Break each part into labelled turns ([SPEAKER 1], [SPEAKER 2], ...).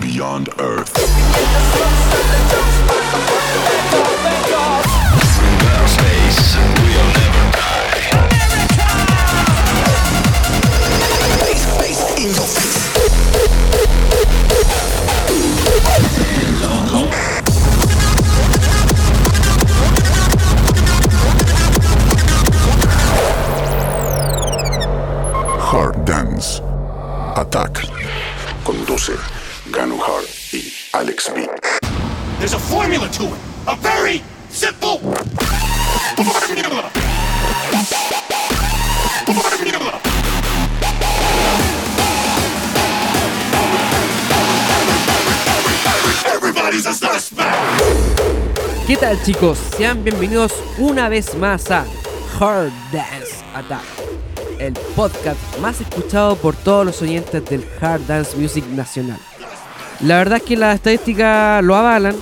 [SPEAKER 1] beyond Earth.
[SPEAKER 2] From outer space, we'll never die.
[SPEAKER 1] Hard Dance. Attack. Conduce Ganu Hart y Alex B.
[SPEAKER 3] There's a formula to it. A very simple formula. Formula. Everybody's a suspect.
[SPEAKER 4] ¿Qué tal chicos? Sean bienvenidos una vez más a Hard Dance Attack, el podcast más escuchado por todos los oyentes del Hard Dance Music Nacional. La verdad es que las estadísticas lo avalan.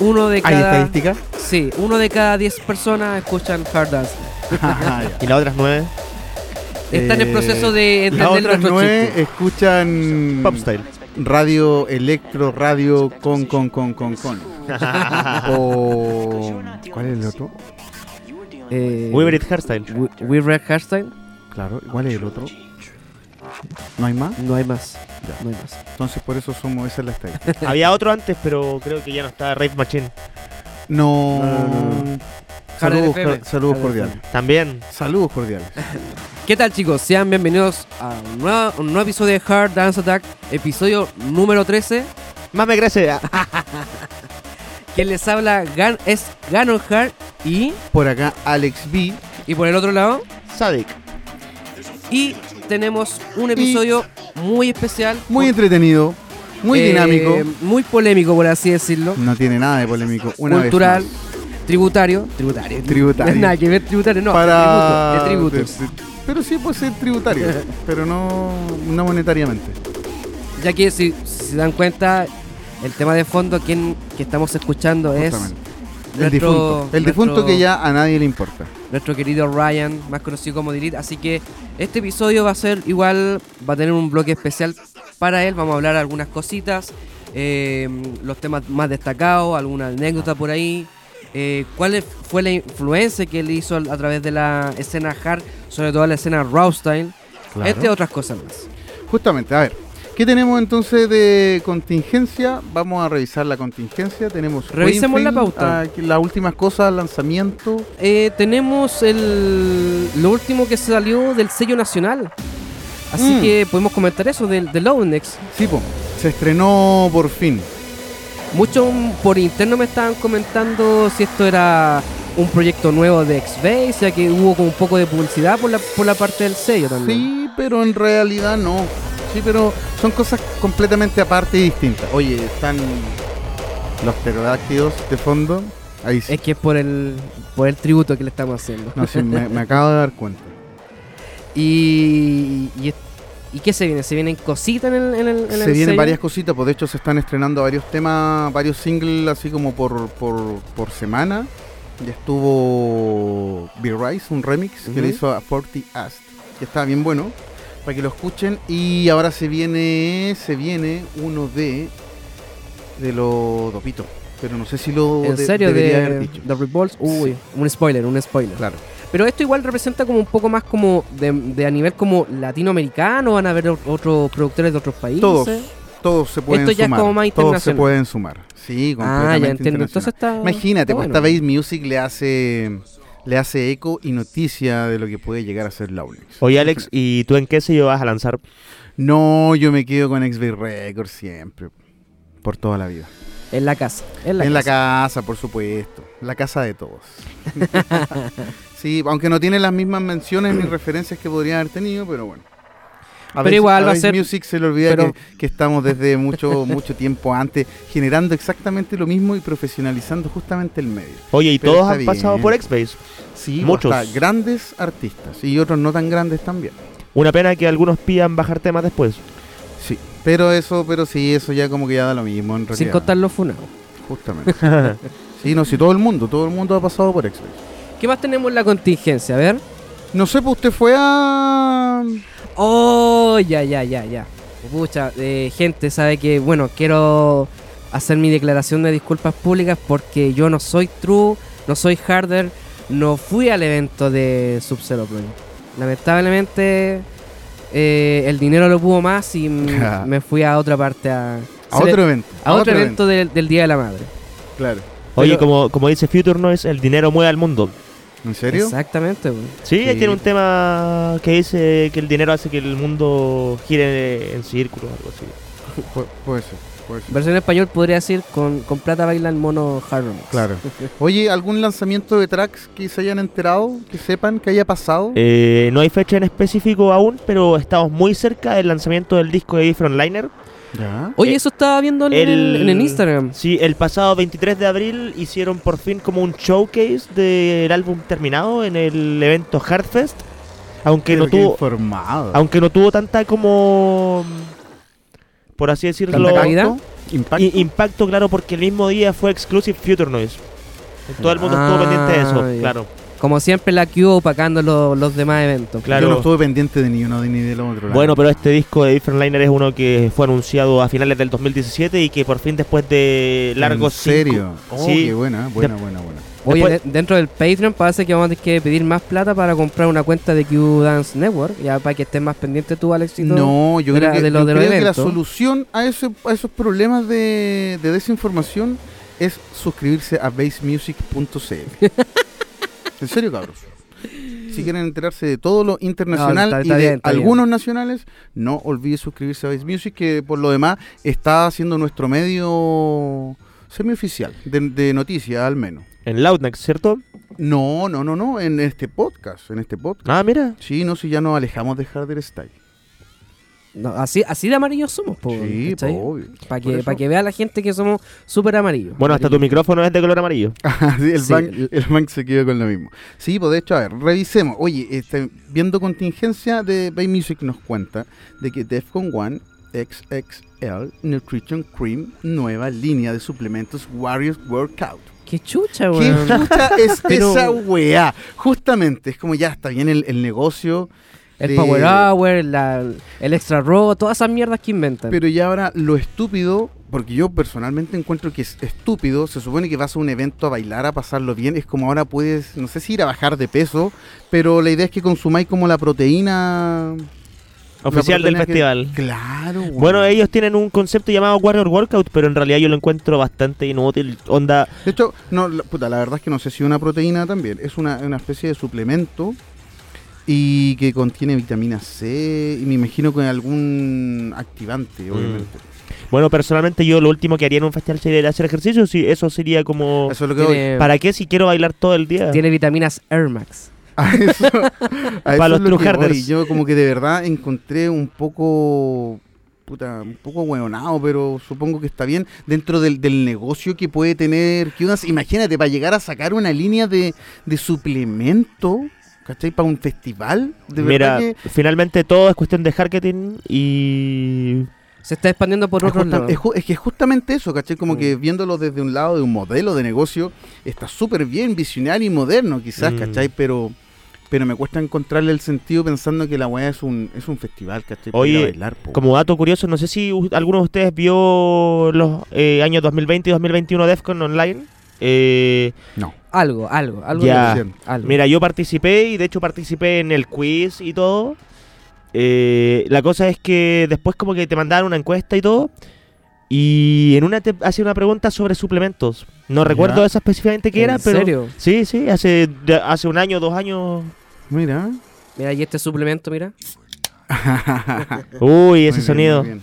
[SPEAKER 4] Uno de
[SPEAKER 5] ¿Hay
[SPEAKER 4] cada...
[SPEAKER 5] estadística?
[SPEAKER 4] Sí, uno de cada 10 personas escuchan Hard Dance.
[SPEAKER 6] ¿Y las otras nueve?
[SPEAKER 4] Están en proceso de
[SPEAKER 5] Las
[SPEAKER 4] entender
[SPEAKER 5] otras
[SPEAKER 4] nuestro
[SPEAKER 5] nueve
[SPEAKER 4] chiste.
[SPEAKER 5] escuchan
[SPEAKER 6] Popstyle.
[SPEAKER 5] radio electro, radio con con con con con. o ¿cuál es el otro?
[SPEAKER 4] Eh,
[SPEAKER 6] Weaver It Hairstyle.
[SPEAKER 4] We- Weaver Hashtag,
[SPEAKER 5] Claro, ¿cuál es el otro? ¿No hay más?
[SPEAKER 4] no hay más. No hay más.
[SPEAKER 5] Entonces por eso somos esa es la estadística.
[SPEAKER 6] Había otro antes, pero creo que ya no está Rave Machine.
[SPEAKER 5] No.
[SPEAKER 6] No, no,
[SPEAKER 4] Hard
[SPEAKER 5] Saludos,
[SPEAKER 4] FM.
[SPEAKER 5] cor- saludos
[SPEAKER 4] Hard
[SPEAKER 5] cordiales.
[SPEAKER 6] También.
[SPEAKER 5] Saludos cordiales.
[SPEAKER 4] ¿Qué tal chicos? Sean bienvenidos a un nuevo, un nuevo episodio de Hard Dance Attack, episodio número 13.
[SPEAKER 6] Más me crece.
[SPEAKER 4] Quien les habla Gan- es Ganon Hard y,
[SPEAKER 5] Por acá Alex B.
[SPEAKER 4] y por el otro lado.
[SPEAKER 6] Sadik.
[SPEAKER 4] Y tenemos un episodio muy especial.
[SPEAKER 5] Muy entretenido, muy
[SPEAKER 4] eh,
[SPEAKER 5] dinámico.
[SPEAKER 4] Muy polémico, por así decirlo.
[SPEAKER 5] No tiene nada de polémico. Una vez
[SPEAKER 4] cultural,
[SPEAKER 5] más.
[SPEAKER 4] tributario. Tributario.
[SPEAKER 5] Tributario.
[SPEAKER 4] No es nada que ver tributario, no.
[SPEAKER 5] para
[SPEAKER 4] de tributo, de tributos.
[SPEAKER 5] de- de- pero sí puede ser tributario, pero no, no monetariamente.
[SPEAKER 4] Ya que si, si se dan cuenta, el tema de fondo quien, que estamos escuchando es...
[SPEAKER 5] justamente. El
[SPEAKER 4] nuestro-
[SPEAKER 5] difunto. El difunto
[SPEAKER 4] nuestro-
[SPEAKER 5] que ya a nadie le importa.
[SPEAKER 4] nuestro querido Ryan, más conocido como Dilith. Así que este episodio va a ser igual, va a tener un bloque especial para él. Vamos a hablar algunas cositas, eh, los temas más destacados, alguna anécdota por ahí. eh, ¿Cuál es- fue la influencia que él hizo a través de la escena hard, sobre todo la escena raw style?
[SPEAKER 6] Claro.
[SPEAKER 4] Entre otras cosas más.
[SPEAKER 5] Justamente, a ver, ¿qué tenemos entonces de contingencia? Vamos a revisar la contingencia. Tenemos
[SPEAKER 4] Revisemos la
[SPEAKER 5] Winfield,
[SPEAKER 4] pauta.
[SPEAKER 5] ah, que las últimas cosas, lanzamiento.
[SPEAKER 4] Eh, tenemos el, lo último que salió del sello nacional. Así
[SPEAKER 5] Mm.
[SPEAKER 4] que podemos comentar eso del de Next.
[SPEAKER 5] Sí, po, se estrenó por fin.
[SPEAKER 4] Muchos por interno me estaban comentando si esto era un proyecto nuevo de X-Base, ya que hubo como un poco de publicidad por la, por la parte del sello también.
[SPEAKER 5] Sí, pero en realidad no. Sí, pero son cosas completamente aparte y distintas. Oye, están los pterodáctidos de fondo. Ahí sí.
[SPEAKER 4] Es que es por el, por el tributo que le estamos haciendo.
[SPEAKER 5] No, sí, me, me acabo de dar cuenta.
[SPEAKER 4] Y, y, es- ¿y qué se viene? ¿Se vienen cositas en el, en el- en el
[SPEAKER 5] Se vienen
[SPEAKER 4] sello?
[SPEAKER 5] varias cositas, pues de hecho se están estrenando varios temas, varios singles así como por, por, por semana. Ya estuvo B-Rise, un remix que le
[SPEAKER 4] Ujú.
[SPEAKER 5] hizo a 40 Ast, que estaba bien bueno, para que lo escuchen. Y ahora se viene, se viene uno de, de los Dopito, pero no sé si lo
[SPEAKER 4] ¿En
[SPEAKER 5] de-
[SPEAKER 4] serio?
[SPEAKER 5] debería
[SPEAKER 4] De,
[SPEAKER 5] haber dicho.
[SPEAKER 4] de Revolts. Uy, un spoiler, un spoiler.
[SPEAKER 5] Claro.
[SPEAKER 4] Pero esto igual representa como un poco más como de, de a nivel como latinoamericano, van a haber otros productores de otros países.
[SPEAKER 5] Todos, todos se pueden
[SPEAKER 4] Esto ya es
[SPEAKER 5] sumar.
[SPEAKER 4] como más
[SPEAKER 5] todos se
[SPEAKER 4] internacional.
[SPEAKER 5] pueden sumar. Sí, completamente
[SPEAKER 4] Ah, ya entiendo.
[SPEAKER 5] internacional.
[SPEAKER 4] Entonces está.
[SPEAKER 5] Imagínate,
[SPEAKER 4] está
[SPEAKER 5] pues
[SPEAKER 4] bueno.
[SPEAKER 5] esta Base Music le hace le hace eco y noticia de lo que puede llegar a ser Laulex.
[SPEAKER 6] Oye, Alex, ¿y tú en qué sello vas a lanzar?
[SPEAKER 5] No, yo me quedo con XB Records siempre. Por toda la vida.
[SPEAKER 4] En la casa. En la
[SPEAKER 5] en la
[SPEAKER 4] casa.
[SPEAKER 5] casa, por supuesto. La casa de todos. sí, aunque no tiene las mismas menciones ni referencias que podría haber tenido, pero bueno. A
[SPEAKER 4] Pero igual va a
[SPEAKER 5] Base
[SPEAKER 4] ser-
[SPEAKER 5] Music se le olvida
[SPEAKER 4] pero-
[SPEAKER 5] que, que estamos desde mucho, mucho tiempo antes generando exactamente lo mismo y profesionalizando justamente el medio.
[SPEAKER 6] Oye, ¿y
[SPEAKER 5] Pero
[SPEAKER 6] todos
[SPEAKER 5] está
[SPEAKER 6] han pasado
[SPEAKER 5] bien.
[SPEAKER 6] por X-Base?
[SPEAKER 5] Sí,
[SPEAKER 6] Muchos.
[SPEAKER 5] hasta grandes artistas y otros no tan grandes también.
[SPEAKER 6] Una pena que algunos pidan bajar temas después.
[SPEAKER 5] Sí, pero eso, pero sí, eso ya como que ya da lo mismo en realidad.
[SPEAKER 4] Sin contar los funados.
[SPEAKER 5] Justamente. sí, no, sí, todo el mundo, todo el mundo ha pasado por X-Base.
[SPEAKER 4] ¿Qué más tenemos en la contingencia? A ver.
[SPEAKER 5] No sé, pues usted fue a...
[SPEAKER 4] Oh, ya, ya, ya, ya. Pucha, eh, gente, sabe que, bueno, quiero hacer mi declaración de disculpas públicas porque yo no soy True, no soy Harder, no fui al evento de Sub-Zero Project. Lamentablemente, eh, el dinero lo pudo más y m- me fui a otra parte a,
[SPEAKER 5] A
[SPEAKER 4] cele-
[SPEAKER 5] otro evento.
[SPEAKER 4] a otro evento del, del Día de la Madre.
[SPEAKER 5] Claro.
[SPEAKER 6] Oye,
[SPEAKER 5] Pero-
[SPEAKER 6] como, como dice Future Noise, el dinero mueve al mundo.
[SPEAKER 5] ¿En serio?
[SPEAKER 4] Exactamente, güey.
[SPEAKER 6] Sí,
[SPEAKER 5] Sí,
[SPEAKER 6] él tiene un
[SPEAKER 5] po.
[SPEAKER 6] tema que dice que el dinero hace que el mundo gire en círculo algo así.
[SPEAKER 5] Pu- puede ser, puede ser.
[SPEAKER 4] Versión en español podría decir con, con plata baila el mono Harder.
[SPEAKER 5] Claro. Oye, ¿algún lanzamiento de tracks que se hayan enterado, que sepan, que haya pasado?
[SPEAKER 6] Eh, no hay fecha en específico aún, pero estamos muy cerca del lanzamiento del disco de Different Liner.
[SPEAKER 5] Ya.
[SPEAKER 4] Oye,
[SPEAKER 6] Eh,
[SPEAKER 4] eso estaba viendo en el, en el Instagram.
[SPEAKER 6] Sí, el pasado 23 de abril hicieron por fin como un showcase del álbum terminado en el evento Hardfest. Aunque
[SPEAKER 5] Pero
[SPEAKER 6] no
[SPEAKER 5] qué
[SPEAKER 6] tuvo
[SPEAKER 5] informado.
[SPEAKER 6] aunque no tuvo tanta como por así decirlo
[SPEAKER 4] ¿Tanta calidad?
[SPEAKER 5] Impacto. Impacto.
[SPEAKER 6] i- impacto claro porque el mismo día fue exclusive Future Noise. Todo el mundo
[SPEAKER 4] Ah,
[SPEAKER 6] estuvo pendiente de eso,
[SPEAKER 4] ya.
[SPEAKER 6] claro.
[SPEAKER 4] Como siempre, la Q opacando lo- los demás eventos.
[SPEAKER 6] Claro.
[SPEAKER 5] Yo no estuve pendiente de ni uno ni del otro. la verdad.
[SPEAKER 6] Bueno, pero este disco de Different Liner es uno que fue anunciado a finales del 2017 y que por fin después de largos
[SPEAKER 5] ¿En
[SPEAKER 6] cinco-
[SPEAKER 5] serio? Oh,
[SPEAKER 6] Sí.
[SPEAKER 5] qué buena, buena, buena, buena.
[SPEAKER 4] Oye,
[SPEAKER 6] Después-
[SPEAKER 4] de- dentro del Patreon parece que vamos a tener que pedir más plata para comprar una cuenta de Q Dance Network. Ya para que estés más pendiente tú, Alexito.
[SPEAKER 5] No, yo
[SPEAKER 4] de
[SPEAKER 5] creo,
[SPEAKER 4] la-
[SPEAKER 5] que,
[SPEAKER 4] de lo-
[SPEAKER 5] yo
[SPEAKER 4] de lo
[SPEAKER 5] creo que la
[SPEAKER 4] evento.
[SPEAKER 5] solución a, ese- a esos problemas de, de desinformación es suscribirse a basemusic.cl. en serio, cabros. Si quieren enterarse de todo lo internacional
[SPEAKER 4] No, está- está
[SPEAKER 5] y de
[SPEAKER 4] bien, está bien.
[SPEAKER 5] algunos nacionales, no olviden suscribirse a Base Music, que por lo demás está siendo nuestro medio semioficial de, de noticias, al menos.
[SPEAKER 6] en Loudnex, ¿cierto?
[SPEAKER 5] No, no, no, no, en este podcast, en este podcast.
[SPEAKER 6] Ah, mira.
[SPEAKER 5] Sí, no, si ya nos alejamos de Harder Style.
[SPEAKER 4] No, así, así de amarillos somos, po.
[SPEAKER 5] Sí, po, obvio.
[SPEAKER 4] Para
[SPEAKER 5] Por
[SPEAKER 4] que,
[SPEAKER 5] eso-
[SPEAKER 4] pa' que vea la gente que somos súper amarillos.
[SPEAKER 6] Bueno, hasta tu micrófono es de color amarillo.
[SPEAKER 5] Ajá, sí, el,
[SPEAKER 4] Sí,
[SPEAKER 5] Bank,
[SPEAKER 4] el-
[SPEAKER 5] el Bank se quedó con lo mismo. Sí, pues de hecho, a ver, revisemos. Oye, este, viendo contingencia de Bay Music nos cuenta de que Defcon One XXL Nutrition Cream, nueva línea de suplementos Warriors Workout.
[SPEAKER 4] Qué chucha,
[SPEAKER 5] ¿Qué
[SPEAKER 4] weón.
[SPEAKER 5] puta es
[SPEAKER 4] Ah, Pero-
[SPEAKER 5] esa weá? Justamente, es como ya está bien el, el negocio,
[SPEAKER 4] El
[SPEAKER 5] de-
[SPEAKER 4] Power Hour, la- el Extra Raw, todas esas mierdas que inventan.
[SPEAKER 5] pero ya ahora lo estúpido, porque yo personalmente encuentro que es estúpido, se supone que vas a un evento a bailar, a pasarlo bien, es como ahora puedes, no sé si ir a bajar de peso, pero la idea es que consumáis como la proteína... la
[SPEAKER 6] Oficial del
[SPEAKER 5] proteína que-
[SPEAKER 6] festival.
[SPEAKER 5] Claro, weón.
[SPEAKER 6] Bueno, ellos tienen un concepto llamado Warrior Workout, pero en realidad yo lo encuentro bastante inútil. Onda,
[SPEAKER 5] De hecho, no, la, puta, la verdad es que no sé si una proteína también, es una, una especie de suplemento y que contiene vitamina C y me imagino con algún activante,
[SPEAKER 6] Mm.
[SPEAKER 5] obviamente.
[SPEAKER 6] bueno, personalmente yo lo último que haría en un festival sería hacer ejercicio, sí, eso sería como...
[SPEAKER 5] Eso es lo que voy.
[SPEAKER 4] tiene,
[SPEAKER 6] ¿Para qué si quiero bailar todo el día?
[SPEAKER 4] tiene vitaminas Air Max.
[SPEAKER 5] A eso, a eso
[SPEAKER 6] los
[SPEAKER 5] es lo que
[SPEAKER 6] true harders.
[SPEAKER 5] voy. Yo como que de verdad encontré un poco puta, un poco hueonado, pero supongo que está bien dentro del, del negocio que puede tener Kudas. Imagínate, para llegar a sacar una línea de, de suplemento, ¿cachai? Para un festival, de
[SPEAKER 6] Mira,
[SPEAKER 5] verdad que
[SPEAKER 6] finalmente todo es cuestión de marketing y...
[SPEAKER 4] Se está expandiendo por
[SPEAKER 5] es,
[SPEAKER 4] otros
[SPEAKER 5] justa-
[SPEAKER 4] lados.
[SPEAKER 5] es ju- es que es justamente eso, ¿cachai?
[SPEAKER 6] Mm.
[SPEAKER 5] Como que viéndolo desde un lado de un modelo de negocio, está súper bien, visionario y moderno quizás,
[SPEAKER 6] Mm.
[SPEAKER 5] ¿cachai? Pero, pero me cuesta encontrarle el sentido pensando que la weá es un, es un festival, ¿cachai? Para ir a
[SPEAKER 6] Oye,
[SPEAKER 5] bailar, po.
[SPEAKER 6] Como dato curioso, no sé si u- alguno de ustedes vio los eh, años 2020 y 2021 DEFCON online. Eh,
[SPEAKER 5] No.
[SPEAKER 4] Algo, algo, algo.
[SPEAKER 6] Ya.
[SPEAKER 4] de- algo.
[SPEAKER 6] mira, yo participé y de hecho participé en el quiz y todo. Eh, la cosa es que después como que te mandaban una encuesta y todo. Y en una te hacía una pregunta sobre suplementos. No recuerdo
[SPEAKER 5] Ya.
[SPEAKER 6] esa específicamente qué
[SPEAKER 4] ¿En
[SPEAKER 6] era, pero...
[SPEAKER 4] serio?
[SPEAKER 6] Sí, sí, hace, de- hace un año, dos años.
[SPEAKER 5] Mira.
[SPEAKER 4] Mira, y este suplemento, mira.
[SPEAKER 6] Uy,
[SPEAKER 5] Muy
[SPEAKER 6] ese
[SPEAKER 5] bien,
[SPEAKER 6] sonido.
[SPEAKER 5] muy bien.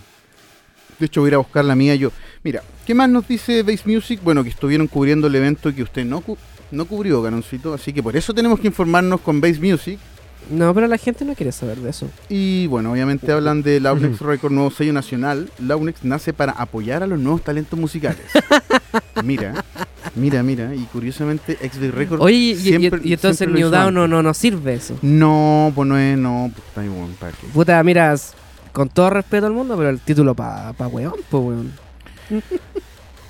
[SPEAKER 5] De hecho, voy a ir a buscar la mía yo. Mira, ¿qué más nos dice Base Music? Bueno, que estuvieron cubriendo el evento que usted no, cu- no cubrió, Canoncito. Así que por eso tenemos que informarnos con Base Music.
[SPEAKER 4] No, pero la gente no quiere saber de eso.
[SPEAKER 5] Y bueno, obviamente hablan de Launex Record, nuevo sello nacional. Launex nace para apoyar a los nuevos talentos musicales. mira, mira, mira. Y curiosamente, XB Record.
[SPEAKER 4] Oye, y, y-
[SPEAKER 5] siempre-
[SPEAKER 4] y entonces el
[SPEAKER 5] siempre lo
[SPEAKER 4] New
[SPEAKER 5] hizo
[SPEAKER 4] Down no,
[SPEAKER 5] antes.
[SPEAKER 4] no, no sirve eso.
[SPEAKER 5] No, pues no es, no, pues está igual, ¿para qué?
[SPEAKER 4] Puta, mira, s- con todo respeto al mundo, pero el título pa, pa weón, po weón.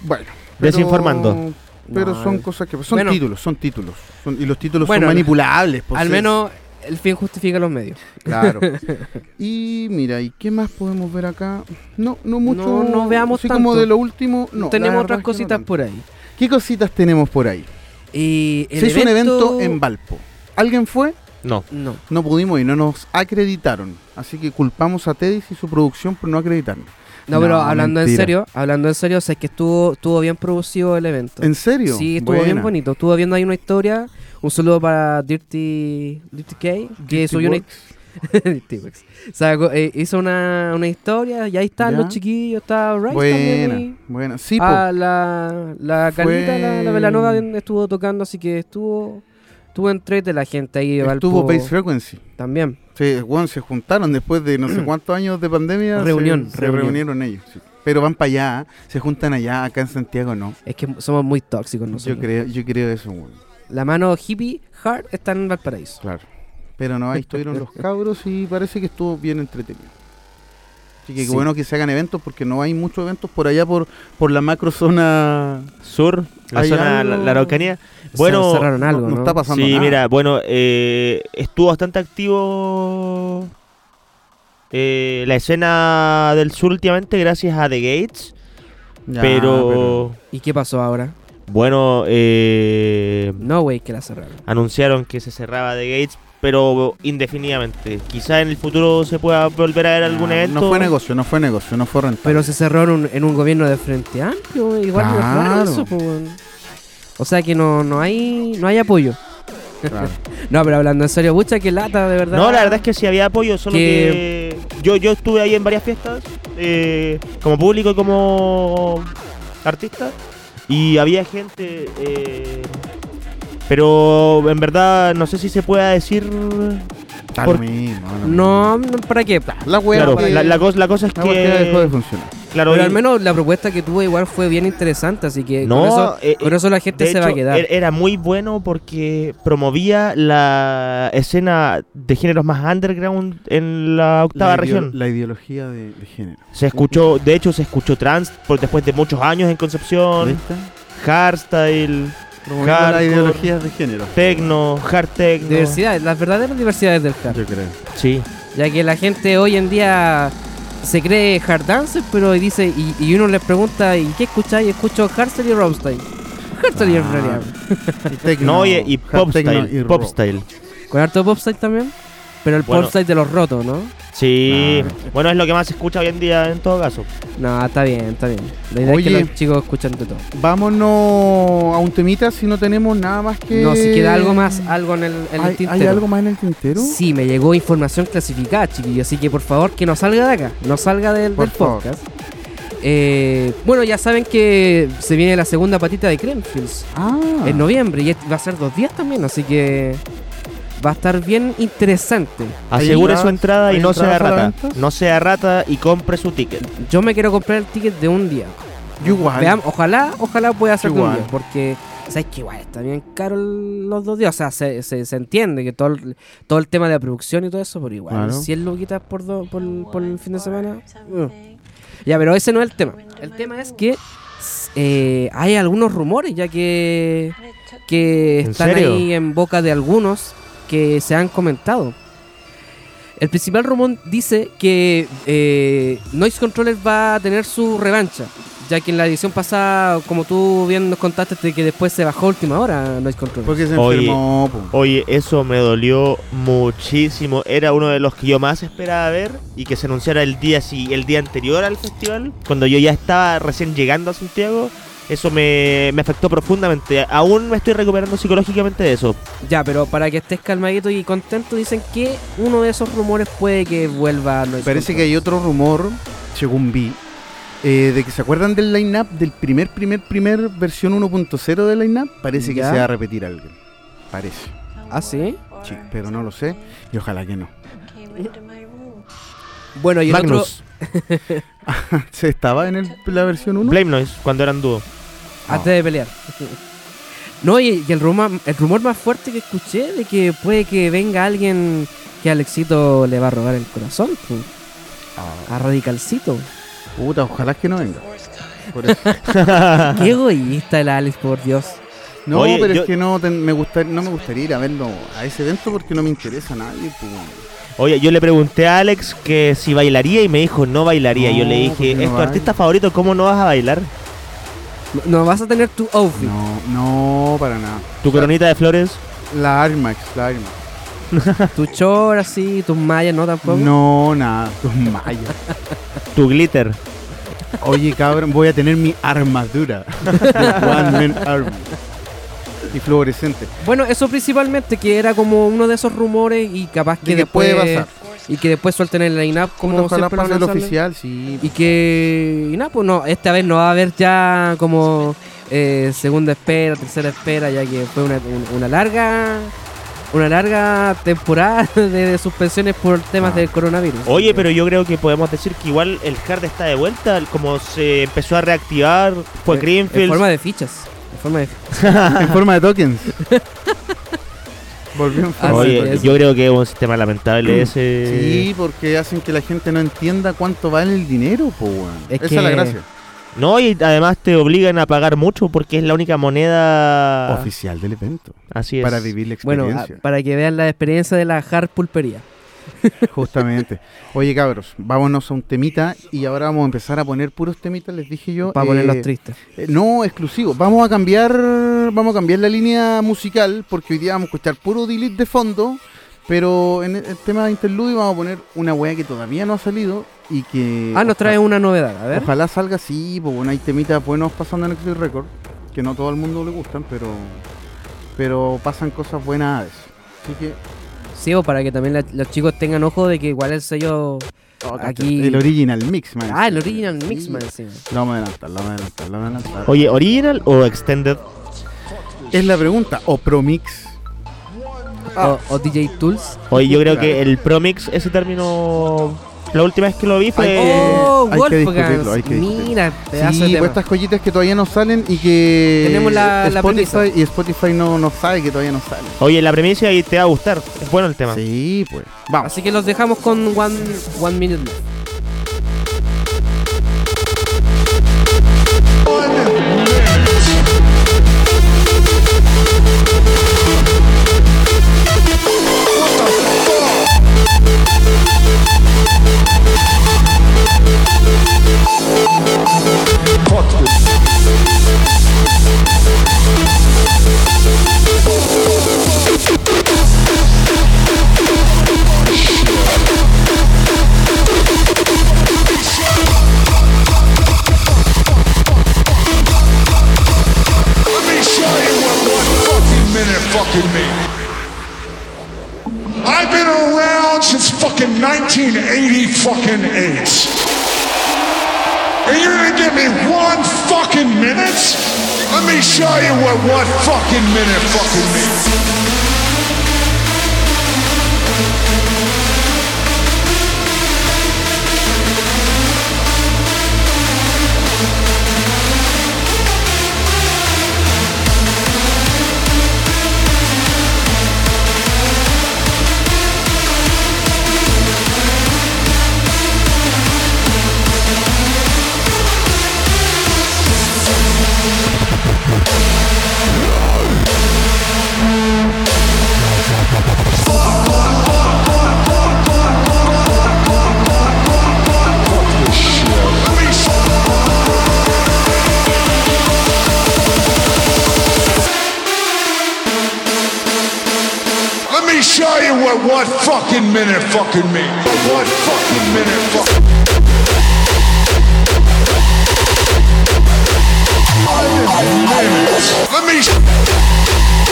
[SPEAKER 5] Bueno.
[SPEAKER 6] Desinformando.
[SPEAKER 5] Pero
[SPEAKER 4] No,
[SPEAKER 5] son
[SPEAKER 4] eh.
[SPEAKER 5] cosas que. Son
[SPEAKER 4] Bueno.
[SPEAKER 5] títulos, son títulos. Son- y los títulos
[SPEAKER 4] Bueno,
[SPEAKER 5] son manipulables. pues,
[SPEAKER 4] al
[SPEAKER 5] es-
[SPEAKER 4] menos El fin justifica los medios.
[SPEAKER 5] Claro. y mira, ¿y qué más podemos ver acá? No, no mucho.
[SPEAKER 4] No, no veamos
[SPEAKER 5] así como
[SPEAKER 4] tanto.
[SPEAKER 5] de lo último, no. la
[SPEAKER 4] Tenemos
[SPEAKER 5] verdad
[SPEAKER 4] otras
[SPEAKER 5] es que no
[SPEAKER 4] cositas
[SPEAKER 5] tanto.
[SPEAKER 4] por ahí.
[SPEAKER 5] ¿Qué cositas tenemos por ahí?
[SPEAKER 4] Y el
[SPEAKER 5] Se hizo un evento en Valpo. ¿Alguien fue?
[SPEAKER 6] No.
[SPEAKER 4] No.
[SPEAKER 5] No pudimos ir, no nos acreditaron. Así que culpamos a Tedis y su producción por no acreditarnos.
[SPEAKER 4] No, pero
[SPEAKER 5] No,
[SPEAKER 4] hablando en
[SPEAKER 5] mentira.
[SPEAKER 4] serio, hablando en serio, o sea, es que estuvo, estuvo bien producido el evento.
[SPEAKER 5] ¿En serio?
[SPEAKER 4] Sí, estuvo bien
[SPEAKER 5] Buena.
[SPEAKER 4] bonito. Estuvo viendo ahí una historia. Un saludo para Dirty, Dirty K, que
[SPEAKER 5] Dirty
[SPEAKER 4] subió una,
[SPEAKER 5] Works.
[SPEAKER 4] Dirty Works. Sacó- eh, hizo una, una historia y ahí están
[SPEAKER 5] Ya.
[SPEAKER 4] los chiquillos, está Rice también.
[SPEAKER 5] Buena,
[SPEAKER 4] ahí.
[SPEAKER 5] buena. Sí, po.
[SPEAKER 4] Ah, la, la
[SPEAKER 5] Fue-
[SPEAKER 4] Carlita, la, la Velanova bien estuvo tocando, así que estuvo, estuvo entrete la gente ahí de
[SPEAKER 5] estuvo
[SPEAKER 4] Valpo
[SPEAKER 5] Base Frequency.
[SPEAKER 4] también.
[SPEAKER 5] Sí, weón, se juntaron después de no sé cuántos años de pandemia. se-
[SPEAKER 4] Reunión,
[SPEAKER 5] se,
[SPEAKER 4] reunión.
[SPEAKER 5] reunieron ellos. sí. Pero van para allá, se juntan allá, acá en Santiago no.
[SPEAKER 4] Es que somos muy tóxicos
[SPEAKER 5] Yo
[SPEAKER 4] nosotros.
[SPEAKER 5] creo, yo creo eso, weón.
[SPEAKER 4] La mano hippie hard está en Valparaíso.
[SPEAKER 5] Claro. Pero no, ahí estuvieron los cabros y parece que estuvo bien entretenido. Así que qué
[SPEAKER 4] Sí.
[SPEAKER 5] bueno que se hagan eventos porque no hay muchos eventos por allá por, por la macro zona.
[SPEAKER 6] Sur, la
[SPEAKER 5] ¿Hay
[SPEAKER 6] zona,
[SPEAKER 5] algo?
[SPEAKER 6] la, la Araucanía.
[SPEAKER 4] Se
[SPEAKER 6] Bueno,
[SPEAKER 4] cerraron algo,
[SPEAKER 5] no,
[SPEAKER 4] ¿no?
[SPEAKER 5] está pasando
[SPEAKER 6] sí,
[SPEAKER 5] nada.
[SPEAKER 6] mira, bueno, eh, estuvo bastante activo eh, la escena del sur últimamente gracias a The Gates,
[SPEAKER 5] Ya,
[SPEAKER 6] pero,
[SPEAKER 4] ¿Y qué pasó ahora?
[SPEAKER 6] bueno, eh,
[SPEAKER 4] No, güey, que la cerraron.
[SPEAKER 6] anunciaron que se cerraba The Gates, pero indefinidamente. Quizá en el futuro se pueda volver a ver
[SPEAKER 5] pero-
[SPEAKER 6] algún
[SPEAKER 5] Ah,
[SPEAKER 6] evento.
[SPEAKER 5] No fue negocio, no fue negocio, no fue rentable.
[SPEAKER 4] Pero se cerró en un, en un gobierno de frente amplio, güey, igual no es raro
[SPEAKER 5] Claro.
[SPEAKER 4] eso, po, güey. O sea que no, no hay no hay apoyo.
[SPEAKER 5] Claro.
[SPEAKER 4] No, pero hablando en serio, mucha que lata, de verdad.
[SPEAKER 6] No, la verdad es que sí había apoyo, solo que,
[SPEAKER 4] Que-
[SPEAKER 6] yo, yo estuve ahí en varias fiestas, eh, como público y como artista, y había gente, eh, pero en verdad no sé si se pueda decir...
[SPEAKER 5] Está lo
[SPEAKER 6] por-
[SPEAKER 5] mismo, da lo mismo.
[SPEAKER 4] No, no, ¿para qué?
[SPEAKER 5] La wea
[SPEAKER 6] claro,
[SPEAKER 5] que-
[SPEAKER 6] la, la cos- la cosa es
[SPEAKER 5] la wea que dejó de
[SPEAKER 6] que...
[SPEAKER 5] funcionar.
[SPEAKER 6] Claro,
[SPEAKER 4] Pero
[SPEAKER 6] y-
[SPEAKER 4] al menos la propuesta que tuvo igual fue bien interesante, así que
[SPEAKER 6] No,
[SPEAKER 4] con, eso,
[SPEAKER 6] eh,
[SPEAKER 4] con eso la gente
[SPEAKER 6] de
[SPEAKER 4] se va a
[SPEAKER 6] hecho,
[SPEAKER 4] quedar.
[SPEAKER 6] er- Era muy bueno porque promovía la escena de géneros más underground en la octava
[SPEAKER 5] la ideo-
[SPEAKER 6] región.
[SPEAKER 5] La ideología de, de género.
[SPEAKER 6] Se escuchó, de hecho se escuchó trans por después de muchos años en Concepción,
[SPEAKER 5] ¿Viste?
[SPEAKER 6] hardstyle,
[SPEAKER 5] Promoviendo las
[SPEAKER 6] Hardcore.
[SPEAKER 5] ideologías de género.
[SPEAKER 6] techno, hard techno.
[SPEAKER 4] Diversidad, las verdaderas diversidades del hard.
[SPEAKER 5] Yo creo.
[SPEAKER 6] Sí.
[SPEAKER 4] Ya que la gente hoy en día se cree hard dancer, pero dice, y, y uno les pregunta, ¿y qué escucháis? Escucho hardstyle y rockstyle. Hardstyle
[SPEAKER 5] Ah.
[SPEAKER 4] en realidad.
[SPEAKER 5] Y techno,
[SPEAKER 6] No, oye, y
[SPEAKER 5] hard
[SPEAKER 6] pop
[SPEAKER 5] techno y
[SPEAKER 6] style,
[SPEAKER 5] rock.
[SPEAKER 6] pop style.
[SPEAKER 4] Con harto popstyle también, pero el
[SPEAKER 6] Bueno.
[SPEAKER 4] popstyle de los rotos, ¿no?
[SPEAKER 5] Ah.
[SPEAKER 6] Sí. Bueno, es lo que más se escucha hoy en día en todo caso.
[SPEAKER 4] No, está bien, está bien. La idea es
[SPEAKER 5] Oye.
[SPEAKER 4] que los chicos escuchan de todo.
[SPEAKER 5] Vámonos a un temita si no tenemos nada más que.
[SPEAKER 4] No, si queda algo más, algo en el, en el
[SPEAKER 5] Eh, ¿Hay,
[SPEAKER 4] tintero.
[SPEAKER 5] hay algo más en el tintero?
[SPEAKER 4] Sí, me llegó información clasificada, chiquillos, así que por favor que no salga de acá, no salga del,
[SPEAKER 5] Por
[SPEAKER 4] del
[SPEAKER 5] favor.
[SPEAKER 4] podcast. Eh, bueno, ya saben que se viene la segunda patita de Crenfields
[SPEAKER 5] Ah,
[SPEAKER 4] en noviembre y va a ser dos días también, así que va a estar bien interesante.
[SPEAKER 6] Asegure
[SPEAKER 5] entradas?
[SPEAKER 6] su entrada y
[SPEAKER 5] ¿Hay
[SPEAKER 6] no sea
[SPEAKER 5] entradas a la
[SPEAKER 6] rata.
[SPEAKER 5] venta?
[SPEAKER 6] No sea rata y compre su ticket.
[SPEAKER 4] Yo me quiero comprar el ticket de un día.
[SPEAKER 5] yo igual.
[SPEAKER 4] Veamos, ojalá, ojalá pueda ser de un
[SPEAKER 5] Igual.
[SPEAKER 4] día, porque sabes que igual está bien caro el- los dos días, o sea, se, se- se entiende que todo el, todo el tema de la producción y todo eso, pero igual,
[SPEAKER 5] Claro.
[SPEAKER 4] 100 luquitas por, do- por, por el fin de semana. mm.
[SPEAKER 7] something.
[SPEAKER 4] Ya, pero ese no es el tema. El tema es que s- eh, hay algunos rumores ya que,
[SPEAKER 7] And it took
[SPEAKER 4] que
[SPEAKER 6] ¿En
[SPEAKER 4] están
[SPEAKER 6] serio?
[SPEAKER 4] ahí en boca de algunos que se han comentado. El principal rumor dice que eh, Noise Controller va a tener su revancha, ya que en la edición pasada, como tú bien nos contaste, de que después se bajó a última hora Noise Controller.
[SPEAKER 5] Porque se
[SPEAKER 6] Oye.
[SPEAKER 5] enfermó. po.
[SPEAKER 6] Oye, eso me dolió muchísimo. Era uno de los que yo más esperaba ver y que se anunciara el día si- el día anterior al festival, cuando yo ya estaba recién llegando a Santiago. Eso me, me afectó profundamente. Aún me estoy recuperando psicológicamente de eso.
[SPEAKER 4] Ya, pero para que estés calmadito y contento, dicen que uno de esos rumores puede que vuelva Noise
[SPEAKER 5] Parece que
[SPEAKER 4] Controller.
[SPEAKER 5] hay otro rumor, según vi, eh, de que se acuerdan del line-up, del primer, primer, primer versión 1.0 del line-up. Parece que
[SPEAKER 4] Ya.
[SPEAKER 5] se va a repetir algo. Parece.
[SPEAKER 4] ¿Ah, sí?
[SPEAKER 7] someone
[SPEAKER 5] Sí, pero no lo sé. Y ojalá que no.
[SPEAKER 7] came into my room.
[SPEAKER 4] Bueno, y el otro,
[SPEAKER 6] Magnus,
[SPEAKER 5] ¿Se estaba en el- la versión 1?
[SPEAKER 6] Blame Noise, cuando eran dúo.
[SPEAKER 4] antes de pelear. No, y, y el, rumor, el rumor más fuerte que escuché de que puede que venga alguien que Alexito le va a robar el corazón, pu, a Radicalcito.
[SPEAKER 5] Puta, ojalá que no venga. Por eso.
[SPEAKER 4] Qué egoísta el Alex, por Dios.
[SPEAKER 5] No,
[SPEAKER 6] Oye,
[SPEAKER 5] pero
[SPEAKER 6] yo-
[SPEAKER 5] es que no, te- me gusta, no me gustaría ir a verlo a ese evento porque no me interesa a nadie. pues.
[SPEAKER 6] Oye, yo le pregunté a Alex que si bailaría y me dijo no bailaría. yo
[SPEAKER 5] No,
[SPEAKER 6] le
[SPEAKER 5] ¿por qué
[SPEAKER 6] dije,
[SPEAKER 5] no
[SPEAKER 6] ¿es tu
[SPEAKER 5] baila?
[SPEAKER 6] artista favorito? ¿Cómo no vas a bailar?
[SPEAKER 4] No vas a tener tu outfit.
[SPEAKER 5] No, no, para nada.
[SPEAKER 6] ¿Tu coronita de flores?
[SPEAKER 5] La Armax, la Armax.
[SPEAKER 4] Tu chor así, tus mallas, no tampoco.
[SPEAKER 5] No, nada, tus mallas.
[SPEAKER 6] ¿Tu glitter?
[SPEAKER 5] Oye, cabrón, voy a tener mi armadura. One Man Army. Y fluorescente.
[SPEAKER 4] Bueno, eso principalmente, que era como uno de esos rumores y capaz que
[SPEAKER 5] De que
[SPEAKER 4] después.
[SPEAKER 5] puede pasar.
[SPEAKER 4] Y que después suelten el line-up como
[SPEAKER 5] Ojalá
[SPEAKER 4] siempre lo
[SPEAKER 5] pase el
[SPEAKER 4] lanzan.
[SPEAKER 5] oficial, sí.
[SPEAKER 4] Y que. Y nada, pues no, esta vez no va a haber ya como eh, segunda espera, tercera espera, ya que fue una, un- una larga. Una larga temporada de, de suspensiones por temas
[SPEAKER 5] Ah.
[SPEAKER 4] del coronavirus.
[SPEAKER 6] Oye, pero yo creo que podemos decir que igual el hard está de vuelta. Como se empezó a reactivar, fue
[SPEAKER 4] En- En
[SPEAKER 6] Greenfield.
[SPEAKER 4] forma de fichas. En forma de fichas.
[SPEAKER 5] en forma de tokens. Volvió en forma
[SPEAKER 4] Así
[SPEAKER 5] de
[SPEAKER 6] Oye,
[SPEAKER 5] tokens.
[SPEAKER 4] es.
[SPEAKER 6] yo eh, creo que es un sistema lamentable ese.
[SPEAKER 5] Mm, Sí, porque hacen que la gente no entienda cuánto vale el dinero, po, weón.
[SPEAKER 4] Es
[SPEAKER 5] Esa
[SPEAKER 4] que-
[SPEAKER 5] es la gracia.
[SPEAKER 6] No, y además te obligan a pagar mucho porque es la única moneda.
[SPEAKER 5] Oficial del evento.
[SPEAKER 6] Así es.
[SPEAKER 5] Para vivir la
[SPEAKER 4] Bueno, ah,
[SPEAKER 5] experiencia.
[SPEAKER 4] a- para que vean la experiencia de la hard pulpería.
[SPEAKER 5] Justamente. Oye, cabros, vámonos a un temita y ahora vamos a empezar a poner puros temitas, les dije yo.
[SPEAKER 4] Para
[SPEAKER 5] eh,
[SPEAKER 4] ponerlos tristes.
[SPEAKER 5] eh, No, exclusivos. Vamos a cambiar vamos a cambiar la línea musical porque hoy día vamos a escuchar puro delete de fondo, pero en el el tema de interludio vamos a poner una weá que todavía no ha salido y que...
[SPEAKER 4] Ah, nos trae una novedad, a ver.
[SPEAKER 5] Ojalá salga así, pues bueno, hay temitas buenos pasando en Exit Record, que no todo el mundo le gustan, pero pero pasan cosas buenas a veces. Así que
[SPEAKER 4] Sí, o para que también la- los chicos tengan ojo de que igual el sello. aquí.
[SPEAKER 5] el original mix, man.
[SPEAKER 4] Ah, el original mix, man, encima.
[SPEAKER 5] Lo vamos a adelantar, lo vamos a adelantar, lo vamos a adelantar.
[SPEAKER 6] Oye, ¿original o extended?
[SPEAKER 5] es la pregunta, o pro mix.
[SPEAKER 4] O, o DJ Tools.
[SPEAKER 6] Oye, yo creo
[SPEAKER 5] Claro.
[SPEAKER 6] que el promix, ese término. La última vez que lo vi
[SPEAKER 5] Ay,
[SPEAKER 6] fue.
[SPEAKER 4] ¡Oh,
[SPEAKER 5] Eh, hay que discutirlo,
[SPEAKER 4] Wolfgang!
[SPEAKER 5] hay que discutirlo.
[SPEAKER 4] Mira, pedazo de
[SPEAKER 5] Sí,
[SPEAKER 4] tema.
[SPEAKER 5] pues estas joyitas que todavía no salen y que
[SPEAKER 4] Tenemos la- la
[SPEAKER 5] Spotify
[SPEAKER 4] premisa.
[SPEAKER 5] y Spotify no, no sabe que todavía no salen.
[SPEAKER 6] Oye, la premisa y te va a gustar. Es bueno el tema.
[SPEAKER 5] Sí, pues. Vamos.
[SPEAKER 4] Así que los dejamos con One, one Minute Left.
[SPEAKER 2] Let me show you what one fucking minute fucking means.
[SPEAKER 8] I've been around since fucking 1980 fucking eight. And you're gonna give me one fucking minute? Let me show you what one fucking minute fucking means. Let me show Let me show you what one fucking minute fucking means. What one fucking minute fucking Let me show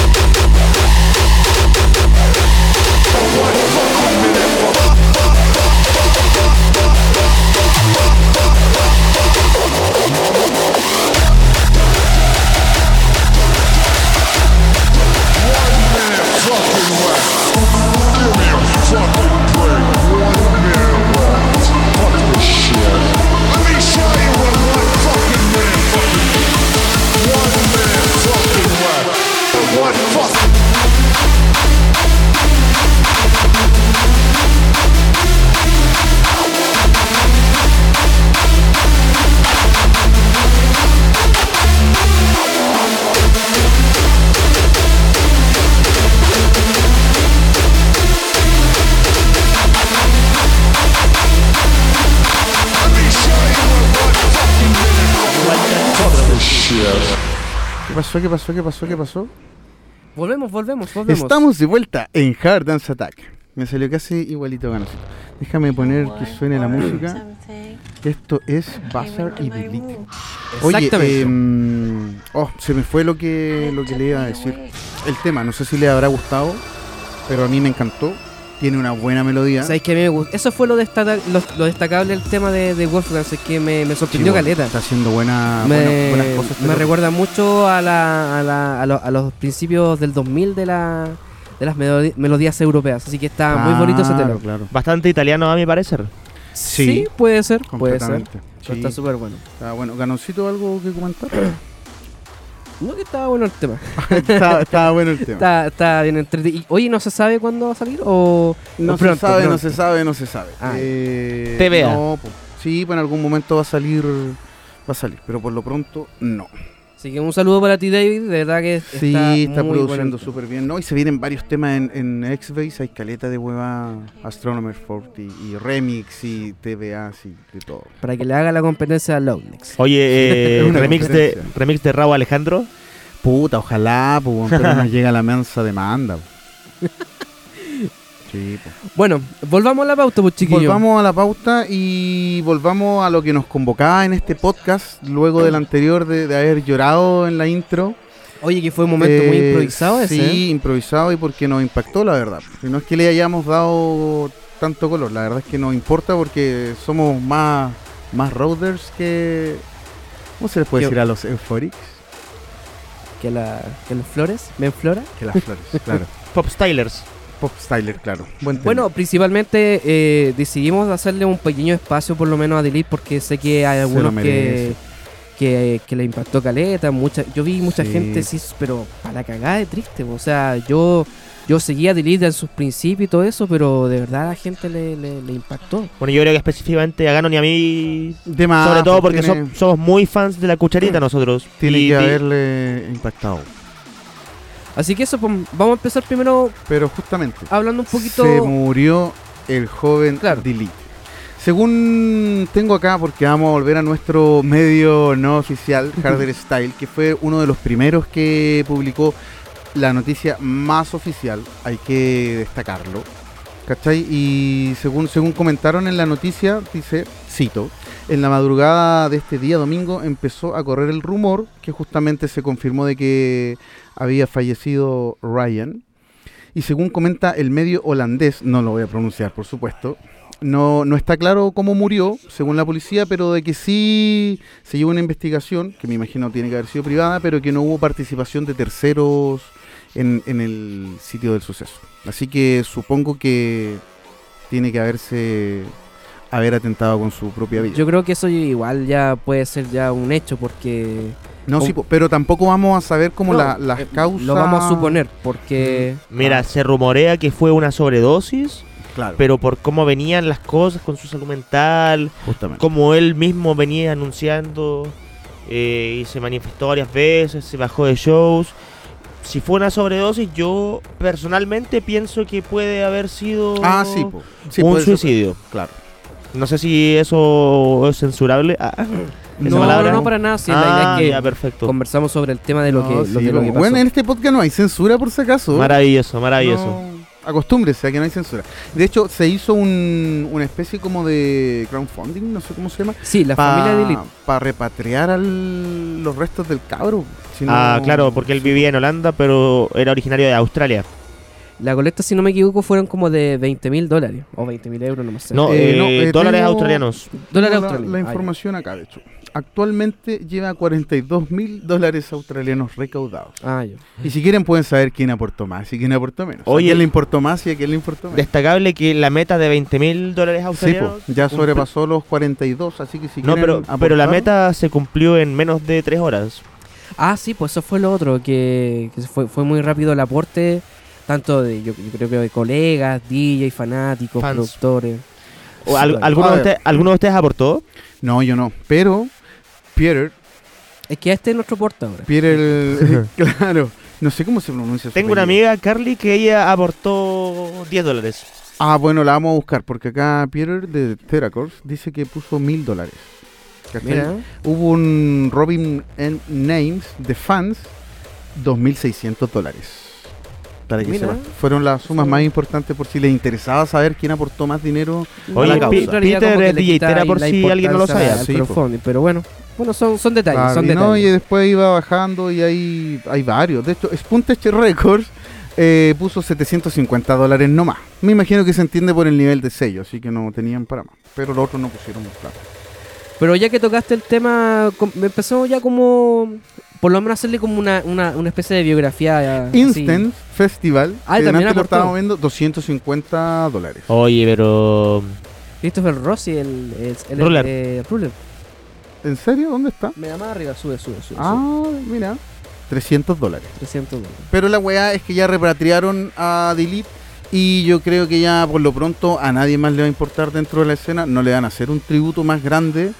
[SPEAKER 8] fucking left. Give me a fucking break. One minute left. Fuck this shit.
[SPEAKER 5] ¿Qué pasó? ¿Qué pasó? ¿Qué pasó? ¿Qué pasó?
[SPEAKER 4] Volvemos, volvemos, volvemos.
[SPEAKER 5] Estamos de vuelta en Hard Dance Attack. Me salió casi igualito ganosito. Déjame poner que suene la música.
[SPEAKER 7] Something
[SPEAKER 5] Esto es
[SPEAKER 7] came
[SPEAKER 5] Bazar
[SPEAKER 7] into
[SPEAKER 5] y
[SPEAKER 7] my
[SPEAKER 5] Delete.
[SPEAKER 7] room.
[SPEAKER 5] Oye,
[SPEAKER 4] Exactamente.
[SPEAKER 5] em, oh, se me fue lo que, lo que le iba a decir. El tema, no sé si le habrá gustado, pero a mí me encantó. Tiene una buena melodía.
[SPEAKER 4] ¿Sabes qué? A mí me gusta. Eso fue lo, destaca- lo, lo destacable del tema de, de Wolfgang, es que me, me
[SPEAKER 5] Sí,
[SPEAKER 4] sorprendió
[SPEAKER 5] bueno,
[SPEAKER 4] caleta.
[SPEAKER 5] Está haciendo buena,
[SPEAKER 4] Me,
[SPEAKER 5] buena- Ah, buenas cosas.
[SPEAKER 4] me
[SPEAKER 5] pero-
[SPEAKER 4] recuerda mucho a, la, a, la- a lo- a los principios del 2000 de, la, de las melodi- melodías europeas. Así que está muy
[SPEAKER 5] Ah,
[SPEAKER 4] bonito ese tema.
[SPEAKER 5] Claro, claro.
[SPEAKER 6] Bastante italiano a mi parecer.
[SPEAKER 4] Sí,
[SPEAKER 5] Sí,
[SPEAKER 4] puede ser, puede ser.
[SPEAKER 5] completamente.
[SPEAKER 4] Pero Está
[SPEAKER 5] Sí,
[SPEAKER 4] súper bueno.
[SPEAKER 5] está bueno. ¿Ganoncito algo que comentar?
[SPEAKER 4] No que estaba bueno el tema.
[SPEAKER 5] Ah. está, está bueno el tema.
[SPEAKER 4] Está, está bien entretenido. Oye, ¿no se sabe cuándo va a salir? ¿O
[SPEAKER 5] No
[SPEAKER 4] o pronto,
[SPEAKER 5] se sabe, no
[SPEAKER 4] pronto?
[SPEAKER 5] se sabe, no se sabe.
[SPEAKER 4] Ah.
[SPEAKER 5] Eh,
[SPEAKER 6] Te vea.
[SPEAKER 5] No, po. sí, pues en algún momento va a salir, va a salir, pero por lo pronto no.
[SPEAKER 4] Así que un saludo para ti, David. De verdad que
[SPEAKER 5] Sí, está,
[SPEAKER 4] muy bueno
[SPEAKER 5] produciendo
[SPEAKER 4] el tema.
[SPEAKER 5] súper bien, ¿no? Y se vienen varios temas en, en X-Base, hay caleta de hueva, Astronomer 40 y Remix y TVA, sí, de todo.
[SPEAKER 4] Para que le haga la competencia a Loudnix.
[SPEAKER 6] Oye, eh,
[SPEAKER 5] Es una
[SPEAKER 6] remix, de,
[SPEAKER 5] referencia.
[SPEAKER 6] remix de Raúl Alejandro.
[SPEAKER 5] Puta, ojalá, pues, weón, pero nos llega la mensa demanda. po. Sí, po.
[SPEAKER 4] Bueno, volvamos a la pauta, pues chiquillos.
[SPEAKER 5] Volvamos a la pauta y volvamos a lo que nos convocaba en este podcast, luego del anterior de, de haber llorado en la intro.
[SPEAKER 4] Oye, que fue un momento muy
[SPEAKER 5] Eh,
[SPEAKER 4] improvisado ese.
[SPEAKER 5] Sí,
[SPEAKER 4] ¿eh?
[SPEAKER 5] improvisado y porque nos impactó, la verdad. Si no es que le hayamos dado tanto color, la verdad es que nos importa porque somos más, más roaders que... ¿Cómo se les puede
[SPEAKER 4] Yo-
[SPEAKER 5] decir a los euphorics?
[SPEAKER 4] ¿eh? Que, la, que las flores, ven flora.
[SPEAKER 5] Que las flores, claro.
[SPEAKER 6] Pop Stylers.
[SPEAKER 5] Pop Styler, claro. Buen tema.
[SPEAKER 4] Bueno, principalmente eh, decidimos hacerle un pequeño espacio por lo menos a Delete porque sé que hay
[SPEAKER 5] Se lo
[SPEAKER 4] algunos que,
[SPEAKER 5] merece.
[SPEAKER 4] que, que le impactó caleta. Mucha, yo vi mucha
[SPEAKER 5] Sí.
[SPEAKER 4] gente, sí, pero para la cagada de triste. O sea, yo yo seguía a Delete en sus principios y todo eso, pero de verdad a la gente le, le, le impactó.
[SPEAKER 6] Bueno, yo creo que específicamente a Gano ni a mí.
[SPEAKER 5] Tema,
[SPEAKER 6] sobre todo porque
[SPEAKER 5] Ah, pues tiene,
[SPEAKER 6] so- somos muy fans de la cucharita nosotros.
[SPEAKER 5] tiene
[SPEAKER 6] Y- y-
[SPEAKER 5] que haberle impactado.
[SPEAKER 4] Así que eso, pum, vamos a empezar primero
[SPEAKER 5] Pero justamente...
[SPEAKER 4] hablando un poquito.
[SPEAKER 5] Se murió el joven
[SPEAKER 4] Claro.
[SPEAKER 5] Delete. Según tengo acá, porque vamos a volver a nuestro medio no oficial, Harder Style, que fue uno de los primeros que publicó la noticia más oficial, hay que destacarlo. ¿Cachai? Y según, según comentaron en la noticia, dice, cito, en la madrugada de este día domingo empezó a correr el rumor que justamente se confirmó de que había fallecido Ryan. Y según comenta el medio holandés, no lo voy a pronunciar por supuesto, no, no está claro cómo murió, según la policía, pero de que sí se llevó una investigación, que me imagino tiene que haber sido privada, pero que no hubo participación de terceros en, en el sitio del suceso. Así que supongo que tiene que haberse haber atentado con su propia vida.
[SPEAKER 4] Yo creo que eso igual ya puede ser ya un hecho porque
[SPEAKER 5] no, sí, po- pero tampoco vamos a saber cómo
[SPEAKER 4] No,
[SPEAKER 5] la- las
[SPEAKER 4] eh,
[SPEAKER 5] causas.
[SPEAKER 4] lo vamos a suponer porque
[SPEAKER 5] Ah.
[SPEAKER 6] Mira, se rumorea que fue una sobredosis,
[SPEAKER 5] Claro,
[SPEAKER 6] pero por cómo venían las cosas con su salud mental,
[SPEAKER 5] justamente.
[SPEAKER 6] como él mismo venía anunciando eh, y se manifestó varias veces, se bajó de shows. Si fue una sobredosis, yo personalmente pienso que puede haber sido
[SPEAKER 5] Ah, sí, po. Sí,
[SPEAKER 6] un
[SPEAKER 5] puede ser-
[SPEAKER 6] suicidio.
[SPEAKER 5] claro.
[SPEAKER 6] No sé si eso es censurable. Ah, esa
[SPEAKER 4] no,
[SPEAKER 6] palabra.
[SPEAKER 4] no, no, para nada, sí, la idea
[SPEAKER 6] Ah,
[SPEAKER 4] es que
[SPEAKER 6] ya, perfecto.
[SPEAKER 4] conversamos sobre el tema de lo que,
[SPEAKER 5] No,
[SPEAKER 4] lo
[SPEAKER 5] sí,
[SPEAKER 4] de lo que pasó.
[SPEAKER 5] Bueno, en este podcast no hay censura por si acaso.
[SPEAKER 6] Maravilloso, maravilloso.
[SPEAKER 5] No, acostúmbrese a que no hay censura. De hecho, se hizo un, una especie como de crowdfunding, no sé cómo se llama.
[SPEAKER 4] sí, la familia de Lilith.
[SPEAKER 5] Para repatriar al, los restos del cabro. Si no-
[SPEAKER 6] Ah, claro, porque él vivía en Holanda, pero era originario de Australia.
[SPEAKER 4] La colecta, si no me equivoco, fueron como de 20 mil dólares o 20 mil euros, no me sé.
[SPEAKER 6] No,
[SPEAKER 5] Eh,
[SPEAKER 6] eh,
[SPEAKER 5] no, eh,
[SPEAKER 6] dólares
[SPEAKER 5] tengo-
[SPEAKER 6] australianos.
[SPEAKER 5] Tengo
[SPEAKER 4] dólares
[SPEAKER 5] la-
[SPEAKER 4] australianos.
[SPEAKER 5] La
[SPEAKER 4] Ah, ya.
[SPEAKER 5] información acá, de hecho. Actualmente lleva 42 mil dólares australianos recaudados.
[SPEAKER 4] Ah, ya.
[SPEAKER 5] Y si quieren pueden saber quién aportó más y quién aportó menos.
[SPEAKER 6] Oye,
[SPEAKER 5] a quién le importó más y a quién le importó menos.
[SPEAKER 6] Destacable que la meta de 20 mil dólares
[SPEAKER 5] Sí,
[SPEAKER 6] australianos.
[SPEAKER 5] po, ya
[SPEAKER 6] se cumplió.
[SPEAKER 5] sobrepasó los 42, así que si
[SPEAKER 6] No,
[SPEAKER 5] quieren
[SPEAKER 6] pero, pero la
[SPEAKER 5] aportar-
[SPEAKER 6] meta se cumplió en menos de 3 horas.
[SPEAKER 4] Ah, sí, pues eso fue lo otro, que, que fue, fue muy rápido el aporte, tanto de, yo, yo creo que de colegas, DJ, fanáticos,
[SPEAKER 6] Fans.
[SPEAKER 4] productores.
[SPEAKER 6] O al-
[SPEAKER 4] claro.
[SPEAKER 6] ¿alguno,
[SPEAKER 5] A
[SPEAKER 6] de
[SPEAKER 5] ver.
[SPEAKER 6] ustedes, alguno de ustedes aportó?
[SPEAKER 5] No, yo no. Pero Peter,
[SPEAKER 4] Es que este es nuestro porta ahora.
[SPEAKER 5] Peter, claro. No sé cómo se pronuncia. su
[SPEAKER 6] Tengo una
[SPEAKER 5] apellido.
[SPEAKER 6] amiga, Carly, que ella aportó 10 dólares.
[SPEAKER 5] Ah, bueno, la vamos a buscar porque acá Peter de Terracors dice que puso mil dólares. ¿cachai?
[SPEAKER 6] Mira.
[SPEAKER 5] Hubo un Robin en Names de fans, 2.600 dólares. Para que
[SPEAKER 4] Mira.
[SPEAKER 5] sepan. Fueron las sumas más importantes por si les interesaba saber quién aportó más dinero
[SPEAKER 6] Oye,
[SPEAKER 5] a
[SPEAKER 4] en
[SPEAKER 5] la
[SPEAKER 6] Pi-
[SPEAKER 5] causa.
[SPEAKER 4] realidad
[SPEAKER 6] Peter
[SPEAKER 4] como que
[SPEAKER 6] es
[SPEAKER 4] le
[SPEAKER 6] DJ
[SPEAKER 4] quita
[SPEAKER 6] Tera
[SPEAKER 4] ahí
[SPEAKER 6] por
[SPEAKER 4] la
[SPEAKER 6] si alguien no lo
[SPEAKER 4] importancia
[SPEAKER 6] sabía, pues.
[SPEAKER 4] al
[SPEAKER 5] sí, po.
[SPEAKER 4] crowdfunding, pero bueno, bueno, son, son detalles,
[SPEAKER 5] Claro,
[SPEAKER 4] son
[SPEAKER 5] Ah, y, no, y
[SPEAKER 4] detalles.
[SPEAKER 5] después iba bajando y hay, hay varios. De hecho, Spuntech Records eh, puso 750 dólares nomás. Me imagino que se entiende por el nivel de sello, así que no tenían para más. Pero los otros no pusieron más plata.
[SPEAKER 4] Pero ya que tocaste el tema, com- me empezó ya como, por lo menos hacerle como una, una, una especie de biografía. así.
[SPEAKER 5] Instant Festival,
[SPEAKER 4] Ah,
[SPEAKER 5] que
[SPEAKER 4] también
[SPEAKER 5] antes lo
[SPEAKER 4] aportó.
[SPEAKER 5] estábamos viendo, 250 dólares.
[SPEAKER 6] Oye, pero.
[SPEAKER 4] Christopher Rossi, el, es- el-
[SPEAKER 6] Ruler.
[SPEAKER 4] eh, ruler.
[SPEAKER 5] ¿En serio? ¿Dónde está?
[SPEAKER 4] Me da más arriba, sube, sube, sube. sube.
[SPEAKER 5] Ah, mira. 300 dólares.
[SPEAKER 4] 300 dólares.
[SPEAKER 5] Pero la weá es que ya repatriaron a Delete y yo creo que ya por lo pronto a nadie más le va a importar dentro de la escena, no le van a hacer un tributo más grande.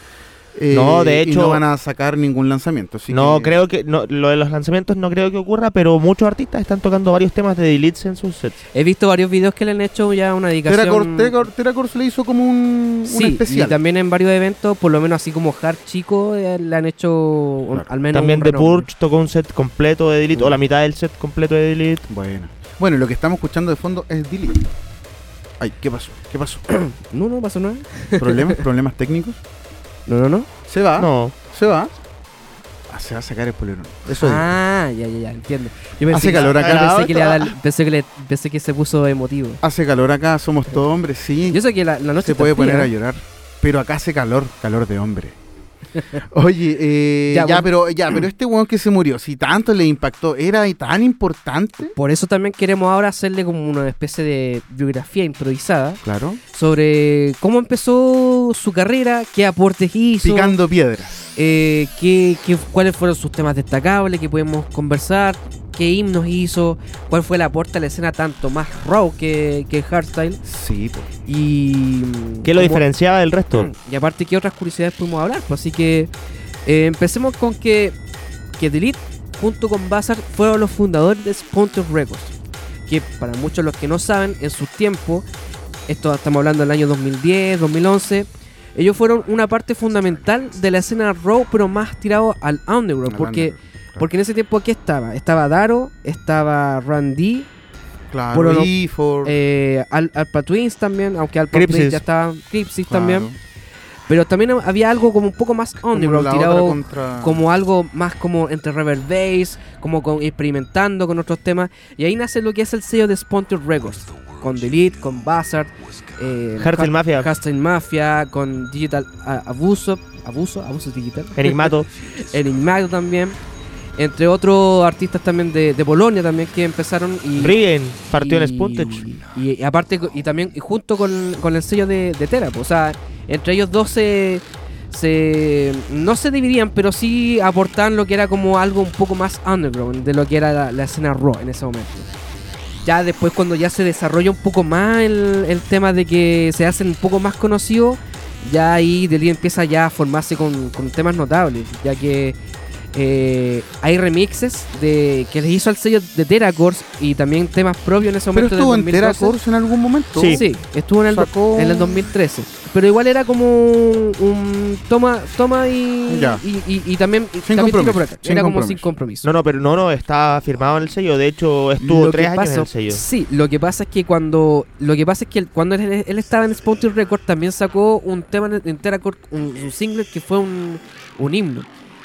[SPEAKER 5] eh,
[SPEAKER 6] No, de
[SPEAKER 5] y
[SPEAKER 6] hecho-
[SPEAKER 5] no van a sacar ningún lanzamiento. así
[SPEAKER 6] no,
[SPEAKER 5] que-
[SPEAKER 6] creo que. No, lo de los lanzamientos no creo que ocurra, pero muchos artistas están tocando varios temas de Deletes en sus sets.
[SPEAKER 4] He visto varios videos que le han hecho ya una dedicación.
[SPEAKER 5] Teracor- Teracor- Teracor le hizo como un, un
[SPEAKER 4] Sí,
[SPEAKER 5] especial.
[SPEAKER 4] y también en varios eventos, por lo menos así como Hard Chico, eh, le han hecho un-
[SPEAKER 5] Claro.
[SPEAKER 4] al menos.
[SPEAKER 6] También
[SPEAKER 4] un
[SPEAKER 6] The
[SPEAKER 4] renombre. Mm.
[SPEAKER 6] Purge tocó un set completo de Delete, o la mitad del set completo de Delete.
[SPEAKER 5] Bueno. Bueno, lo que estamos escuchando de fondo es Delete. Ay, ¿qué pasó? ¿Qué pasó?
[SPEAKER 4] No, no, pasó nada.
[SPEAKER 5] ¿Problemas? ¿Problemas técnicos?
[SPEAKER 4] No, no, no.
[SPEAKER 5] Se va,
[SPEAKER 6] No.
[SPEAKER 5] se va. Ah, se va a sacar el polerón. Eso digo.
[SPEAKER 4] Ah, ya, ya, ya, entiendo. Yo
[SPEAKER 5] Hace
[SPEAKER 4] que-
[SPEAKER 5] calor acá.
[SPEAKER 4] pensé que le iba a dar- pensé que le- pensé que se puso emotivo.
[SPEAKER 5] Hace calor acá, somos todos hombres, sí.
[SPEAKER 4] Yo sé que la, la noche
[SPEAKER 5] se puede
[SPEAKER 4] está fría.
[SPEAKER 5] poner a llorar. Pero acá hace calor, calor de hombre. Oye, eh,
[SPEAKER 4] Ya,
[SPEAKER 5] ya,
[SPEAKER 4] bueno.
[SPEAKER 5] pero, ya, pero este weón que se murió, si tanto le impactó, ¿era tan importante?
[SPEAKER 4] Por eso también queremos ahora hacerle como una especie de biografía improvisada
[SPEAKER 5] Claro.
[SPEAKER 4] sobre cómo empezó su carrera, qué aportes hizo,
[SPEAKER 5] Picando piedras.
[SPEAKER 4] eh, qué- qué- cuáles fueron sus temas destacables que podemos conversar, qué himnos hizo, cuál fue el aporte a la escena tanto más raw que, que hardstyle
[SPEAKER 5] Sí, po.
[SPEAKER 4] y...
[SPEAKER 6] ¿Qué lo
[SPEAKER 4] cómo-
[SPEAKER 6] diferenciaba del resto?
[SPEAKER 4] Mm, Y aparte, ¿qué otras curiosidades pudimos hablar? Pues así que eh, empecemos con que, que Delete junto con Bazar fueron los fundadores de Spontor Records. Que para muchos los que no saben, en su tiempo, esto estamos hablando del año 2010, 2011, ellos fueron una parte fundamental de la escena Raw, pero más tirado al underground. porque, porque en ese tiempo aquí estaba, estaba Daro, estaba Randy,
[SPEAKER 5] Claro,
[SPEAKER 4] por lo-
[SPEAKER 5] y for-
[SPEAKER 4] eh, Al- Alpa Twins también, aunque Alpa
[SPEAKER 6] Cripsis.
[SPEAKER 4] Twins ya estaba, Cripsis
[SPEAKER 5] claro.
[SPEAKER 4] también. Pero también había algo como un poco más
[SPEAKER 5] Como
[SPEAKER 4] underground,
[SPEAKER 5] la
[SPEAKER 4] tirado
[SPEAKER 5] otra contra-
[SPEAKER 4] como algo más como entre reverb bass, como con- experimentando con otros temas. Y ahí nace lo que es el sello de Spontaneous Records, con Delete, con Buzzard, eh,
[SPEAKER 6] Hardstyle
[SPEAKER 4] Ha-
[SPEAKER 6] Mafia.
[SPEAKER 4] Hardstyle Mafia, con Digital ah, Abuso, Abuso, Abuso Digital,
[SPEAKER 6] Enigmato.
[SPEAKER 4] Enigmato también, entre otros artistas también de, de Bolonia también que empezaron y...
[SPEAKER 6] Rigen partió
[SPEAKER 4] y-
[SPEAKER 6] en Spuntech.
[SPEAKER 4] Y, y aparte, co- y también y junto con, con el sello de, de Tera, pues, o sea, entre ellos dos se, se- No se dividían, pero sí aportaban lo que era como algo un poco más underground de lo que era la, la escena raw en ese momento. Ya después, cuando ya se desarrolla un poco más el, el tema de que se hacen un poco más conocidos, ya ahí Delhi empieza ya a formarse con, con temas notables, ya que eh, hay remixes de que les hizo al sello de Teracords y también temas propios en ese
[SPEAKER 5] Pero
[SPEAKER 4] este momento. del
[SPEAKER 5] estuvo
[SPEAKER 4] 2012.
[SPEAKER 5] en Teracor en algún momento.
[SPEAKER 4] Sí. estuvo en el, do-
[SPEAKER 5] Sacó-
[SPEAKER 4] en el 2013. Pero igual era como un, un toma, toma y,
[SPEAKER 5] Ya.
[SPEAKER 4] y, y- y también, y
[SPEAKER 5] Sin
[SPEAKER 4] también tiro
[SPEAKER 5] compromiso,
[SPEAKER 4] por acá.
[SPEAKER 5] sin
[SPEAKER 4] era como
[SPEAKER 5] compromiso.
[SPEAKER 4] sin compromiso.
[SPEAKER 6] No, no, pero no, no, está firmado en el sello. De hecho, estuvo
[SPEAKER 4] Lo que
[SPEAKER 6] tres años en
[SPEAKER 4] pasó-
[SPEAKER 6] el sello.
[SPEAKER 4] Sí, lo que pasa es que cuando lo que pasa es que él- cuando él, él estaba en Spotify Record también sacó un tema en, en Teracord, un, un single que fue un, un himno.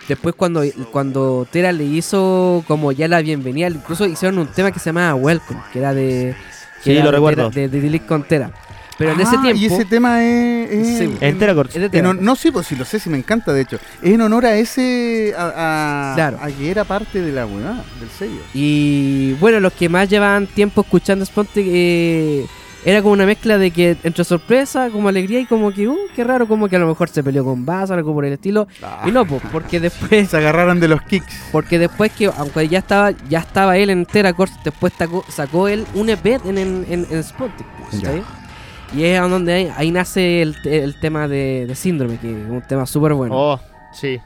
[SPEAKER 4] Después cuando, cuando Tera le hizo como ya la bienvenida, incluso hicieron un tema que se llamaba Welcome, que era de que
[SPEAKER 6] Sí,
[SPEAKER 4] era
[SPEAKER 6] lo
[SPEAKER 4] de
[SPEAKER 6] recuerdo.
[SPEAKER 4] Tera- de, de Delete con Tera. Pero en
[SPEAKER 5] Ah,
[SPEAKER 4] ese tiempo
[SPEAKER 5] Y ese tema es. es-
[SPEAKER 4] Sí.
[SPEAKER 6] En Teracor.
[SPEAKER 4] es de
[SPEAKER 5] en
[SPEAKER 4] Tera.
[SPEAKER 5] hon- no, sí, pues sí, lo sé, sí, me encanta, de hecho. Es en honor a ese. A, a-
[SPEAKER 4] Claro.
[SPEAKER 5] a que era parte de la weá, del sello.
[SPEAKER 4] Y bueno, los que más llevaban tiempo escuchando Spontic eh, era como una mezcla de que entre sorpresa, como alegría y como que, uh, qué raro, como que a lo mejor se peleó con Bass, algo por el estilo.
[SPEAKER 5] Ah.
[SPEAKER 4] Y no, pues, porque después,
[SPEAKER 5] Se agarraron de los kicks.
[SPEAKER 4] porque después que, aunque ya estaba ya estaba él en Teracor, después sacó, sacó él un EP en, en, en, en Spontic, ¿cachai? Y es a donde ahí, ahí nace el, te- el tema de, de Síndrome, que es un tema súper bueno.
[SPEAKER 6] Oh, sí.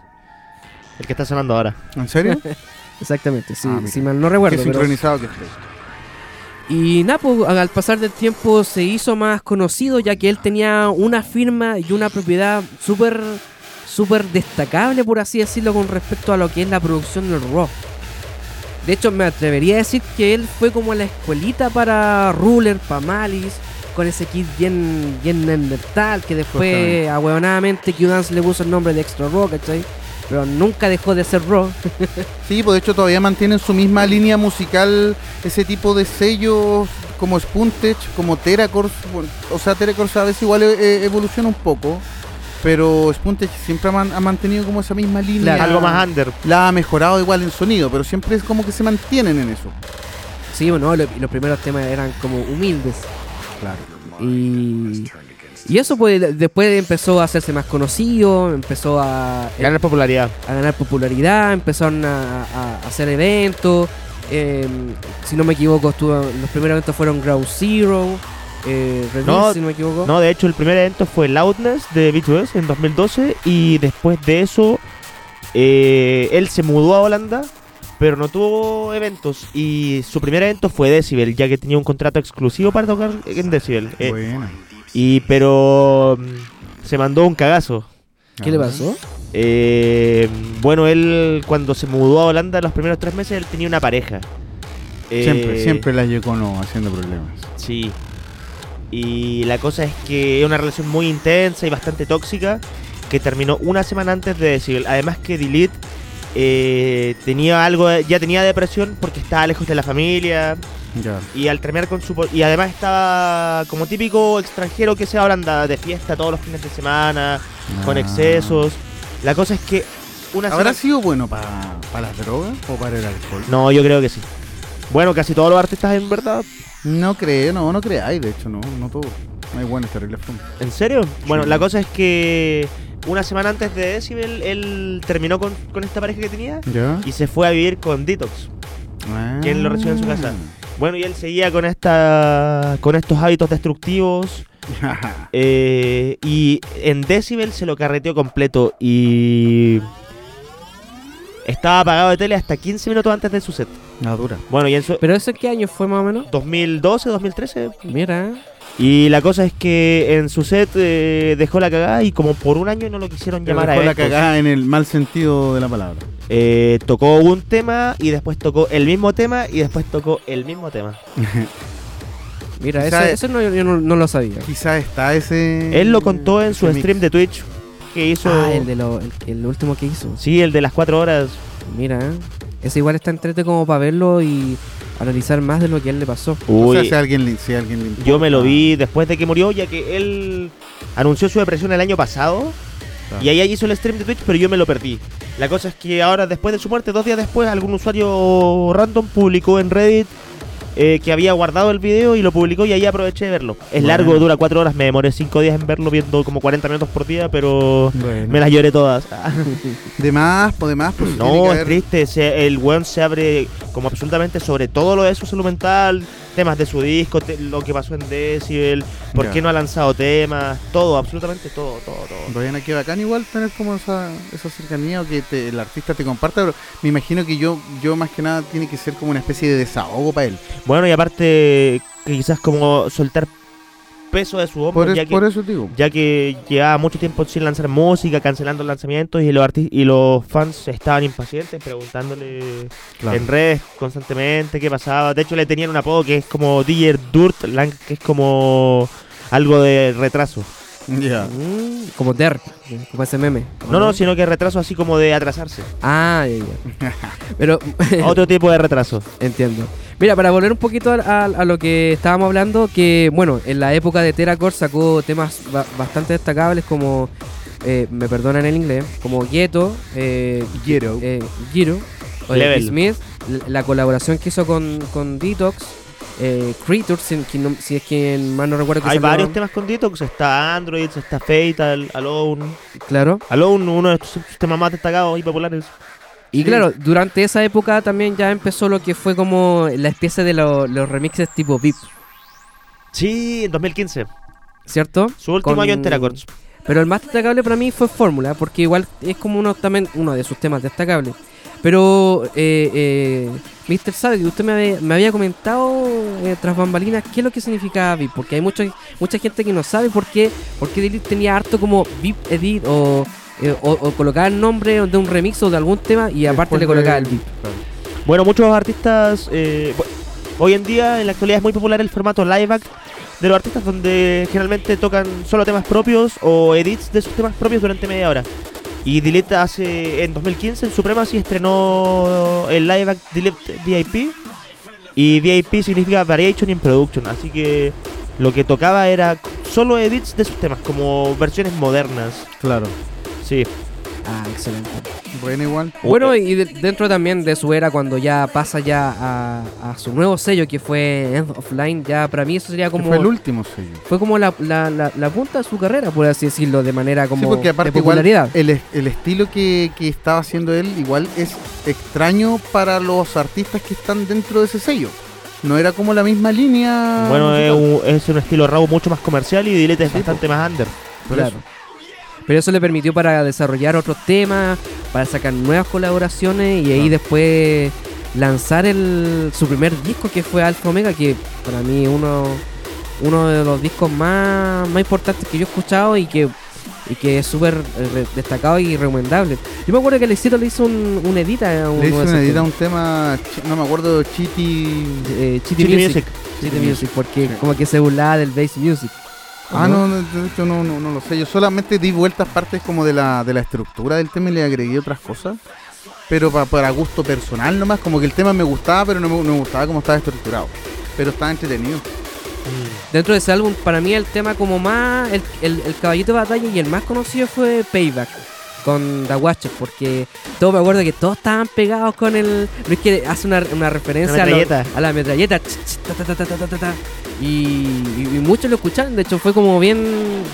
[SPEAKER 6] El que está sonando ahora.
[SPEAKER 5] ¿En serio?
[SPEAKER 4] Exactamente, si,
[SPEAKER 5] Ah, mira.
[SPEAKER 4] si mal no recuerdo.
[SPEAKER 5] Qué
[SPEAKER 4] pero-
[SPEAKER 5] sincronizado que estoy.
[SPEAKER 4] Y nada, pues, al pasar del tiempo se hizo más conocido ya que él tenía una firma y una propiedad súper súper destacable, por así decirlo, con respecto a lo que es la producción del rock. De hecho, me atrevería a decir que él fue como la escuelita para Ruler, para Malice, con ese kit bien, bien neandertal, que después,
[SPEAKER 5] Justamente.
[SPEAKER 4] ahueonadamente, Q-Dance le puso el nombre de Extra Rock, ¿cachai? Pero nunca dejó de ser rock.
[SPEAKER 5] Sí, pues de hecho todavía mantienen su misma línea musical, ese tipo de sellos como Spuntech, como Teracords. bueno, o sea, Teracords a veces igual eh, evoluciona un poco, pero Spuntech siempre ha, man- ha mantenido como esa misma línea.
[SPEAKER 4] Claro.
[SPEAKER 6] Algo más under.
[SPEAKER 5] La ha mejorado igual en sonido, pero siempre es como que se mantienen en eso.
[SPEAKER 4] Sí, bueno, lo- y los primeros temas eran como humildes.
[SPEAKER 5] Claro.
[SPEAKER 4] Y, y eso pues después empezó a hacerse más conocido, empezó a, a
[SPEAKER 6] Ganar popularidad.
[SPEAKER 4] ganar popularidad, empezaron a, a- a hacer eventos. eh, si no me equivoco, estuvo- los primeros eventos fueron Ground Zero, eh, Red
[SPEAKER 6] No,
[SPEAKER 4] Bull, si no me equivoco.
[SPEAKER 6] No, de hecho, el primer evento fue Loudness de B2S en 2012 y después de eso eh, él se mudó a Holanda, pero no tuvo eventos y su primer evento fue Decibel, ya que tenía un contrato exclusivo para tocar en Decibel. eh,
[SPEAKER 5] Bueno.
[SPEAKER 6] y pero mm, se mandó un cagazo.
[SPEAKER 4] ¿Qué
[SPEAKER 5] ah,
[SPEAKER 4] le pasó?
[SPEAKER 6] Eh, bueno, él cuando se mudó a Holanda los primeros tres meses él tenía una pareja. Eh,
[SPEAKER 5] Siempre, siempre la Yocono haciendo problemas.
[SPEAKER 6] Sí. Y la cosa es que es una relación muy intensa y bastante tóxica que terminó una semana antes de Decibel. Además que Delete eh, tenía algo, de- ya tenía depresión porque estaba lejos de la familia
[SPEAKER 5] Ya.
[SPEAKER 6] y al terminar con su po- y además estaba como típico extranjero que se anda de fiesta todos los fines de semana con
[SPEAKER 5] Ah.
[SPEAKER 6] excesos. La cosa es que una
[SPEAKER 5] ¿Habrá
[SPEAKER 6] semana
[SPEAKER 5] sido bueno para las drogas o para el alcohol?
[SPEAKER 6] No, yo creo que sí. Bueno, casi todos los artistas en verdad.
[SPEAKER 5] No creo, no, no creáis, de hecho, no, no todo. No hay buenas terribles fun.
[SPEAKER 6] ¿En serio? Bueno, la cosa es que una semana antes de Decibel, él terminó con, con esta pareja que tenía
[SPEAKER 5] ¿Ya?
[SPEAKER 6] y se fue a vivir con Detox, quien lo recibió en su casa. Bueno, y él seguía con esta con estos hábitos destructivos
[SPEAKER 5] Ah.
[SPEAKER 6] eh, y en Decibel se lo carreteó completo y estaba apagado de tele hasta 15 minutos antes de su set.
[SPEAKER 5] Nada dura.
[SPEAKER 6] Bueno, y en su
[SPEAKER 4] ¿Pero eso qué año fue más o menos?
[SPEAKER 6] 2012, 2013,
[SPEAKER 4] Mira,
[SPEAKER 6] Y la cosa es que en su set eh, dejó la cagada y como por un año no lo quisieron
[SPEAKER 5] Pero
[SPEAKER 6] llamar a
[SPEAKER 5] dejó la
[SPEAKER 6] eventos.
[SPEAKER 5] cagada en el mal sentido de la palabra.
[SPEAKER 6] Eh, tocó un tema y después tocó el mismo tema y después tocó el mismo tema.
[SPEAKER 4] mira, eso,
[SPEAKER 5] Quizá-
[SPEAKER 4] eso no, yo no, no lo sabía.
[SPEAKER 5] Quizás está ese.
[SPEAKER 6] Él lo contó en
[SPEAKER 5] Mm, ese
[SPEAKER 6] su
[SPEAKER 5] mix.
[SPEAKER 6] stream de Twitch que hizo...
[SPEAKER 4] Ah, el, de lo, el, el último que hizo.
[SPEAKER 6] Sí, el de las cuatro horas.
[SPEAKER 4] Mira, ¿eh? ese igual está entrete como para verlo y analizar más de lo que a él le pasó.
[SPEAKER 5] O sea,
[SPEAKER 6] Uy,
[SPEAKER 5] si a alguien, le- si a alguien le importa.
[SPEAKER 6] yo me lo vi después de que murió ya que él anunció su depresión el año pasado.
[SPEAKER 5] Claro.
[SPEAKER 6] Y ahí hizo el stream de Twitch, pero yo me lo perdí. La cosa es que ahora, después de su muerte, dos días después, algún usuario random publicó en Reddit eh, que había guardado el video y lo publicó y ahí aproveché de verlo. Es
[SPEAKER 5] Bueno.
[SPEAKER 6] largo, dura cuatro horas, me demoré cinco días en verlo, viendo como 40 minutos por día, pero
[SPEAKER 5] Bueno.
[SPEAKER 6] me las lloré todas.
[SPEAKER 5] De más, po, de más. pues, tiene que
[SPEAKER 6] no, es
[SPEAKER 5] haber-
[SPEAKER 6] triste, se- el weón se abre como absolutamente sobre todo lo de su salud mental, temas de su disco, te- lo que pasó en Decibel, por
[SPEAKER 5] Ya.
[SPEAKER 6] qué no ha lanzado temas, todo, absolutamente todo, todo, todo.
[SPEAKER 5] Bueno, qué bacán igual tener como esa, esa cercanía o que te- el artista te comparta, pero me imagino que yo, yo más que nada tiene que ser como una especie de desahogo para él.
[SPEAKER 6] Bueno, y aparte, que quizás como soltar peso de su hombro,
[SPEAKER 5] Por, es-
[SPEAKER 6] ya, que,
[SPEAKER 5] por eso te digo.
[SPEAKER 6] ya que llevaba mucho tiempo sin lanzar música, cancelando lanzamientos, y los, arti- y los fans estaban impacientes preguntándole
[SPEAKER 5] Claro.
[SPEAKER 6] en redes constantemente qué pasaba. De hecho, le tenían un apodo que es como DJ Dirt, Lang, que es como algo de retraso.
[SPEAKER 5] Ya.
[SPEAKER 4] Mm, como Der, como ese meme.
[SPEAKER 6] No, no, sino que retraso así como de atrasarse.
[SPEAKER 4] Ah, ya, ya. Pero
[SPEAKER 6] Otro tipo de retraso.
[SPEAKER 4] entiendo. Mira, para volver un poquito a, a- a lo que estábamos hablando, que bueno, en la época de Terracore sacó temas ba- bastante destacables como, eh, me perdonan el inglés, como Ghetto, eh,
[SPEAKER 5] Quiero.
[SPEAKER 4] eh, Giro, o de
[SPEAKER 6] Level.
[SPEAKER 4] Will Smith, l- la colaboración que hizo con, con Detox, eh, Creatures, si, que no- si es que más no recuerdo que
[SPEAKER 6] Hay
[SPEAKER 4] sacó-
[SPEAKER 6] varios temas con Detox, está Android, está Fatal, Alone.
[SPEAKER 4] Claro.
[SPEAKER 6] Alone, uno de sus sus temas más destacados y populares.
[SPEAKER 4] Y claro, durante esa época también ya empezó lo que fue como la especie de lo- los remixes tipo VIP,
[SPEAKER 6] Sí, en 2015.
[SPEAKER 4] ¿cierto?
[SPEAKER 6] Su último
[SPEAKER 4] Con-
[SPEAKER 6] año en Teracords.
[SPEAKER 4] Pero el más destacable para mí fue Fórmula, porque igual es como uno, también, uno de sus temas destacables. Pero, eh, eh, Mr. Savage, usted me había, me había comentado eh, tras bambalinas qué es lo que significaba VIP, porque hay mucha mucha gente que no sabe por qué, por qué Delete tenía harto como VIP Edit o, eh, o, o colocaba el nombre de un remix o de algún tema y aparte
[SPEAKER 5] Después
[SPEAKER 4] le colocaba el
[SPEAKER 5] de-
[SPEAKER 4] beat.
[SPEAKER 5] claro.
[SPEAKER 6] Bueno, muchos artistas. eh, bu- hoy en día, en la actualidad, es muy popular el formato live act de los artistas, donde generalmente tocan solo temas propios o edits de sus temas propios durante media hora. Y Delete hace. En 2015, en Supremacy, estrenó el live act Delete VIP. Y VIP significa Variation in Production, así que lo que tocaba era solo edits de sus temas, como versiones modernas.
[SPEAKER 5] Claro.
[SPEAKER 6] Sí.
[SPEAKER 9] Ah, excelente.
[SPEAKER 5] Bueno, igual.
[SPEAKER 4] Bueno, y de- dentro también de su era, cuando ya pasa ya a, a su nuevo sello, que fue End of Line, ya para mí eso sería
[SPEAKER 5] Que
[SPEAKER 4] como...
[SPEAKER 5] Fue el último sello.
[SPEAKER 4] fue como la, la, la, la punta de su carrera, por así decirlo, de manera como
[SPEAKER 5] sí, porque aparte
[SPEAKER 4] de
[SPEAKER 5] igual
[SPEAKER 4] popularidad.
[SPEAKER 5] el, es- el estilo que, que estaba haciendo él igual es extraño para los artistas que están dentro de ese sello. No era como la misma línea.
[SPEAKER 6] Bueno, es
[SPEAKER 5] musical.
[SPEAKER 6] un, es un estilo rabo mucho más comercial y Delete es
[SPEAKER 5] Sí,
[SPEAKER 6] bastante más under.
[SPEAKER 5] Por
[SPEAKER 4] claro.
[SPEAKER 5] eso.
[SPEAKER 4] Pero eso le permitió para desarrollar otros temas, para sacar nuevas colaboraciones y ahí después lanzar el, su primer disco que fue Alfa Omega, que para mí es uno, uno de los discos más, más importantes que yo he escuchado y que, y que es súper eh, re- destacado y recomendable. Yo me acuerdo que Lecito le hizo un, un edita a uno
[SPEAKER 5] Le
[SPEAKER 4] de
[SPEAKER 5] hizo
[SPEAKER 4] esos
[SPEAKER 5] una edita a
[SPEAKER 4] temas.
[SPEAKER 5] un tema, chi- no me acuerdo, Chiti.
[SPEAKER 4] Eh, Chitty
[SPEAKER 6] Chitty
[SPEAKER 4] Music.
[SPEAKER 6] Music.
[SPEAKER 4] Chitty Music, porque como que se burlaba del bass music.
[SPEAKER 5] Ah, no, no, de hecho no, no, no lo sé. Yo solamente di vueltas partes como de la, de la estructura del tema y le agregué otras cosas. Pero pa- para gusto personal nomás, como que el tema me gustaba, pero no me, no me gustaba cómo estaba estructurado. Pero estaba entretenido.
[SPEAKER 4] Dentro de ese álbum, para mí el tema como más, el, el- el caballito de batalla y el más conocido fue Payback con The Watcher, porque todo me acuerdo que todos estaban pegados con el... No es que hace una, una referencia
[SPEAKER 6] La
[SPEAKER 4] a lo-
[SPEAKER 6] metralleta.
[SPEAKER 4] a, la metralleta. ch, ch, ta, ta, ta, ta, ta, ta, ta. Y, y- y muchos lo escucharon, de hecho fue como bien,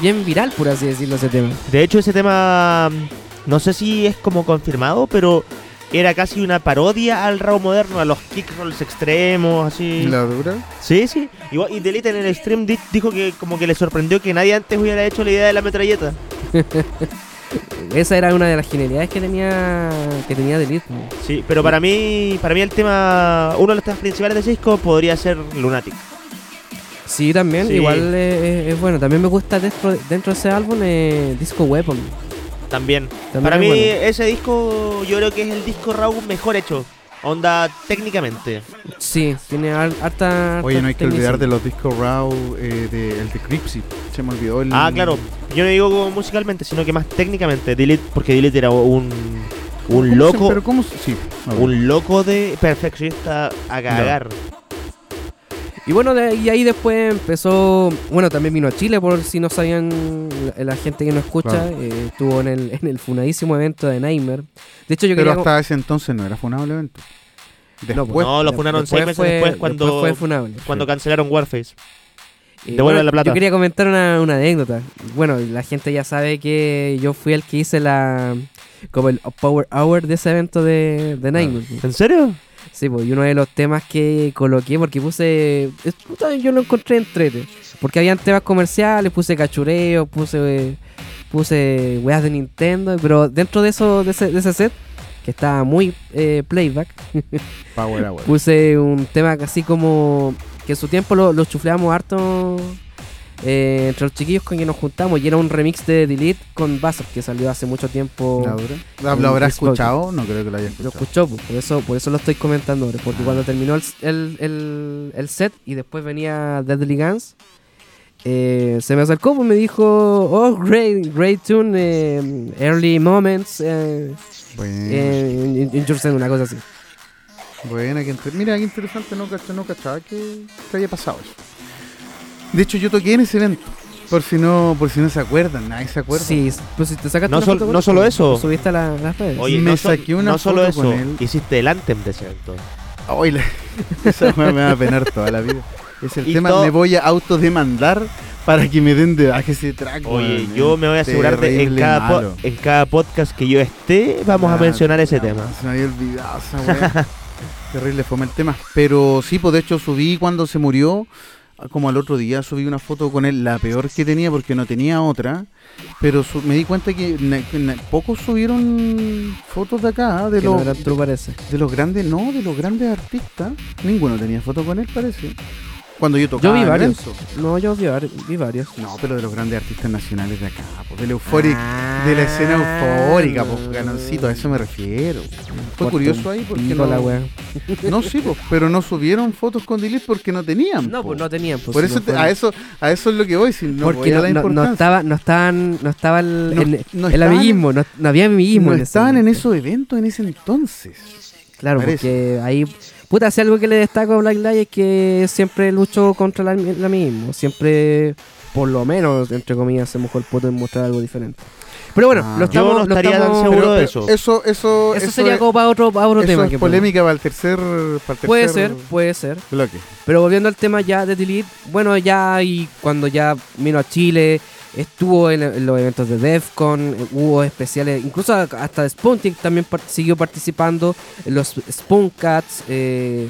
[SPEAKER 4] bien viral, por así decirlo, ese tema.
[SPEAKER 6] De hecho, ese tema, mm, no sé si es como confirmado, pero era casi una parodia al rabo moderno, a los kick rolls extremos, así.
[SPEAKER 5] ¿La dura?
[SPEAKER 6] Sí, sí. Igual- y Delete en el stream di- dijo que como que le sorprendió que nadie antes hubiera hecho la idea de la metralleta.
[SPEAKER 4] Esa era una de las genialidades que tenía, que tenía Delete.
[SPEAKER 6] Sí, pero para mí, para mí el tema, uno de los temas principales del disco podría ser Lunatic.
[SPEAKER 4] Sí, también,
[SPEAKER 6] Sí.
[SPEAKER 4] igual eh, es, es bueno. También me gusta dentro, dentro de ese álbum eh, Disco Weapon.
[SPEAKER 6] También.
[SPEAKER 4] También
[SPEAKER 6] para
[SPEAKER 4] es
[SPEAKER 6] mí
[SPEAKER 4] bueno.
[SPEAKER 6] ese disco yo creo que es el disco Raw mejor hecho. Onda técnicamente.
[SPEAKER 4] Sí, tiene har- harta.
[SPEAKER 5] Oye, no hay que olvidar de
[SPEAKER 4] del
[SPEAKER 5] los discos RAW, eh, de, el de Cripsy. Se me olvidó el.
[SPEAKER 6] Ah, claro. Yo no digo como musicalmente, sino que más técnicamente. Delete, porque Delete era un,
[SPEAKER 5] ¿Cómo se-
[SPEAKER 6] un loco.
[SPEAKER 5] pero ¿cómo se- Sí. a ver.
[SPEAKER 6] Un loco de perfeccionista a cagar.
[SPEAKER 4] Y bueno, de, y ahí después empezó. Bueno, también vino a Chile, por si no sabían la, la gente que no escucha.
[SPEAKER 5] Claro.
[SPEAKER 4] eh, estuvo en el, en el funadísimo evento de Nightmare. De hecho, yo
[SPEAKER 5] Pero
[SPEAKER 4] quería.
[SPEAKER 5] hasta ese entonces no era funable el evento.
[SPEAKER 4] No,
[SPEAKER 5] Después,
[SPEAKER 6] no, lo funaron seis meses después cuando-
[SPEAKER 4] fue funable.
[SPEAKER 6] Cuando cancelaron Warface.
[SPEAKER 4] Eh,
[SPEAKER 6] Devuelve la plata.
[SPEAKER 4] Yo quería comentar una, una anécdota. Bueno, la gente ya sabe que yo fui el que hice la. Como el Power Hour de ese evento de, de Nightmare.
[SPEAKER 6] ¿En serio?
[SPEAKER 4] Sí, pues, y uno de los temas que coloqué, porque puse. es- puta, Yo lo encontré entrete. Porque habían temas comerciales, puse cachureo, puse. eh, Puse weas de Nintendo, pero dentro de eso, de ese, de ese set, que estaba muy eh, playback,
[SPEAKER 5] Power Hour.
[SPEAKER 4] puse un tema que así como. que en su tiempo lo, lo chufleamos harto eh, entre los chiquillos con que nos juntamos, y era un remix de Delete con Buzzard que salió hace mucho tiempo.
[SPEAKER 5] ¿La dura? ¿La- ¿Lo habrá escuchado? No creo que lo haya
[SPEAKER 4] Lo
[SPEAKER 5] escuchado.
[SPEAKER 4] escuchó, po, por eso, por eso lo estoy comentando ahora, porque
[SPEAKER 5] Ah.
[SPEAKER 4] cuando terminó el, el- el- el set y después venía Deadly Guns, eh, se me acercó y me dijo, oh, great, great tune, eh, early moments, eh,
[SPEAKER 5] Bueno.
[SPEAKER 4] eh, in- in- in your sound", una cosa así.
[SPEAKER 5] Buena, que entre- mira, qué interesante, no cachaba, no cachaba que te haya pasado eso. De hecho, yo toqué en ese evento. Por si no, por si no se acuerdan, nadie se acuerda.
[SPEAKER 4] Sí, pues si te sacaste
[SPEAKER 6] No
[SPEAKER 4] una
[SPEAKER 6] sol-
[SPEAKER 4] foto con
[SPEAKER 6] no
[SPEAKER 4] él,
[SPEAKER 6] solo
[SPEAKER 4] lo
[SPEAKER 6] eso.
[SPEAKER 4] Subiste a la- las redes.
[SPEAKER 6] Oye,
[SPEAKER 5] Me
[SPEAKER 6] no, sol-
[SPEAKER 5] saqué una
[SPEAKER 6] no solo
[SPEAKER 5] foto
[SPEAKER 6] eso,
[SPEAKER 5] con él.
[SPEAKER 6] hiciste el anthem de ese evento.
[SPEAKER 5] Ay, la- esa weá me va a penar toda la vida. Es el
[SPEAKER 6] Y
[SPEAKER 5] tema,
[SPEAKER 6] to-
[SPEAKER 5] me voy a autodemandar para que me den de baja ese track.
[SPEAKER 6] Oye,
[SPEAKER 5] weón,
[SPEAKER 6] yo
[SPEAKER 5] es
[SPEAKER 6] me voy a asegurar de en
[SPEAKER 5] terrible
[SPEAKER 6] cada, po-
[SPEAKER 5] malo.
[SPEAKER 6] en cada podcast que yo esté, vamos a
[SPEAKER 5] Ah,
[SPEAKER 6] mencionar ese
[SPEAKER 5] puta,
[SPEAKER 6] tema.
[SPEAKER 5] Se me había olvidado esa weá. Terrible fome el tema. Pero sí, pues de hecho subí cuando se murió, como al otro día subí una foto con él, la peor que tenía porque no tenía otra. Pero su- me di cuenta que na- que na- pocos subieron fotos de acá, de
[SPEAKER 4] que no
[SPEAKER 5] los,
[SPEAKER 4] eras tú parece.
[SPEAKER 5] de los grandes, no, de los grandes artistas. Ninguno tenía foto con él, parece. Cuando yo
[SPEAKER 4] Yo
[SPEAKER 5] tocaba.
[SPEAKER 4] vi
[SPEAKER 5] en
[SPEAKER 4] varios.
[SPEAKER 5] Renzo.
[SPEAKER 4] No, yo vi, vari- vi varios.
[SPEAKER 5] No, pero de los grandes artistas nacionales de acá, pues, del euphoric, de la escena eufórica, pues ganoncito, a eso me refiero. Fue
[SPEAKER 4] Ah. Corta
[SPEAKER 5] curioso
[SPEAKER 4] un
[SPEAKER 5] ahí porque
[SPEAKER 4] pico
[SPEAKER 5] no,
[SPEAKER 4] la wea.
[SPEAKER 5] no sí, pues, pero no subieron fotos con Dilip porque no tenían.
[SPEAKER 4] No, pues
[SPEAKER 5] po.
[SPEAKER 4] no tenían. pues,
[SPEAKER 5] Por
[SPEAKER 4] si
[SPEAKER 5] eso
[SPEAKER 4] no
[SPEAKER 5] te-
[SPEAKER 4] fueron.
[SPEAKER 5] a eso a eso es lo que voy, si no voy
[SPEAKER 4] Porque
[SPEAKER 5] a
[SPEAKER 4] no,
[SPEAKER 5] la
[SPEAKER 4] no- no
[SPEAKER 5] importancia.
[SPEAKER 4] estaba, no estaban, no estaba el,
[SPEAKER 5] No-
[SPEAKER 4] el-
[SPEAKER 5] no
[SPEAKER 4] el
[SPEAKER 5] estaban-
[SPEAKER 4] amiguismo, no, no había amiguismo.
[SPEAKER 5] no
[SPEAKER 4] pues, ese
[SPEAKER 5] estaban en
[SPEAKER 4] momento.
[SPEAKER 5] esos eventos en ese entonces.
[SPEAKER 4] Claro,
[SPEAKER 5] parece.
[SPEAKER 4] porque ahí, puta, si algo que le destaco a Black Lives es que siempre luchó contra la- el amiguismo, siempre, por lo menos, entre comillas, se mojó el poto en mostrar algo diferente. Pero bueno,
[SPEAKER 5] Ah.
[SPEAKER 4] lo estamos,
[SPEAKER 6] Yo no
[SPEAKER 4] lo
[SPEAKER 6] estaría tan
[SPEAKER 4] estamos-
[SPEAKER 6] seguro de
[SPEAKER 5] Eso eso
[SPEAKER 6] Eso-
[SPEAKER 5] eso,
[SPEAKER 4] Eso sería
[SPEAKER 5] es-
[SPEAKER 4] como para otro, para otro
[SPEAKER 5] eso
[SPEAKER 4] tema.
[SPEAKER 5] es
[SPEAKER 4] que
[SPEAKER 5] polémica para el tercer para el
[SPEAKER 4] Puede
[SPEAKER 5] tercer
[SPEAKER 4] ser, puede ser.
[SPEAKER 5] bloque.
[SPEAKER 4] Pero volviendo al tema ya de Delete, bueno, ya y cuando ya vino a Chile, estuvo en, en los eventos de DEFCON, eh, hubo especiales, incluso a- hasta Spunting también par- siguió participando, en los Spooncats, eh,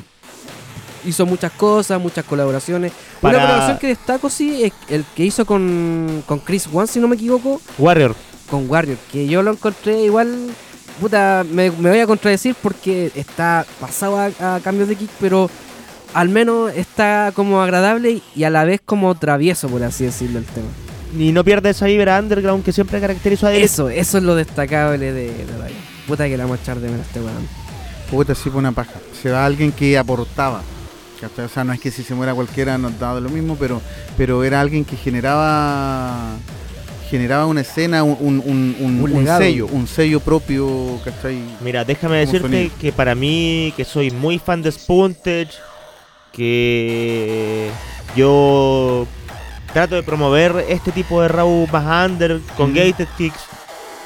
[SPEAKER 4] hizo muchas cosas, muchas colaboraciones.
[SPEAKER 6] Para-
[SPEAKER 4] Una colaboración que destaco, sí, es el que hizo con, con Chris One, si no me equivoco,
[SPEAKER 6] Warrior.
[SPEAKER 4] con Warrior, que yo lo encontré igual, puta, me, me voy a contradecir porque está pasado a, a cambios de kick, pero al menos está como agradable y- y a la vez como travieso, por así decirlo, el tema.
[SPEAKER 6] Y no pierde esa vibra underground que siempre caracterizó a él.
[SPEAKER 4] Eso, eso es lo destacable de, de Ryan. Puta que la vamos a echar de menos a este weón.
[SPEAKER 5] Puta, sí fue una paja. Se va alguien que aportaba. ¿cachai? O sea, no es que si se muera cualquiera nos daba lo mismo, pero, pero era alguien que generaba generaba una escena, un, un- un- un-
[SPEAKER 4] Un
[SPEAKER 5] un
[SPEAKER 4] legado.
[SPEAKER 5] sello, un sello propio, ¿cachai?
[SPEAKER 6] Mira, déjame
[SPEAKER 5] Como
[SPEAKER 6] decirte
[SPEAKER 5] sonido.
[SPEAKER 6] que para mí, que soy muy fan de Spuntage, que yo trato de promover este tipo de Raw más under, con gated kicks,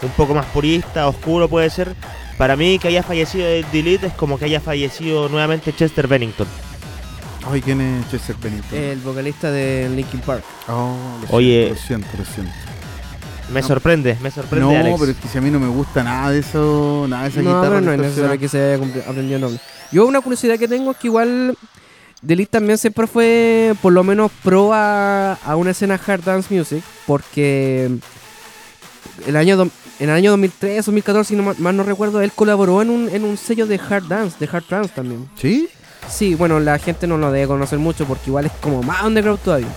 [SPEAKER 6] un poco más purista, oscuro puede ser. Para mí, que haya fallecido el Delete es como que haya fallecido nuevamente Chester Bennington.
[SPEAKER 5] Ay, ¿quién es Chester Benito?
[SPEAKER 4] El vocalista de Linkin Park.
[SPEAKER 5] Oh, lo
[SPEAKER 6] Oye.
[SPEAKER 5] siento, lo siento, lo siento.
[SPEAKER 6] Me
[SPEAKER 5] No.
[SPEAKER 6] sorprende, me sorprende,
[SPEAKER 5] No,
[SPEAKER 6] Alex.
[SPEAKER 5] pero es que si a mí no me gusta nada de eso, nada de esa
[SPEAKER 4] No,
[SPEAKER 5] guitarra.
[SPEAKER 4] pero no es
[SPEAKER 5] distorsionada.
[SPEAKER 4] necesario que se haya compre- aprendido nombre. Yo una curiosidad que tengo es que igual Delete también siempre fue por lo menos pro a, a una escena hard dance music porque el año dom- en el año 2003 2014 si no ma- mal no recuerdo él colaboró en un, en un sello de hard dance de hard trance también
[SPEAKER 5] ¿Sí?
[SPEAKER 4] sí bueno la gente no lo debe conocer mucho porque igual es como más underground todavía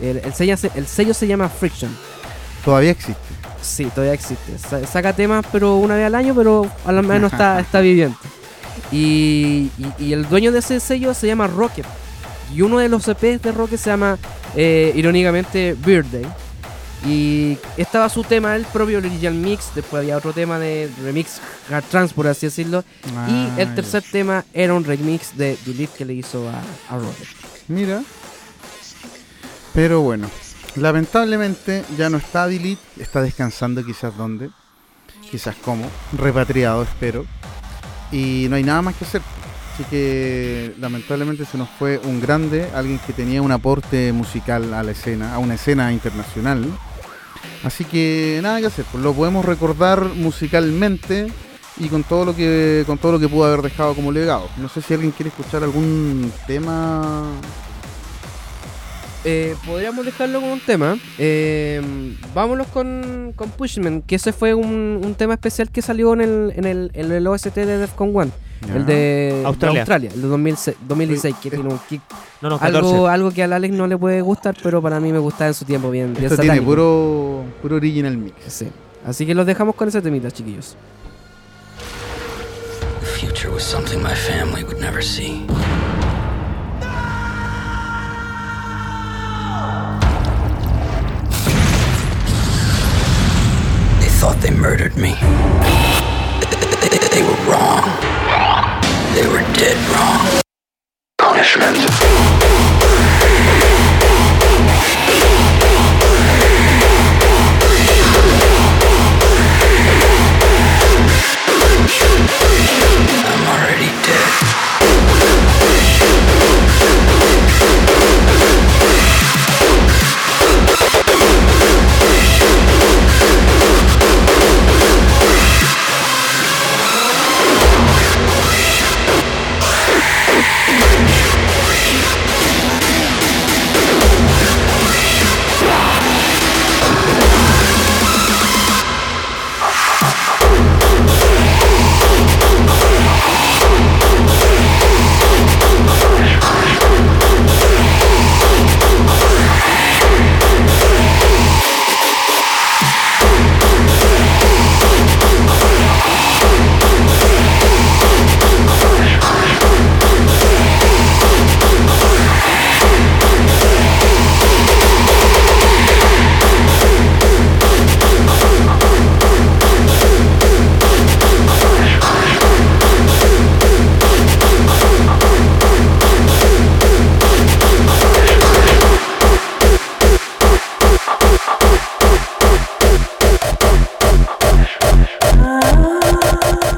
[SPEAKER 4] el, el sello, se- el sello se llama Friction
[SPEAKER 5] Todavía existe.
[SPEAKER 4] Sí, todavía existe. Sa- saca temas, pero una vez al año, pero a lo menos está, está viviente. Y, y- y el dueño de ese sello se llama Rocket. Y uno de los EPs de Rocket se llama, eh, irónicamente, Birthday. Y estaba su tema, el propio original mix. Después había otro tema de remix, hard trance, por así decirlo. y el
[SPEAKER 5] Ah,
[SPEAKER 4] tercer tema era un remix de Delete que le hizo a, a Rocket.
[SPEAKER 5] Mira. Pero bueno, lamentablemente ya no está Delete, está descansando quizás dónde, quizás cómo, repatriado espero. Y no hay nada más que hacer. Así que lamentablemente se nos fue un grande, alguien que tenía un aporte musical a la escena, a una escena internacional. Así que nada que hacer, pues lo podemos recordar musicalmente y con todo lo que con todo lo que pudo haber dejado como legado. No sé si alguien quiere escuchar algún tema
[SPEAKER 4] Eh, podríamos dejarlo con un tema. Eh, vámonos con, con Pushman, que ese fue un, un tema especial que salió en el, en el, en el OST de Defcon One.
[SPEAKER 5] Ya.
[SPEAKER 4] El de
[SPEAKER 6] Australia.
[SPEAKER 4] de el de 2006, 2016, que
[SPEAKER 5] Oye,
[SPEAKER 4] tiene un kick.
[SPEAKER 6] no, no, 14.
[SPEAKER 4] Algo, algo que al Alex no le puede gustar, pero para mí me gustaba en su tiempo bien. bien
[SPEAKER 5] Esto tiene
[SPEAKER 4] satánico.
[SPEAKER 5] puro, puro original mix.
[SPEAKER 4] Sí. Así que los dejamos con ese temita, chiquillos.
[SPEAKER 2] The future was something my family would never see. They thought they murdered me. They, they- they were wrong. They were dead wrong. Punishment. I'm already dead.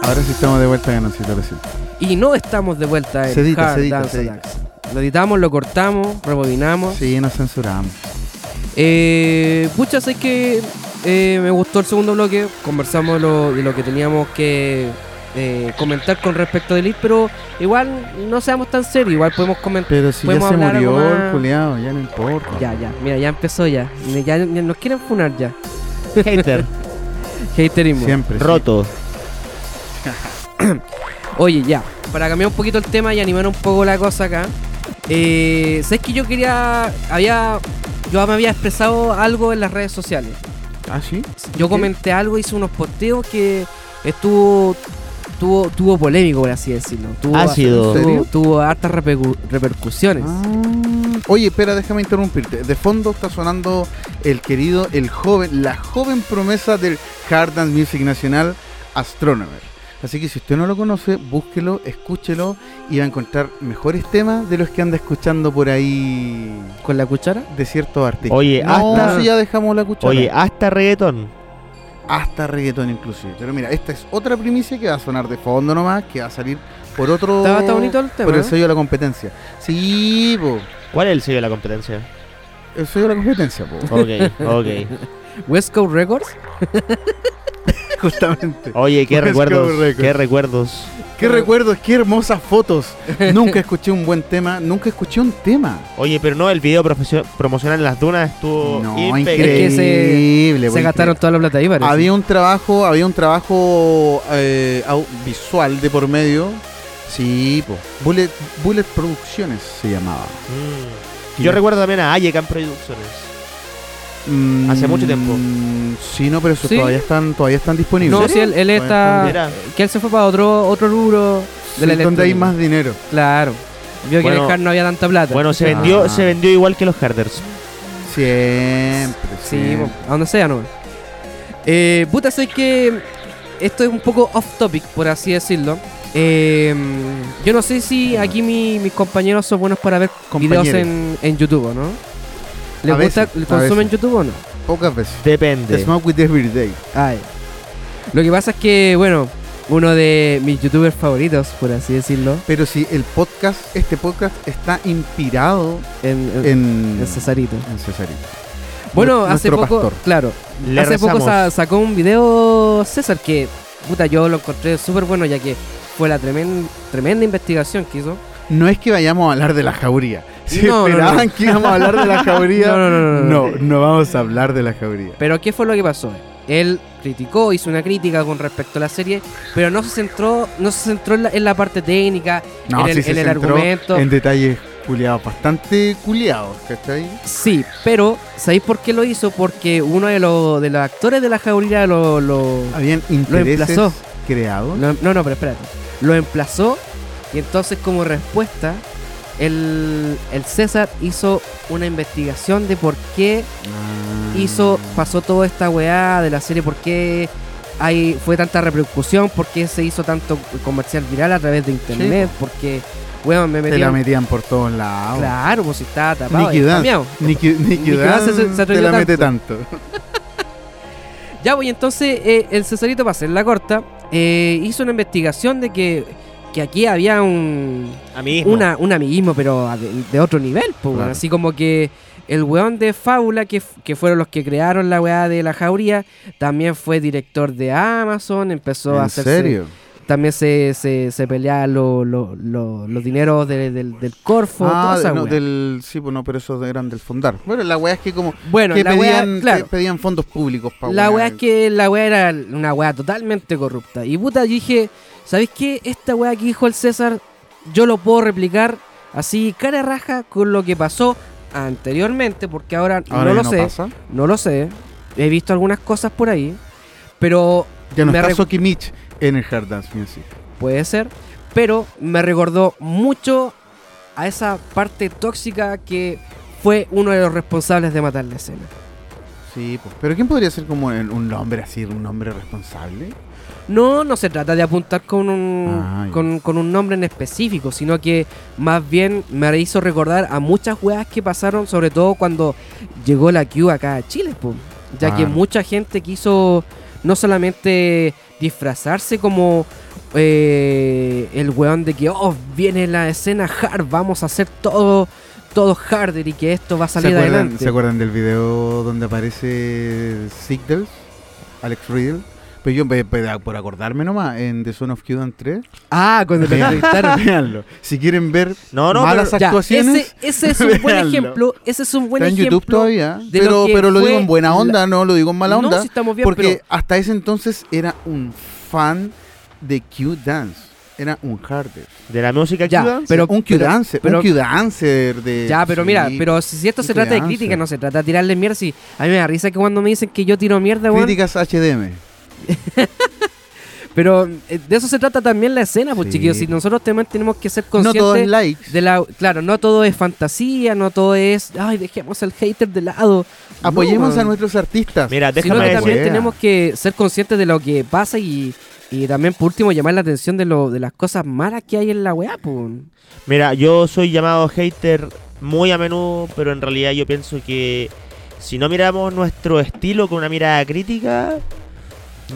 [SPEAKER 5] Ahora sí estamos de vuelta ganancias, ahora sí.
[SPEAKER 4] Y no estamos de vuelta en
[SPEAKER 5] Se edita,
[SPEAKER 4] Hard
[SPEAKER 5] se edita,
[SPEAKER 4] Dance
[SPEAKER 5] se edita.
[SPEAKER 4] Attacks. Lo editamos, lo cortamos, rebobinamos.
[SPEAKER 5] Sí, nos censuramos.
[SPEAKER 4] Eh, pucha, sé que eh, me gustó el segundo bloque. Conversamos de lo, de lo que teníamos que eh, comentar con respecto de Elite, pero igual no seamos tan serios. Igual podemos comentar.
[SPEAKER 5] Pero si ya
[SPEAKER 4] Podemos
[SPEAKER 5] se
[SPEAKER 4] hablar algo
[SPEAKER 5] murió
[SPEAKER 4] más.
[SPEAKER 5] el culiao, ya no importa.
[SPEAKER 4] Ya, ya, mira, ya empezó ya. Ya, ya nos quieren funar ya.
[SPEAKER 6] Hater,
[SPEAKER 4] Haterismo.
[SPEAKER 5] Siempre. sí.
[SPEAKER 6] roto.
[SPEAKER 4] Oye, ya, para cambiar un poquito el tema y animar un poco la cosa acá. Eh, ¿Sabes que yo quería. Había. Yo me había expresado algo en las redes sociales.
[SPEAKER 5] Ah, sí.
[SPEAKER 4] Yo
[SPEAKER 5] ¿Qué?
[SPEAKER 4] comenté algo, hice unos posteos que estuvo. Tuvo, tuvo polémico, por así decirlo. Tuvo,
[SPEAKER 6] Ácido.
[SPEAKER 5] Ah, ¿En
[SPEAKER 4] Tuvo,
[SPEAKER 5] serio?
[SPEAKER 4] tuvo hartas repercu- repercusiones.
[SPEAKER 5] Ah. Oye, espera, déjame interrumpirte. De fondo está sonando el querido, el joven, la joven promesa del Hard Dance Music Nacional, Astronomer. Así que si usted no lo conoce, búsquelo, escúchelo y va a encontrar mejores temas de los que anda escuchando por ahí
[SPEAKER 4] ¿Con la cuchara?
[SPEAKER 5] de ciertos artistas.
[SPEAKER 6] Oye,
[SPEAKER 5] No,
[SPEAKER 6] hasta-
[SPEAKER 5] si ya dejamos la cuchara.
[SPEAKER 6] Oye, hasta reggaetón.
[SPEAKER 5] hasta reggaetón inclusive. Pero mira, esta es otra primicia que va a sonar de fondo nomás, que va a salir por otro...
[SPEAKER 4] Estaba tan bonito el tema.
[SPEAKER 5] Por el
[SPEAKER 4] ¿eh?
[SPEAKER 5] sello de la competencia. Sí, po.
[SPEAKER 6] ¿Cuál es el sello de la competencia?
[SPEAKER 5] El sello de la competencia, po.
[SPEAKER 6] Ok, ok.
[SPEAKER 4] West Coast Records.
[SPEAKER 5] Justamente.
[SPEAKER 6] Oye, qué
[SPEAKER 5] Let's go,
[SPEAKER 6] recuerdos.
[SPEAKER 5] Records.
[SPEAKER 6] Qué recuerdos.
[SPEAKER 5] Qué recuerdos, qué hermosas fotos. nunca escuché un buen tema, nunca escuché un tema.
[SPEAKER 6] Oye, pero no, el video profesio- promocional en las dunas estuvo
[SPEAKER 5] No,
[SPEAKER 6] impecable.
[SPEAKER 5] increíble.
[SPEAKER 4] Es que se-
[SPEAKER 5] increíble, po,
[SPEAKER 4] Se gastaron toda la plata ahí, parece.
[SPEAKER 5] Había un trabajo, había un trabajo eh, au- visual de por medio. Sí, po. Bullet, Bullet Producciones se llamaba.
[SPEAKER 6] Mm.
[SPEAKER 5] Sí.
[SPEAKER 6] Yo recuerdo también a Ayecan Producciones.
[SPEAKER 5] Mm,
[SPEAKER 6] Hace mucho tiempo.
[SPEAKER 5] Sí, no, pero eso
[SPEAKER 4] Sí.
[SPEAKER 5] todavía están, todavía están disponibles.
[SPEAKER 4] No, sí, él, él
[SPEAKER 5] Todavía
[SPEAKER 4] está.
[SPEAKER 5] están-
[SPEAKER 6] Mira,
[SPEAKER 4] Que él se fue para otro, otro rubro de la
[SPEAKER 5] sí, donde hay
[SPEAKER 4] electrónica.
[SPEAKER 5] más dinero.
[SPEAKER 4] Claro. Vio que en
[SPEAKER 6] Bueno,
[SPEAKER 4] el hard no había tanta plata.
[SPEAKER 6] bueno, se
[SPEAKER 5] Ah.
[SPEAKER 6] vendió, se vendió igual que los Harders.
[SPEAKER 5] Siempre.
[SPEAKER 4] Sí,
[SPEAKER 5] siempre.
[SPEAKER 4] po, a donde sea, ¿no? Eh, puta, sé que esto es un poco off topic, por así decirlo. Eh, yo no sé si aquí mi- mis compañeros son buenos para ver
[SPEAKER 5] Compañeros.
[SPEAKER 4] videos en, en YouTube, ¿o ¿no? ¿Les
[SPEAKER 5] A
[SPEAKER 4] gusta,
[SPEAKER 5] veces, a
[SPEAKER 4] consumen
[SPEAKER 5] veces.
[SPEAKER 4] YouTube o no?
[SPEAKER 5] Pocas veces.
[SPEAKER 6] Depende.
[SPEAKER 5] Smoke with Every Day.
[SPEAKER 4] Ay. Lo que pasa es que, bueno, uno de mis youtubers favoritos, por así decirlo,
[SPEAKER 5] Pero si el podcast, este podcast está inspirado
[SPEAKER 4] en, en-
[SPEAKER 5] en,
[SPEAKER 4] en Cesarito.
[SPEAKER 5] en Cesarito.
[SPEAKER 4] Bueno,
[SPEAKER 5] Nuestro
[SPEAKER 4] hace poco,
[SPEAKER 5] pastor.
[SPEAKER 4] claro,
[SPEAKER 6] Le
[SPEAKER 4] Hace poco
[SPEAKER 6] rezamos.
[SPEAKER 4] sa- sacó un video César que, puta, yo lo encontré súper bueno ya que fue la tremen- tremenda investigación que hizo.
[SPEAKER 5] No es que vayamos a hablar de la jauría. Si
[SPEAKER 4] No, no,
[SPEAKER 5] esperaban
[SPEAKER 4] no.
[SPEAKER 5] que íbamos a hablar de la jauría,
[SPEAKER 4] No, no, no, no, no.
[SPEAKER 5] vamos a hablar de la jauría.
[SPEAKER 4] Pero ¿qué fue lo que pasó? Él criticó, hizo una crítica con respecto a la serie, pero no se centró, no se centró en, la, en la parte técnica,
[SPEAKER 5] No,
[SPEAKER 4] en el,
[SPEAKER 5] sí se
[SPEAKER 4] en el
[SPEAKER 5] centró
[SPEAKER 4] argumento.
[SPEAKER 5] En detalles culiados, bastante culiados, ¿cachai?
[SPEAKER 4] Sí, pero ¿sabéis por qué lo hizo? Porque uno de los, de los actores de la jauría lo... lo-
[SPEAKER 5] Habían intereses
[SPEAKER 4] emplazó.
[SPEAKER 5] creados.
[SPEAKER 4] lo- no, no, pero espérate. Lo emplazó y entonces como respuesta... El, el César hizo una investigación de por qué
[SPEAKER 5] Mm.
[SPEAKER 4] hizo, pasó toda esta weá de la serie, por qué hay, fue tanta repercusión, por qué se hizo tanto comercial viral a través de internet, porque, weón, me
[SPEAKER 5] Se la
[SPEAKER 4] metí.
[SPEAKER 5] metían por todos lados.
[SPEAKER 4] Claro, pues si estaba tapado.
[SPEAKER 5] Nicky
[SPEAKER 4] eh,
[SPEAKER 5] Dance.
[SPEAKER 4] cambiado.
[SPEAKER 5] Nicky, Nicky
[SPEAKER 4] Nicky
[SPEAKER 5] Dance
[SPEAKER 4] Dance se- se
[SPEAKER 5] te
[SPEAKER 4] atrevió
[SPEAKER 5] la mete tanto.
[SPEAKER 4] Ya, voy entonces eh, el Cesarito, para hacer la corta, eh, hizo una investigación de que, que aquí había un,
[SPEAKER 6] Amiguismo.
[SPEAKER 4] una, un amiguismo, pero a- de, de otro nivel, pues, weón.
[SPEAKER 5] Claro.
[SPEAKER 4] Así como que el weón de Fábula, que, f- que fueron los que crearon la weá de la jauría, también fue director de Amazon, empezó a
[SPEAKER 5] ¿En
[SPEAKER 4] hacerse.
[SPEAKER 5] serio?
[SPEAKER 4] También se, se, se peleaban lo- lo- lo- los dineros de- del, del Corfo, toda
[SPEAKER 5] Ah,
[SPEAKER 4] esa
[SPEAKER 5] no,
[SPEAKER 4] weá.
[SPEAKER 5] del, sí, pues no, pero esos eran del fondar. Bueno, la weá es que como
[SPEAKER 4] Bueno,
[SPEAKER 5] que
[SPEAKER 4] la weá,
[SPEAKER 5] pedían,
[SPEAKER 4] claro.
[SPEAKER 5] que pedían fondos públicos para
[SPEAKER 4] La weá es que la weá era una weá totalmente corrupta. Y puta, yo dije, ¿sabéis qué? Esta weá que dijo el César, yo lo puedo replicar así cara raja con lo que pasó anteriormente, porque ahora,
[SPEAKER 5] Ahora
[SPEAKER 4] no lo
[SPEAKER 5] ya no
[SPEAKER 4] sé,
[SPEAKER 5] pasa.
[SPEAKER 4] no lo sé. He visto algunas cosas por ahí, pero
[SPEAKER 5] Ya no
[SPEAKER 4] me
[SPEAKER 5] está
[SPEAKER 4] re-
[SPEAKER 5] Soki Mitch en el Hard Dance Music.
[SPEAKER 4] puede ser, pero me recordó mucho a esa parte tóxica que fue uno de los responsables de matar la escena.
[SPEAKER 5] Sí, pues. Pero ¿quién podría ser como el- un hombre así, un hombre responsable?
[SPEAKER 4] No, no se trata de apuntar con un,
[SPEAKER 5] Ah, ya.
[SPEAKER 4] con, con un nombre en específico, sino que más bien me hizo recordar a muchas weas que pasaron, sobre todo cuando llegó la Q acá a Chile, po. ya
[SPEAKER 5] Ah.
[SPEAKER 4] que mucha gente quiso no solamente disfrazarse como eh, el weón de que, oh, viene la escena hard, vamos a hacer todo, todo harder y que esto va a
[SPEAKER 5] ¿Se
[SPEAKER 4] salir
[SPEAKER 5] acuerdan,
[SPEAKER 4] adelante.
[SPEAKER 5] ¿Se acuerdan del video donde aparece Sigdels? Alex Riddle. Pero yo, pe- pe- por acordarme nomás, en The Son of Cuban 3.
[SPEAKER 4] Ah, cuando te entrevistaron.
[SPEAKER 5] Véanlo. Si quieren ver
[SPEAKER 6] No, no,
[SPEAKER 5] malas
[SPEAKER 4] Ya,
[SPEAKER 5] actuaciones,
[SPEAKER 4] ese, ese es un buen
[SPEAKER 5] véanlo.
[SPEAKER 4] ejemplo. Ese es un buen
[SPEAKER 5] está en
[SPEAKER 4] ejemplo.
[SPEAKER 5] YouTube todavía.
[SPEAKER 4] de
[SPEAKER 5] Pero,
[SPEAKER 4] lo que
[SPEAKER 5] pero lo digo
[SPEAKER 4] fue
[SPEAKER 5] en buena
[SPEAKER 4] la-
[SPEAKER 5] onda, no lo digo en mala
[SPEAKER 4] No,
[SPEAKER 5] onda.
[SPEAKER 4] sí estamos bien,
[SPEAKER 5] porque
[SPEAKER 4] pero-
[SPEAKER 5] hasta ese entonces era un fan de Q-Dance. Era un harder.
[SPEAKER 6] De la música
[SPEAKER 4] Ya,
[SPEAKER 6] Cuba.
[SPEAKER 4] pero-
[SPEAKER 5] un Q-Dancer.
[SPEAKER 4] pero-
[SPEAKER 5] Un Q-Dancer de.
[SPEAKER 4] Ya, pero mira,
[SPEAKER 5] sí.
[SPEAKER 4] pero si, si esto
[SPEAKER 5] Sí,
[SPEAKER 4] se
[SPEAKER 5] te
[SPEAKER 4] trata de
[SPEAKER 5] dan,
[SPEAKER 4] crítica,
[SPEAKER 5] sí.
[SPEAKER 4] no se trata de tirarle mierda. Si a mí me da risa que cuando me dicen que yo tiro mierda, weón.
[SPEAKER 5] Críticas HDM.
[SPEAKER 4] Pero eh, de eso se trata también la escena, pues
[SPEAKER 5] Sí.
[SPEAKER 4] chiquillos. Si nosotros también tenemos que ser
[SPEAKER 5] No
[SPEAKER 4] conscientes
[SPEAKER 5] todo es likes.
[SPEAKER 4] de la. Claro, no todo es fantasía, no todo es. Ay, dejemos al hater de lado.
[SPEAKER 5] Apoyemos
[SPEAKER 4] No,
[SPEAKER 5] a nuestros artistas.
[SPEAKER 6] Mira,
[SPEAKER 4] Sino
[SPEAKER 6] déjame
[SPEAKER 4] que
[SPEAKER 5] decir-
[SPEAKER 4] también
[SPEAKER 5] Wea.
[SPEAKER 4] tenemos que ser conscientes de lo que pasa y, y también, por último, llamar la atención de, lo, de las cosas malas que hay en la weá, pues.
[SPEAKER 6] Mira, yo soy llamado hater muy a menudo, pero en realidad yo pienso que si no miramos nuestro estilo con una mirada crítica,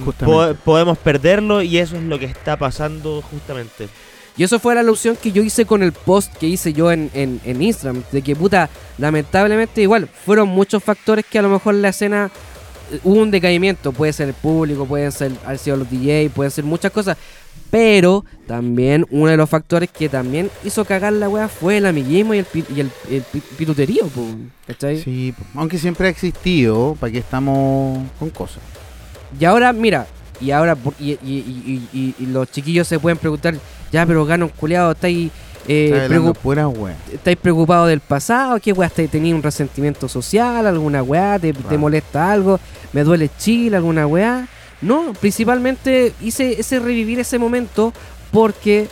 [SPEAKER 5] Justamente.
[SPEAKER 6] po- podemos perderlo y eso es lo que está pasando justamente.
[SPEAKER 4] Y eso fue la alusión que yo hice con el post que hice yo en, en, en Instagram. De que, puta, lamentablemente, igual, fueron muchos factores que a lo mejor la escena eh, hubo un decaimiento. Puede ser el público, pueden ser haber sido los DJ, pueden ser muchas cosas. Pero también uno de los factores que también hizo cagar la wea fue el amiguismo y el, pi- y el, el pi- pituterío, po, ¿cachai?
[SPEAKER 5] Sí, aunque siempre ha existido, para que estamos con cosas.
[SPEAKER 4] Y ahora, mira, y ahora por- y, y- y- y- y los chiquillos se pueden preguntar, ya, pero Ganon, culeado, está ahí eh,
[SPEAKER 5] Está hablando
[SPEAKER 4] preocup-
[SPEAKER 5] pura wea.
[SPEAKER 4] ¿Estáis preocupados del pasado? ¿Qué weá? ¿Estáis teniendo un resentimiento social? ¿Alguna weá? ¿Te, te
[SPEAKER 5] Claro.
[SPEAKER 4] molesta algo? ¿Me duele Chile? ¿Alguna weá? No, principalmente hice ese revivir ese momento porque,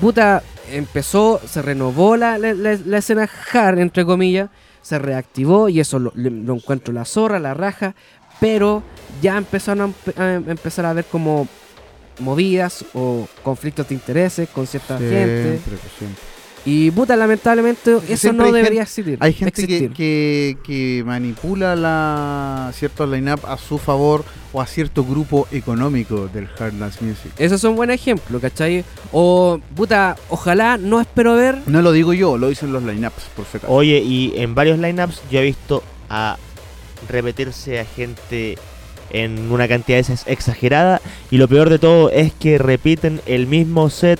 [SPEAKER 4] puta, empezó, se renovó la, la- la- la escena hard, entre comillas, se reactivó y eso lo, lo- lo encuentro la zorra, la raja, pero ya empezaron a, a empezar a ver como movidas o conflictos de intereses con cierta gente.
[SPEAKER 5] Siempre, pues, siempre.
[SPEAKER 4] Y puta, lamentablemente eso
[SPEAKER 5] Siempre
[SPEAKER 4] no
[SPEAKER 5] hay gen-
[SPEAKER 4] debería existir.
[SPEAKER 5] Hay gente que,
[SPEAKER 4] existir.
[SPEAKER 5] que, que manipula la cierto line-up a su favor o a cierto grupo económico del hard dance music.
[SPEAKER 4] Ese es un buen ejemplo, ¿cachai? O puta, ojalá no espero ver.
[SPEAKER 5] No lo digo yo, lo dicen los lineups, por si acaso.
[SPEAKER 6] Oye, y en varios lineups yo he visto a repetirse a gente en una cantidad de veces exagerada y lo peor de todo es que repiten el mismo set.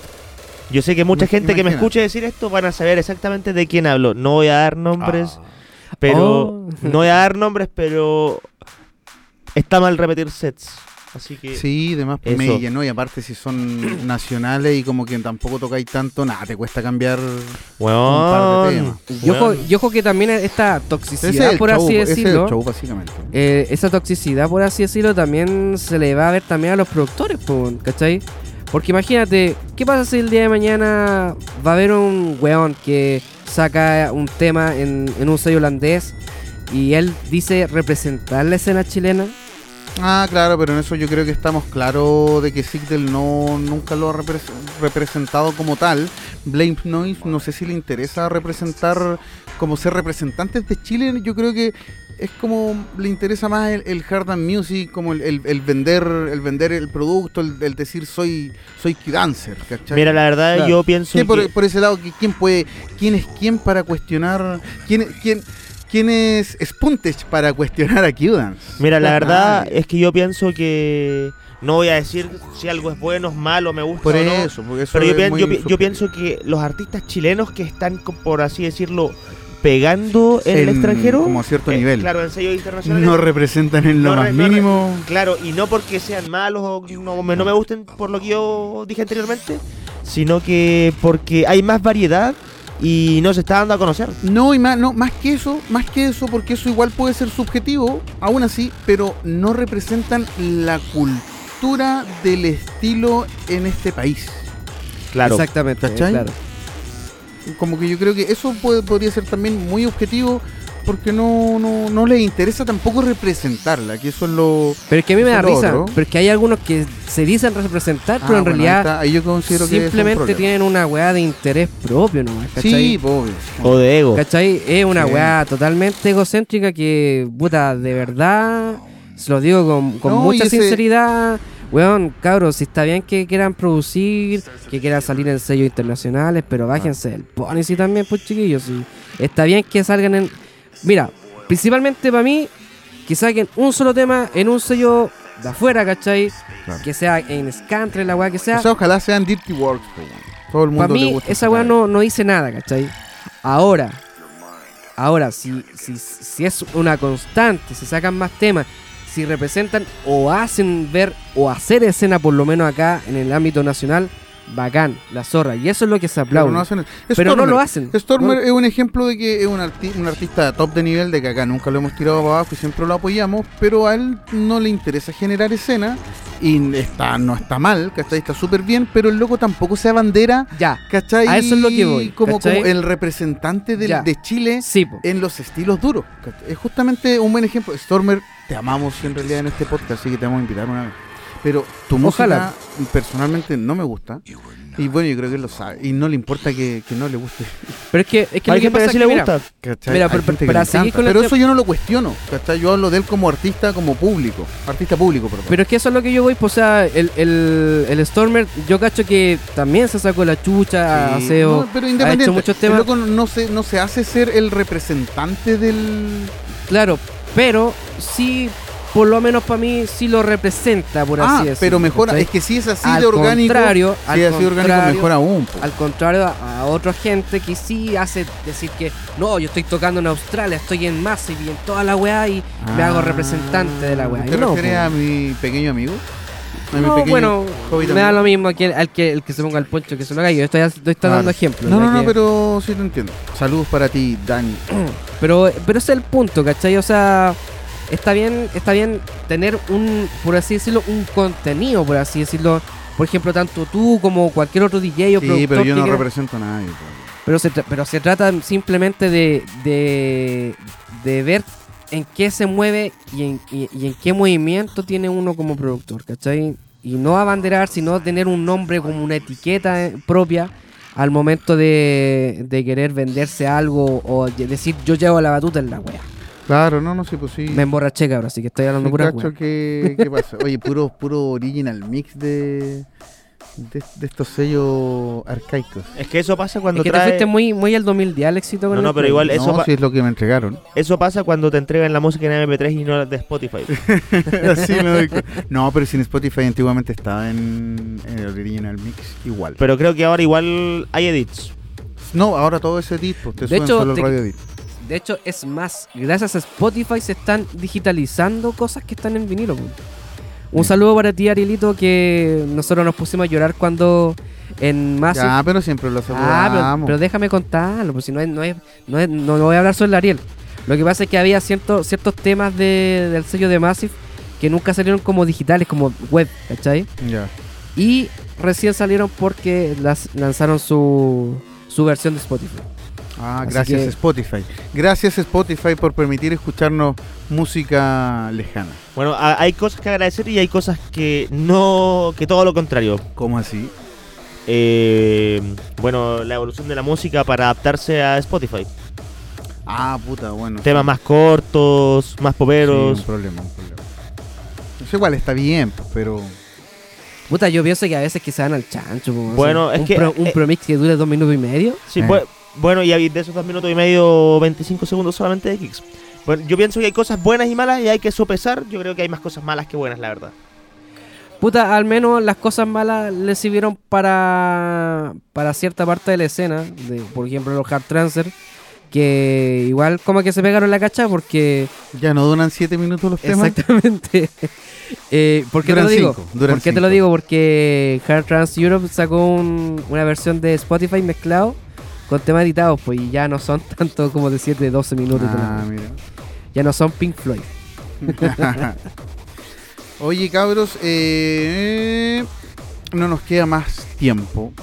[SPEAKER 6] Yo sé que mucha
[SPEAKER 5] Ima-
[SPEAKER 6] gente que me
[SPEAKER 5] imagínate.
[SPEAKER 6] escuche decir esto van a saber exactamente de quién hablo. No voy a dar nombres,
[SPEAKER 5] Ah,
[SPEAKER 6] pero
[SPEAKER 4] Oh.
[SPEAKER 6] no voy a dar nombres, pero está mal repetir sets. Así que
[SPEAKER 5] Sí, demás
[SPEAKER 6] Eso.
[SPEAKER 5] me llenó y aparte si son nacionales y como que tampoco tocáis tanto, nada, te cuesta cambiar un par de
[SPEAKER 6] Weón.
[SPEAKER 5] temas.
[SPEAKER 4] Y ojo,
[SPEAKER 6] Weón.
[SPEAKER 4] y ojo que también esta
[SPEAKER 5] Ese es
[SPEAKER 4] toxicidad,
[SPEAKER 5] el
[SPEAKER 4] por
[SPEAKER 5] show,
[SPEAKER 4] así
[SPEAKER 5] ese es el
[SPEAKER 4] decirlo.
[SPEAKER 5] show, básicamente.
[SPEAKER 4] eh, esa toxicidad, por así decirlo, también se le va a ver también a los productores, po, ¿cachai? Porque imagínate, ¿qué pasa si el día de mañana va a haber un weón que saca un tema en, en un sello holandés y él dice representar la escena chilena?
[SPEAKER 5] Ah, claro, pero en eso yo creo que estamos claros de que Sigdel no nunca lo ha repres- representado como tal. Blame Noise no sé si le interesa representar como ser representantes de Chile, yo creo que es como le interesa más el, el hard and music, como el, el- el vender el vender el producto, el, el decir soy soy dancer, ¿cachai?
[SPEAKER 6] Mira, la verdad
[SPEAKER 5] Claro.
[SPEAKER 6] yo pienso
[SPEAKER 5] Sí, por, e-
[SPEAKER 6] que-
[SPEAKER 5] por ese lado, que ¿quién puede, quién es quién para cuestionar, quién, quién, quién es Spuntech para cuestionar a Q-Dance?
[SPEAKER 6] Mira, la verdad
[SPEAKER 5] Nadie.
[SPEAKER 6] es que yo pienso que no voy a decir si algo es bueno, es malo, me gusta
[SPEAKER 5] Por
[SPEAKER 6] o no.
[SPEAKER 5] eso, porque eso
[SPEAKER 6] pero yo,
[SPEAKER 5] es
[SPEAKER 6] pien-
[SPEAKER 5] muy
[SPEAKER 6] yo pi- yo
[SPEAKER 5] subjetivo.
[SPEAKER 6] pienso que los artistas chilenos que están, co- por así decirlo, pegando en, el
[SPEAKER 5] En-
[SPEAKER 6] extranjero,
[SPEAKER 5] como a cierto
[SPEAKER 6] eh,
[SPEAKER 5] nivel.
[SPEAKER 6] claro, en sellos internacionales,
[SPEAKER 5] no representan en lo
[SPEAKER 6] no
[SPEAKER 5] más
[SPEAKER 6] re- no re-
[SPEAKER 5] mínimo.
[SPEAKER 6] claro, y no porque sean malos o que no me, no me gusten por lo que yo dije anteriormente, sino que porque hay más variedad y no se está dando a conocer.
[SPEAKER 5] No, y más, no, más que eso, más que eso, porque eso igual puede ser subjetivo, aún así, pero no representan la cultura del estilo en este país.
[SPEAKER 6] Claro.
[SPEAKER 4] Exactamente,
[SPEAKER 5] ¿Cachai?
[SPEAKER 4] claro.
[SPEAKER 5] Como que yo creo que eso puede- podría ser también muy objetivo, porque no, no, no les interesa tampoco representarla, que eso es lo...
[SPEAKER 4] Pero es que a mí me
[SPEAKER 5] Eso
[SPEAKER 4] da
[SPEAKER 5] es lo
[SPEAKER 4] risa,
[SPEAKER 5] otro.
[SPEAKER 4] porque hay algunos que se dicen representar, pero
[SPEAKER 5] Ah,
[SPEAKER 4] en
[SPEAKER 5] bueno, ahí
[SPEAKER 4] realidad
[SPEAKER 5] está, ahí yo considero que es un
[SPEAKER 4] simplemente
[SPEAKER 5] problema.
[SPEAKER 4] tienen una weá de interés propio, ¿no?
[SPEAKER 5] Sí,
[SPEAKER 4] ¿Cachai?
[SPEAKER 5] pobre.
[SPEAKER 6] O de ego.
[SPEAKER 4] ¿Cachai? Es una
[SPEAKER 5] Sí.
[SPEAKER 4] weá totalmente egocéntrica que, puta, de verdad, se lo digo con, con
[SPEAKER 5] No, y
[SPEAKER 4] mucha
[SPEAKER 5] ese-
[SPEAKER 4] sinceridad, Weón, cabros, si está bien que quieran producir, que quieran salir en sellos internacionales, pero
[SPEAKER 5] Ah.
[SPEAKER 4] bájense el pony sí también, pues chiquillos. y Está bien que salgan en. Mira, principalmente para mí, que saquen un solo tema en un sello de afuera, ¿cachai?
[SPEAKER 5] Claro.
[SPEAKER 4] Que sea en Scantre, la weá que sea.
[SPEAKER 5] O sea, ojalá sean Dirty Works, po, weón. Todo el mundo
[SPEAKER 4] Para
[SPEAKER 5] le
[SPEAKER 4] mí,
[SPEAKER 5] gusta
[SPEAKER 4] esa
[SPEAKER 5] esa
[SPEAKER 4] weá
[SPEAKER 5] weá.
[SPEAKER 4] no, no dice nada, ¿cachai? Ahora, ahora, si, si, si es una constante, si sacan más temas, si representan o hacen ver o hacer escena, por lo menos acá en el ámbito nacional, bacán, la zorra. Y eso es lo que se
[SPEAKER 5] Pero
[SPEAKER 4] aplaude.
[SPEAKER 5] no, hacen-
[SPEAKER 4] Pero no
[SPEAKER 5] Stormer.
[SPEAKER 4] lo hacen.
[SPEAKER 5] Stormer
[SPEAKER 4] No-
[SPEAKER 5] es un ejemplo de que es un, arti- un artista top de nivel, de que acá nunca lo hemos tirado para abajo y siempre lo apoyamos, pero a él no le interesa generar escena y está, no está mal, ¿cachai? Está súper bien, pero el loco tampoco se abandera,
[SPEAKER 4] Ya,
[SPEAKER 5] ¿cachai?
[SPEAKER 4] A eso es lo que voy,
[SPEAKER 5] Como,
[SPEAKER 4] ¿cachai?
[SPEAKER 5] como el representante del-
[SPEAKER 4] Ya.
[SPEAKER 5] de Chile
[SPEAKER 4] sí, po.
[SPEAKER 5] en los estilos duros. ¿cachai? Es justamente un buen ejemplo. Stormer, te amamos en realidad en este podcast, así que te vamos a invitar una vez. Pero tu
[SPEAKER 4] Ojalá.
[SPEAKER 5] música personalmente no me gusta. Y bueno, yo creo que él lo sabe. Y no le importa que, que no le guste.
[SPEAKER 4] Pero es que, es que
[SPEAKER 6] Hay
[SPEAKER 4] lo que
[SPEAKER 6] gente
[SPEAKER 4] pasa
[SPEAKER 6] que
[SPEAKER 4] es
[SPEAKER 6] sí
[SPEAKER 4] que,
[SPEAKER 6] le
[SPEAKER 4] mira,
[SPEAKER 6] gusta.
[SPEAKER 5] ¿cachai?
[SPEAKER 4] Mira,
[SPEAKER 5] Hay
[SPEAKER 4] pero-
[SPEAKER 5] gente que
[SPEAKER 4] para
[SPEAKER 5] le
[SPEAKER 4] seguir
[SPEAKER 5] encanta,
[SPEAKER 4] con el
[SPEAKER 5] pero
[SPEAKER 4] tema-
[SPEAKER 5] eso yo no lo cuestiono. ¿cachai? Yo hablo de él como artista, como público. Artista público, perdón.
[SPEAKER 4] Pero es que eso es lo que yo voy, pues, o sea, el, el, el Stormer, yo cacho que también se sacó la chucha,
[SPEAKER 5] Sí,
[SPEAKER 4] aseo,
[SPEAKER 5] no, pero independiente.
[SPEAKER 4] muchos
[SPEAKER 5] el
[SPEAKER 4] temas.
[SPEAKER 5] loco no se, no se hace ser el representante del.
[SPEAKER 4] claro, pero sí, por lo menos para mí, sí lo representa, por
[SPEAKER 5] ah,
[SPEAKER 4] así decirlo.
[SPEAKER 5] pero mejora.
[SPEAKER 4] ¿cachai?
[SPEAKER 5] Es que si es así
[SPEAKER 4] Al
[SPEAKER 5] de orgánico.
[SPEAKER 4] contrario,
[SPEAKER 5] si es
[SPEAKER 4] al
[SPEAKER 5] así de orgánico,
[SPEAKER 4] contrario,
[SPEAKER 5] mejor aún. po.
[SPEAKER 4] Al contrario a, a otra gente que sí hace decir que no, yo estoy tocando en Australia, estoy en Massive y en toda la weá y me hago
[SPEAKER 5] Ah,
[SPEAKER 4] representante de la weá.
[SPEAKER 5] ¿Te
[SPEAKER 4] Y no,
[SPEAKER 5] refieres
[SPEAKER 4] po.
[SPEAKER 5] a mi pequeño amigo? A mi
[SPEAKER 4] No,
[SPEAKER 5] pequeño
[SPEAKER 4] bueno,
[SPEAKER 5] hobbit
[SPEAKER 4] me da
[SPEAKER 5] amigo.
[SPEAKER 4] lo mismo que el, al que el que se ponga el poncho que se lo haga. Yo estoy, estoy dando
[SPEAKER 5] Claro.
[SPEAKER 4] ejemplos.
[SPEAKER 5] No,
[SPEAKER 4] ya
[SPEAKER 5] no, no,
[SPEAKER 4] que-
[SPEAKER 5] pero sí te entiendo. Saludos para ti, Dani.
[SPEAKER 4] Pero, pero ese es el punto, ¿cachai? O sea, está bien, está bien tener un, por así decirlo, un contenido, por así decirlo. Por ejemplo, tanto tú como cualquier otro DJ o
[SPEAKER 5] Sí,
[SPEAKER 4] productor
[SPEAKER 5] pero yo
[SPEAKER 4] que
[SPEAKER 5] no
[SPEAKER 4] quiera-
[SPEAKER 5] represento a nadie. po.
[SPEAKER 4] pero se, tra- pero se trata simplemente de, de, de ver en qué se mueve y en, y- y en qué movimiento tiene uno como productor, ¿cachai? Y no abanderar, sino tener un nombre como una etiqueta eh, propia al momento de, de querer venderse algo o de- decir yo llevo la batuta en la wea.
[SPEAKER 5] Claro, no, no, sí, pues sí.
[SPEAKER 4] Me emborraché, cabrón, así que estoy hablando
[SPEAKER 5] Sí,
[SPEAKER 4] pura
[SPEAKER 5] cacho
[SPEAKER 4] wea.
[SPEAKER 5] que, ¿qué pasa? Oye, puro, puro original mix de, de, de estos sellos arcaicos.
[SPEAKER 6] Es que eso pasa cuando
[SPEAKER 4] Es que te
[SPEAKER 6] trae-
[SPEAKER 4] fuiste muy, muy al 2010 al éxito con
[SPEAKER 6] No,
[SPEAKER 4] el
[SPEAKER 6] no, pero
[SPEAKER 4] juego.
[SPEAKER 6] igual eso,
[SPEAKER 5] No,
[SPEAKER 6] pa-
[SPEAKER 5] sí es lo que me entregaron.
[SPEAKER 6] eso pasa cuando te entregan la música en MP3 y no la de Spotify.
[SPEAKER 5] Así me doy cu- No, pero sin Spotify antiguamente estaba en, en el original mix igual.
[SPEAKER 6] Pero creo que ahora igual hay edits.
[SPEAKER 5] no, ahora todo ese tipo te
[SPEAKER 4] De
[SPEAKER 5] suben
[SPEAKER 4] hecho,
[SPEAKER 5] solo el
[SPEAKER 4] te-
[SPEAKER 5] radio edit.
[SPEAKER 4] De hecho, es más, gracias a Spotify se están digitalizando cosas que están en vinilo. po. Un
[SPEAKER 5] Sí.
[SPEAKER 4] saludo para ti, Arielito, que nosotros nos pusimos a llorar cuando en más.
[SPEAKER 5] Ya, pero siempre lo
[SPEAKER 4] Ah, pero-
[SPEAKER 5] saludamos.
[SPEAKER 4] pero, déjame contarlo, pues si no es, no es, no es- no- no voy a hablar sobre el Ariel. Lo que pasa es que había cierto- ciertos temas de- del sello de Massive que nunca salieron como digitales, como web, ¿cachai?
[SPEAKER 5] Ya.
[SPEAKER 4] Y recién salieron porque las lanzaron su, su versión de Spotify.
[SPEAKER 5] Ah,
[SPEAKER 4] Así
[SPEAKER 5] gracias
[SPEAKER 4] que-
[SPEAKER 5] Spotify. Gracias Spotify por permitir escucharnos música lejana.
[SPEAKER 6] Bueno, a- hay cosas que agradecer y hay cosas que no. que todo lo contrario.
[SPEAKER 5] ¿Cómo así?
[SPEAKER 6] Eh, bueno, la evolución de la música para adaptarse a Spotify.
[SPEAKER 5] Ah, puta, bueno.
[SPEAKER 6] Temas más cortos, más
[SPEAKER 5] pero
[SPEAKER 6] poperos.
[SPEAKER 5] un problema, un problema. Eso igual está bien, pero
[SPEAKER 4] Puta, yo pienso que a veces que se van al chancho. po, o sea,
[SPEAKER 6] Bueno, es
[SPEAKER 4] un
[SPEAKER 6] que-
[SPEAKER 4] pro- un
[SPEAKER 6] eh,
[SPEAKER 4] promix que dure dos minutos y medio.
[SPEAKER 6] Sí,
[SPEAKER 5] Eh.
[SPEAKER 6] bu- bueno, y hay de esos dos minutos y medio, 25 segundos solamente de kicks. Bueno, yo pienso que hay cosas buenas y malas y hay que sopesar. Yo creo que hay más cosas malas que buenas, la verdad.
[SPEAKER 4] Puta, al menos las cosas malas le sirvieron para, para cierta parte de la escena. De, por ejemplo, los Hard Transfer. Que igual como que se pegaron la cacha porque...
[SPEAKER 5] ya no duran 7 minutos los temas.
[SPEAKER 4] Exactamente. eh, ¿Por qué te
[SPEAKER 5] Duran
[SPEAKER 4] lo digo?
[SPEAKER 5] cinco, duran
[SPEAKER 4] ¿Por qué te lo
[SPEAKER 5] cinco.
[SPEAKER 4] digo? Porque Hard Trans Europe sacó un- una versión de Spotify mezclado con temas editados. Pues y ya no son tanto como de 7, 12 minutos.
[SPEAKER 5] Ah,
[SPEAKER 4] ¿no?
[SPEAKER 5] mira.
[SPEAKER 4] ya no son Pink Floyd.
[SPEAKER 5] Oye, cabros, eh, no nos queda más tiempo.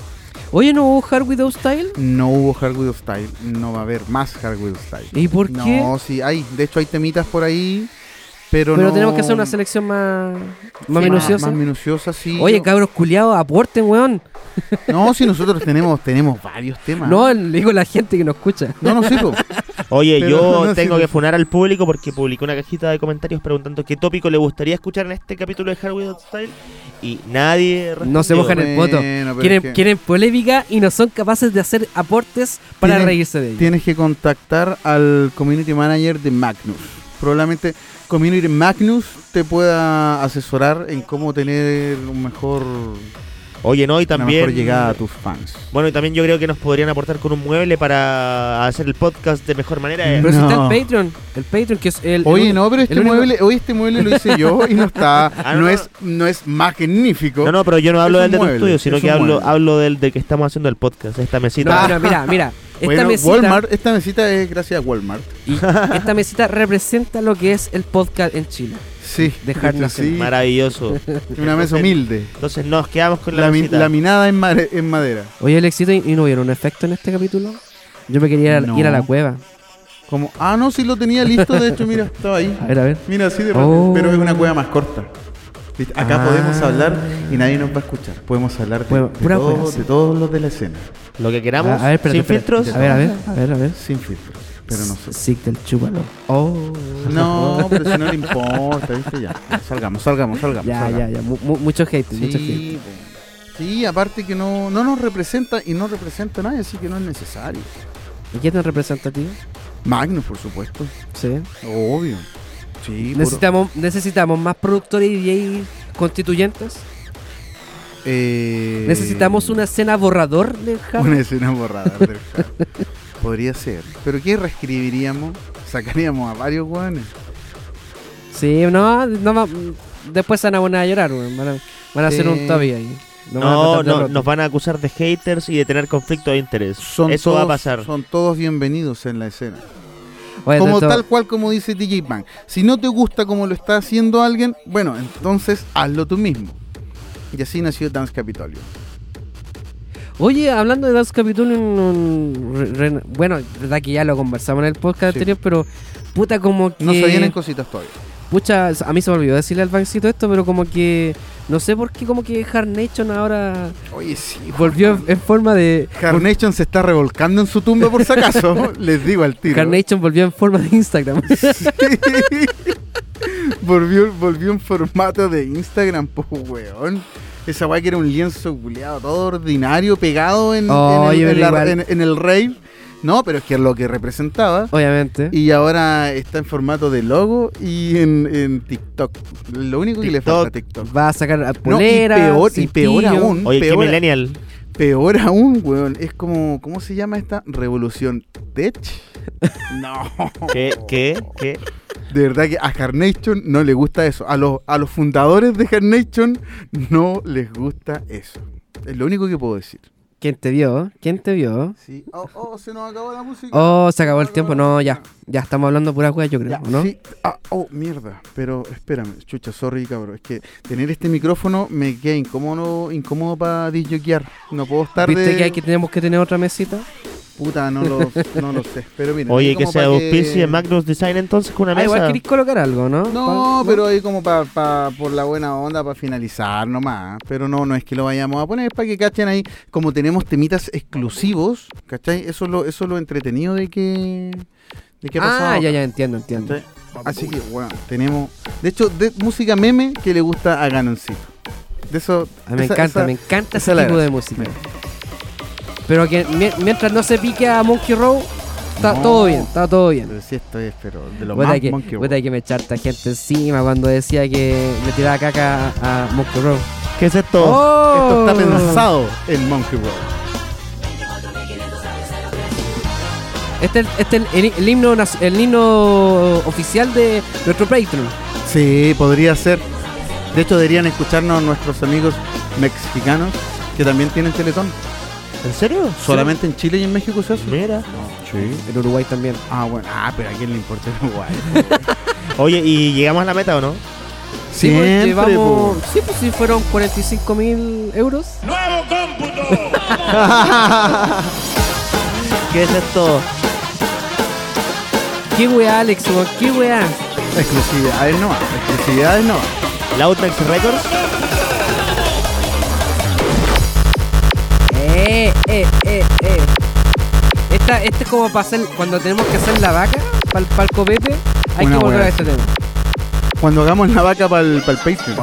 [SPEAKER 4] Oye, ¿no hubo Hard Without Style?
[SPEAKER 5] No hubo Hard With Style, no va a haber más Hard With Style.
[SPEAKER 4] ¿Y por qué?
[SPEAKER 5] No, sí, hay. De hecho, hay temitas por ahí. Pero,
[SPEAKER 4] Pero,
[SPEAKER 5] no-
[SPEAKER 4] tenemos que hacer una selección más, más
[SPEAKER 5] Sí,
[SPEAKER 4] minuciosa.
[SPEAKER 5] Más minuciosa, sí.
[SPEAKER 4] Oye,
[SPEAKER 5] Yo-
[SPEAKER 4] cabros culiados, aporten, weón.
[SPEAKER 5] No, si nosotros tenemos, tenemos varios temas.
[SPEAKER 4] No, le digo a la gente que nos escucha.
[SPEAKER 5] no, no, sí, po.
[SPEAKER 6] Oye,
[SPEAKER 5] Pero
[SPEAKER 6] yo
[SPEAKER 5] no, sí,
[SPEAKER 6] tengo
[SPEAKER 5] no.
[SPEAKER 6] que funar al público porque publicó una cajita de comentarios preguntando qué tópico le gustaría escuchar en este capítulo de Hardware Without Style y nadie
[SPEAKER 4] No se
[SPEAKER 6] respondió.
[SPEAKER 4] mojan el voto.
[SPEAKER 5] Bueno, pero
[SPEAKER 4] Quieren,
[SPEAKER 5] es que-
[SPEAKER 4] quieren polémica y no son capaces de hacer aportes para
[SPEAKER 5] Tienen-
[SPEAKER 4] reírse de ellos.
[SPEAKER 5] Tienes que contactar al community manager de Magnus. Probablemente community Magnus te pueda asesorar en cómo tener un mejor,
[SPEAKER 6] Oye, no, y
[SPEAKER 5] una
[SPEAKER 6] también
[SPEAKER 5] mejor llegada a tus fans.
[SPEAKER 6] Bueno, y también yo creo que nos podrían aportar con un mueble para hacer el podcast de mejor manera. Eh,
[SPEAKER 4] Pero si está
[SPEAKER 5] No.
[SPEAKER 4] el Patreon, el Patreon que es el.
[SPEAKER 5] Oye,
[SPEAKER 4] el-
[SPEAKER 5] no, pero este
[SPEAKER 4] el único-
[SPEAKER 5] mueble, hoy este mueble lo hice yo y no está,
[SPEAKER 6] Ah,
[SPEAKER 5] no,
[SPEAKER 6] no, no.
[SPEAKER 5] es, no es magnífico.
[SPEAKER 6] No, no, pero yo no hablo
[SPEAKER 5] Es un
[SPEAKER 6] del de tu
[SPEAKER 5] mueble,
[SPEAKER 6] estudio, sino
[SPEAKER 5] es
[SPEAKER 6] que
[SPEAKER 5] un
[SPEAKER 6] hablo,
[SPEAKER 5] mueble.
[SPEAKER 6] hablo del de que estamos haciendo el podcast, esta
[SPEAKER 4] No,
[SPEAKER 6] mesita.
[SPEAKER 4] pero mira, mira. Esta
[SPEAKER 5] Bueno,
[SPEAKER 4] mesita.
[SPEAKER 5] Walmart, esta mesita es gracias a Walmart.
[SPEAKER 4] y esta mesita representa lo que es el podcast en Chile.
[SPEAKER 5] Sí,
[SPEAKER 4] Dejar
[SPEAKER 5] eso
[SPEAKER 4] nacer.
[SPEAKER 5] sí,
[SPEAKER 6] Maravilloso.
[SPEAKER 5] una mesa humilde.
[SPEAKER 6] Entonces nos quedamos con la,
[SPEAKER 5] Lami-
[SPEAKER 6] mesita.
[SPEAKER 5] laminada en, mare- en madera.
[SPEAKER 4] Oye, el éxito, ¿y y no vieron un efecto en este capítulo? Yo me quería ir a-
[SPEAKER 5] No.
[SPEAKER 4] ir a la cueva.
[SPEAKER 5] Como, ah, no, sí lo tenía listo, de hecho, mira, estaba ahí.
[SPEAKER 4] A ver, a ver.
[SPEAKER 5] Mira, así de
[SPEAKER 4] Oh.
[SPEAKER 5] Pero es una cueva más corta. ¿Viste? Acá
[SPEAKER 4] Ah.
[SPEAKER 5] podemos hablar y nadie nos va a escuchar. Podemos hablar de,
[SPEAKER 4] Bueno,
[SPEAKER 5] de
[SPEAKER 4] pura
[SPEAKER 5] todo-
[SPEAKER 4] cueva, sí.
[SPEAKER 5] de todos los de la escena.
[SPEAKER 6] Lo que queramos,
[SPEAKER 4] A, a ver, espérate,
[SPEAKER 6] sin
[SPEAKER 4] espérate.
[SPEAKER 6] filtros.
[SPEAKER 4] A ver, a ver, a ver, a ver.
[SPEAKER 5] Sin filtros. Pero nosotros.
[SPEAKER 4] Sig del chúpalo. Oh.
[SPEAKER 5] No, pero si no le importa, ¿viste? Ya. ya, Salgamos, salgamos, salgamos.
[SPEAKER 4] Ya,
[SPEAKER 5] salgamos.
[SPEAKER 4] ya, ya. Mu- mu- mucho hate, mucho hate.
[SPEAKER 5] Sí, po. Sí, aparte que no, no nos representa y no representa a nadie, así que no es necesario.
[SPEAKER 4] ¿Y quién te representa a ti?
[SPEAKER 5] Magnus, por supuesto.
[SPEAKER 4] Sí.
[SPEAKER 5] Obvio. Sí, puro-
[SPEAKER 4] Necesitamos, necesitamos más productores y DJs constituyentes.
[SPEAKER 5] Eh,
[SPEAKER 4] Necesitamos una escena borrador de Hard.
[SPEAKER 5] Una escena borrada del Hard. Podría ser. ¿Pero qué reescribiríamos? Sacaríamos a varios guanes.
[SPEAKER 4] Sí, no, no va- después se van a poner a llorar, weón. Van a, van a hacer un
[SPEAKER 5] Sí.
[SPEAKER 4] toby ahí. Nos van a
[SPEAKER 6] No,
[SPEAKER 4] tratar de
[SPEAKER 6] no,
[SPEAKER 4] rotos.
[SPEAKER 6] nos van a acusar de haters y de tener conflicto de interés. Eso va a pasar.
[SPEAKER 5] Son todos bienvenidos en la escena.
[SPEAKER 4] Oye,
[SPEAKER 5] como
[SPEAKER 4] tanto-
[SPEAKER 5] tal cual como dice DJ Bang. Si no te gusta como lo está haciendo alguien, bueno, entonces hazlo tú mismo. Y así nació Dance Capitolio.
[SPEAKER 4] Oye, hablando de Dance Capitol, un- un re- re- bueno, verdad que ya lo conversamos en el podcast
[SPEAKER 5] Sí.
[SPEAKER 4] anterior, pero puta como que...
[SPEAKER 5] No se vienen cositas todavía.
[SPEAKER 4] Pucha, a mí se me olvidó decirle al bancito esto, pero como que... No sé por qué como que Hard Nation ahora
[SPEAKER 5] Oye, sí.
[SPEAKER 4] volvió en, en forma de...
[SPEAKER 5] Carnation se está revolcando en su tumba por si acaso. Les digo al tiro.
[SPEAKER 4] Hard Nation volvió en forma de Instagram.
[SPEAKER 5] volvió, volvió en formato de Instagram, po, weón. Esa weá que era un lienzo culeado todo ordinario, pegado en,
[SPEAKER 4] Oh,
[SPEAKER 5] en, el,
[SPEAKER 4] yo
[SPEAKER 5] en la-
[SPEAKER 4] igual.
[SPEAKER 5] en- en el rave. No, pero es que es lo que representaba.
[SPEAKER 4] Obviamente.
[SPEAKER 5] Y ahora está en formato de logo y en, en TikTok. Lo único que le
[SPEAKER 6] TikTok.
[SPEAKER 5] falta a TikTok.
[SPEAKER 4] Va a sacar a
[SPEAKER 5] No,
[SPEAKER 4] polera.
[SPEAKER 5] y peor, y peor aún.
[SPEAKER 6] Oye, qué
[SPEAKER 5] peor,
[SPEAKER 6] millennial.
[SPEAKER 5] peor aún, weón. Es como, ¿cómo se llama esta? Revolución Tech. No.
[SPEAKER 6] ¿Qué? ¿Qué? ¿Qué?
[SPEAKER 5] De verdad que a Carnation no le gusta eso. A los, a los fundadores de Carnation no les gusta eso. Es lo único que puedo decir.
[SPEAKER 4] ¿Quién te vio? ¿Quién te vio?
[SPEAKER 5] Sí. Oh, oh, se nos acabó la música.
[SPEAKER 4] Oh, se acabó el tiempo. No, ya. Ya estamos hablando pura hueá, yo creo,
[SPEAKER 5] Ya,
[SPEAKER 4] ¿no?
[SPEAKER 5] sí. Ah, oh, mierda. Pero espérame, chucha, sorry, cabrón. Es que tener este micrófono me queda incómodo, incómodo para disjoquear. No puedo estar
[SPEAKER 4] ¿Viste
[SPEAKER 5] de...
[SPEAKER 4] que hay que tenemos que tener otra mesita?
[SPEAKER 5] Puta, no lo, no lo sé. Pero mira.
[SPEAKER 6] Oye,
[SPEAKER 5] ahí
[SPEAKER 6] que
[SPEAKER 5] como
[SPEAKER 6] se
[SPEAKER 5] pa'
[SPEAKER 6] auspicie Magnus Design entonces con una
[SPEAKER 4] Ah, igual
[SPEAKER 6] mesa.
[SPEAKER 4] querés colocar algo, ¿no?
[SPEAKER 5] No,
[SPEAKER 4] Pa-
[SPEAKER 5] pero ahí como pa, pa- por la buena onda, para finalizar nomás. Pero no, no es que lo vayamos a poner, es para que cachen ahí. Como tenemos temitas exclusivos, ¿cachai? Eso es lo, eso es lo entretenido de que, de que ha pasado.
[SPEAKER 4] Ah, ya,
[SPEAKER 5] acá,
[SPEAKER 4] ya, entiendo, entiendo.
[SPEAKER 5] ¿cachai? Así que, bueno, tenemos. De hecho, de música meme que le gusta a Ganoncito. De eso.
[SPEAKER 4] Ah, me
[SPEAKER 5] esa-
[SPEAKER 4] encanta,
[SPEAKER 5] esa-
[SPEAKER 4] me encanta
[SPEAKER 5] esa
[SPEAKER 4] ese
[SPEAKER 5] la
[SPEAKER 4] tipo de
[SPEAKER 5] gracia.
[SPEAKER 4] música.
[SPEAKER 5] Mira.
[SPEAKER 4] Pero que mi- mientras no se pique a Monkey Row, está
[SPEAKER 5] No.
[SPEAKER 4] todo bien, está todo bien.
[SPEAKER 5] Pero sí, esto es, pero de lo
[SPEAKER 4] Puta
[SPEAKER 5] más
[SPEAKER 4] que,
[SPEAKER 5] Monkey
[SPEAKER 4] puta
[SPEAKER 5] Roll.
[SPEAKER 4] que me echarta gente encima cuando decía que me tiraba caca a, a Monkey Row.
[SPEAKER 6] ¿Qué es esto?
[SPEAKER 4] Oh.
[SPEAKER 5] Esto está pensado en Monkey Roll.
[SPEAKER 4] Este es este es el, el himno, nac- el himno oficial de nuestro Patreon.
[SPEAKER 5] Sí, podría ser. De hecho, deberían escucharnos nuestros amigos mexicanos que también tienen Teletón.
[SPEAKER 6] ¿En serio?
[SPEAKER 5] Solamente en Chile y en México se hace.
[SPEAKER 6] Mira.
[SPEAKER 5] Sí.
[SPEAKER 4] En Uruguay también.
[SPEAKER 5] Ah, bueno. Ah, pero a quién le importa el Uruguay.
[SPEAKER 4] pues,
[SPEAKER 6] Oye, ¿y llegamos a la meta o no?
[SPEAKER 4] Sí, pues,
[SPEAKER 5] Siempre,
[SPEAKER 4] llevamos- sí, pues sí, fueron 45 mil euros.
[SPEAKER 3] ¡Nuevo cómputo!
[SPEAKER 6] ¿Qué es esto?
[SPEAKER 4] ¿Qué weá, Alex? weón? ¿Qué weá?
[SPEAKER 5] pues. Exclusividades no, exclusividades no.
[SPEAKER 6] Loudmax Records.
[SPEAKER 4] Eh, eh, eh, eh. Esta, este es como para hacer, cuando tenemos que hacer la vaca, para el copete, hay
[SPEAKER 5] Una
[SPEAKER 4] que volver
[SPEAKER 5] wea.
[SPEAKER 4] a este tema.
[SPEAKER 5] Cuando hagamos la vaca para el Patreon,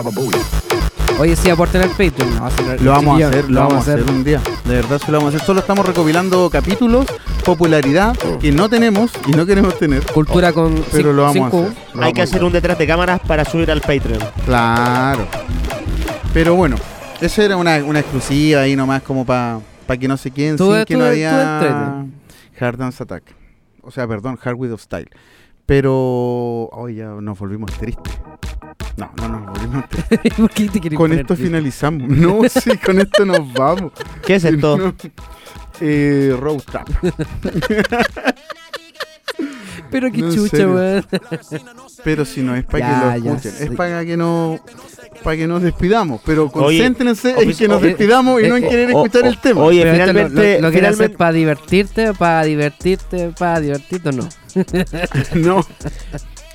[SPEAKER 4] Oye, sí, aporten al Patreon. No, sí,
[SPEAKER 5] lo vamos a
[SPEAKER 4] chiquillos,
[SPEAKER 5] hacer, lo vamos a hacer un día. De verdad se lo vamos a hacer. Solo estamos recopilando capítulos, popularidad que no tenemos y no queremos tener.
[SPEAKER 4] Cultura con
[SPEAKER 5] Oh, Pero
[SPEAKER 4] cin-
[SPEAKER 5] lo vamos a
[SPEAKER 4] cinco U.
[SPEAKER 5] hacer. lo
[SPEAKER 6] Hay que
[SPEAKER 5] vamos a
[SPEAKER 6] hacer un detrás de cámaras para subir al Patreon.
[SPEAKER 5] Claro. Pero bueno, eso era una, una exclusiva ahí nomás como para que no se queden
[SPEAKER 4] Tú-
[SPEAKER 5] sin que
[SPEAKER 4] tú-
[SPEAKER 5] no
[SPEAKER 4] tú
[SPEAKER 5] había
[SPEAKER 4] entrete.
[SPEAKER 5] Hard Dance Attack. O sea, perdón, Hard With of Style. Pero hoy ya nos volvimos tristes. No, no nos volvimos tristes.
[SPEAKER 4] ¿Por qué te quieres
[SPEAKER 5] Con
[SPEAKER 4] poner
[SPEAKER 5] esto
[SPEAKER 4] triste?
[SPEAKER 5] finalizamos. No, sí, con esto nos vamos.
[SPEAKER 6] ¿Qué es esto?
[SPEAKER 5] No, eh, Road Trap.
[SPEAKER 4] Pero qué
[SPEAKER 5] No, en
[SPEAKER 4] chucha,
[SPEAKER 5] serio.
[SPEAKER 4] weón.
[SPEAKER 5] Pero si no es para
[SPEAKER 4] Ya,
[SPEAKER 5] que lo
[SPEAKER 4] ya
[SPEAKER 5] escuchen,
[SPEAKER 4] sé.
[SPEAKER 5] es para que no para que nos despidamos, pero concéntrense en
[SPEAKER 6] ofici-
[SPEAKER 5] que nos
[SPEAKER 6] oye,
[SPEAKER 5] despidamos y no en
[SPEAKER 4] eh,
[SPEAKER 5] querer
[SPEAKER 6] o-
[SPEAKER 5] escuchar
[SPEAKER 6] o-
[SPEAKER 5] el tema.
[SPEAKER 6] oh, Oye,
[SPEAKER 4] Pero esto lo-
[SPEAKER 6] finalmente,
[SPEAKER 4] Lo, lo quieres hacer
[SPEAKER 6] finalmente,
[SPEAKER 4] para divertirte, para divertirte, para divertirte, o no.
[SPEAKER 5] No.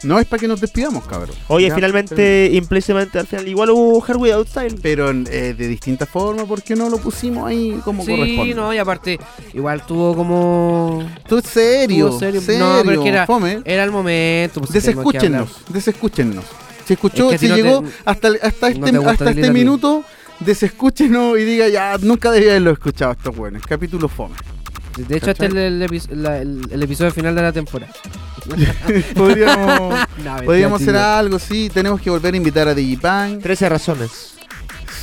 [SPEAKER 5] No es para que nos despidamos, cabrón.
[SPEAKER 6] oye,
[SPEAKER 5] Ya,
[SPEAKER 6] finalmente, implícitamente, al final, igual hubo Hard Without Style.
[SPEAKER 5] Pero eh, de distinta forma, porque no lo pusimos ahí como
[SPEAKER 4] Sí,
[SPEAKER 5] corresponde?
[SPEAKER 4] no, y aparte, igual tuvo como.
[SPEAKER 5] Tú serio,
[SPEAKER 4] Tuvo
[SPEAKER 5] serio,
[SPEAKER 4] serio. No, pero es que era-
[SPEAKER 5] fome.
[SPEAKER 4] Era el momento. Pues, si tenemos que hablar.
[SPEAKER 5] Desescúchennos, desescúchennos. Si
[SPEAKER 4] Es
[SPEAKER 5] escuchó,
[SPEAKER 4] que
[SPEAKER 5] si
[SPEAKER 4] si no te-
[SPEAKER 5] llegó hasta, el- hasta
[SPEAKER 4] no
[SPEAKER 5] este,
[SPEAKER 4] te gusta
[SPEAKER 5] hasta
[SPEAKER 4] Lili
[SPEAKER 5] este
[SPEAKER 4] Daniel.
[SPEAKER 5] minuto, desescúchenos y diga ya, nunca debía haberlo escuchado estos buenos. Capítulo fome.
[SPEAKER 4] De hecho, este es el, el epi- la- el- el episodio final de la temporada.
[SPEAKER 5] Podríamos,
[SPEAKER 4] No, mentira,
[SPEAKER 5] podríamos hacer
[SPEAKER 4] tío.
[SPEAKER 5] algo, sí. Tenemos que volver a invitar a Digipan.
[SPEAKER 6] 13 razones.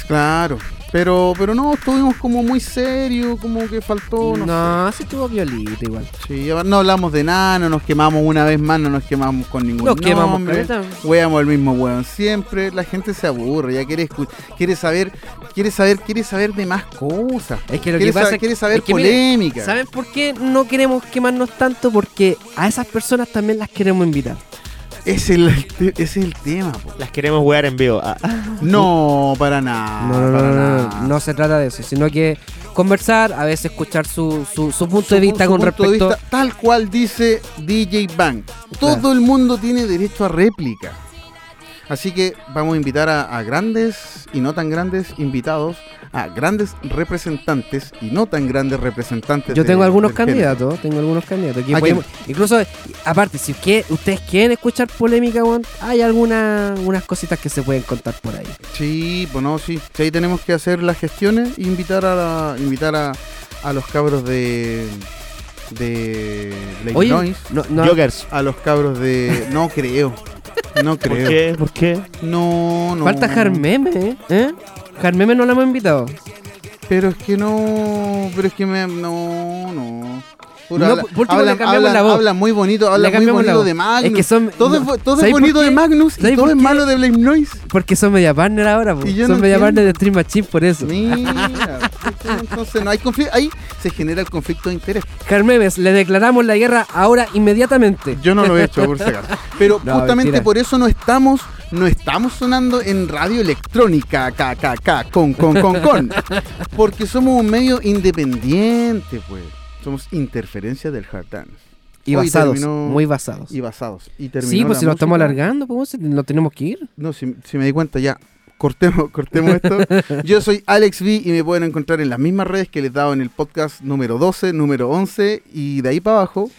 [SPEAKER 5] Claro. Pero, pero no, estuvimos como muy serio, como que faltó, Oh, no, sé.
[SPEAKER 4] No, sí tuvo violita igual.
[SPEAKER 5] Sí, ya va- no hablamos de nada, no nos quemamos una vez más, no nos quemamos con ningún
[SPEAKER 4] Nos quemamos,
[SPEAKER 5] nombre.
[SPEAKER 4] caleta.
[SPEAKER 5] Hueamos el mismo hueón siempre. La gente se aburre, ya quiere escu- quiere saber, quiere saber, quiere saber de más cosas.
[SPEAKER 4] Es que lo
[SPEAKER 5] quiere
[SPEAKER 4] que pasa
[SPEAKER 5] sa-
[SPEAKER 4] es
[SPEAKER 5] quiere saber
[SPEAKER 4] es que, mire,
[SPEAKER 5] polémica.
[SPEAKER 4] ¿Saben por qué no queremos quemarnos tanto? Porque a esas personas también las queremos invitar.
[SPEAKER 5] Es el, ese es el tema. po.
[SPEAKER 6] Las queremos wear en vivo. Ah, ah.
[SPEAKER 5] No, para nada.
[SPEAKER 4] no, no, no,
[SPEAKER 5] para
[SPEAKER 4] no, no,
[SPEAKER 5] nada.
[SPEAKER 4] no, no se trata de eso, sino que conversar, a veces escuchar su, su, su punto de
[SPEAKER 5] Su-
[SPEAKER 4] vista
[SPEAKER 5] su
[SPEAKER 4] con
[SPEAKER 5] punto de
[SPEAKER 4] respecto.
[SPEAKER 5] vista, tal cual dice DJ Bang. Todo
[SPEAKER 4] Claro.
[SPEAKER 5] el mundo tiene derecho a réplica. Así que vamos a invitar a, a grandes y no tan grandes invitados, a grandes representantes y no tan grandes representantes.
[SPEAKER 4] Yo
[SPEAKER 5] de-
[SPEAKER 4] tengo algunos
[SPEAKER 5] del género.
[SPEAKER 4] candidatos, tengo algunos candidatos. que
[SPEAKER 5] ¿A
[SPEAKER 4] podemos- incluso, aparte, si que- ustedes quieren escuchar polémica, weón, hay algunas unas cositas que se pueden contar por ahí.
[SPEAKER 5] Sí, pues no, sí. Sí, Ahí tenemos que hacer las gestiones e invitar a, la- invitar a, a los cabros de. de. Lake
[SPEAKER 4] Oye,
[SPEAKER 5] Noise,
[SPEAKER 4] no, no-
[SPEAKER 6] Jokers.
[SPEAKER 5] a los cabros de. no creo. No
[SPEAKER 6] ¿Por
[SPEAKER 5] creo.
[SPEAKER 6] qué? ¿Por qué?
[SPEAKER 5] No, no.
[SPEAKER 4] falta Jarmeme, ¿eh? Jarmeme no lo hemos invitado.
[SPEAKER 5] Pero es que no, pero es que me, no, no. Puro
[SPEAKER 4] No,
[SPEAKER 5] habla-
[SPEAKER 4] por último le
[SPEAKER 5] hablan-
[SPEAKER 4] cambiamos
[SPEAKER 5] hablan-
[SPEAKER 4] la voz.
[SPEAKER 5] hablan muy bonito, habla
[SPEAKER 4] Le
[SPEAKER 5] muy
[SPEAKER 4] cambiamos la
[SPEAKER 5] bonito
[SPEAKER 4] voz.
[SPEAKER 5] de Magnus.
[SPEAKER 4] Es que son-
[SPEAKER 5] todo es,
[SPEAKER 4] no.
[SPEAKER 5] bo- todo es
[SPEAKER 4] ¿Sabes por
[SPEAKER 5] bonito
[SPEAKER 4] qué?
[SPEAKER 5] de Magnus y
[SPEAKER 4] ¿Sabes
[SPEAKER 5] todo
[SPEAKER 4] por
[SPEAKER 5] es
[SPEAKER 4] qué?
[SPEAKER 5] malo de Blame Noise.
[SPEAKER 4] Porque son media partner ahora, po.
[SPEAKER 5] Y yo
[SPEAKER 4] son
[SPEAKER 5] no
[SPEAKER 4] media
[SPEAKER 5] entiendo.
[SPEAKER 4] partner de Stream Machine por eso.
[SPEAKER 5] Mira, entonces no hay conflicto, ahí se genera el conflicto de interés.
[SPEAKER 4] Carmemes, le declaramos la guerra ahora inmediatamente.
[SPEAKER 5] Yo no lo he hecho por si acaso. Pero
[SPEAKER 4] No,
[SPEAKER 5] justamente
[SPEAKER 4] mentira.
[SPEAKER 5] por eso no estamos, no estamos sonando en radio electrónica, KKK, con, con, con, con. Porque somos un medio independiente, pues. Somos interferencia del hard dance.
[SPEAKER 4] Y
[SPEAKER 5] Hoy
[SPEAKER 4] basados,
[SPEAKER 5] terminó-
[SPEAKER 4] muy basados.
[SPEAKER 5] y basados. Y terminó
[SPEAKER 4] Sí, pues
[SPEAKER 5] la
[SPEAKER 4] si lo estamos
[SPEAKER 5] música.
[SPEAKER 4] alargando, pues si nos tenemos que ir.
[SPEAKER 5] No, si, si me di cuenta ya. Cortemos, cortemos esto. Yo soy Alex V y me pueden encontrar en las mismas redes que les he dado en el podcast número 12, número 11 y de ahí para abajo.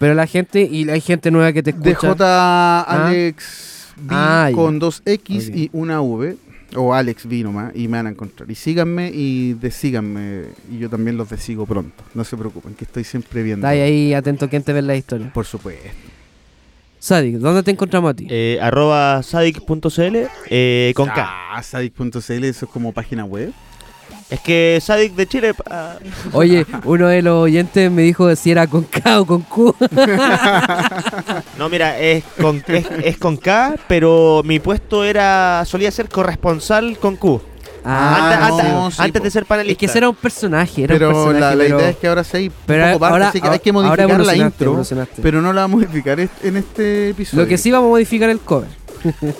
[SPEAKER 4] Pero la gente, y hay gente nueva que te escucha.
[SPEAKER 5] DJ Alex V
[SPEAKER 4] Ah, ya.
[SPEAKER 5] con dos X
[SPEAKER 4] Ok.
[SPEAKER 5] y una V. O Alex V nomás y me van a encontrar. Y síganme y desíganme. Y yo también los desigo pronto. No se preocupen, que estoy siempre viendo.
[SPEAKER 4] Está ahí, ahí atento quien te ve la historia.
[SPEAKER 5] Por supuesto.
[SPEAKER 4] Sadik, ¿dónde te encontramos a ti?
[SPEAKER 6] Eh, arroba sadic.cl eh, con K.
[SPEAKER 5] Ah, Sadic.cl, eso es como página web.
[SPEAKER 6] Es que Sadik de Chile. ah,
[SPEAKER 4] Oye, uno de los oyentes me dijo si era con K o con Q.
[SPEAKER 6] no, mira, es con, es, es con K, pero mi puesto era. solía ser corresponsal con Q.
[SPEAKER 5] Ah,
[SPEAKER 6] antes,
[SPEAKER 5] no,
[SPEAKER 6] antes-
[SPEAKER 5] sí,
[SPEAKER 6] antes
[SPEAKER 5] po.
[SPEAKER 6] de ser panelista.
[SPEAKER 4] es que ese era un personaje, era un
[SPEAKER 5] Pero
[SPEAKER 4] personaje.
[SPEAKER 5] la, la
[SPEAKER 4] pero-
[SPEAKER 5] idea es que ahora sí,
[SPEAKER 4] pero
[SPEAKER 5] un poco parte,
[SPEAKER 4] ahora-
[SPEAKER 5] así que hay que
[SPEAKER 4] ahora
[SPEAKER 5] modificar la
[SPEAKER 4] evolucionaste,
[SPEAKER 5] intro,
[SPEAKER 4] evolucionaste.
[SPEAKER 5] pero no la vamos a modificar est- en este episodio.
[SPEAKER 4] Lo que sí vamos a modificar el cover.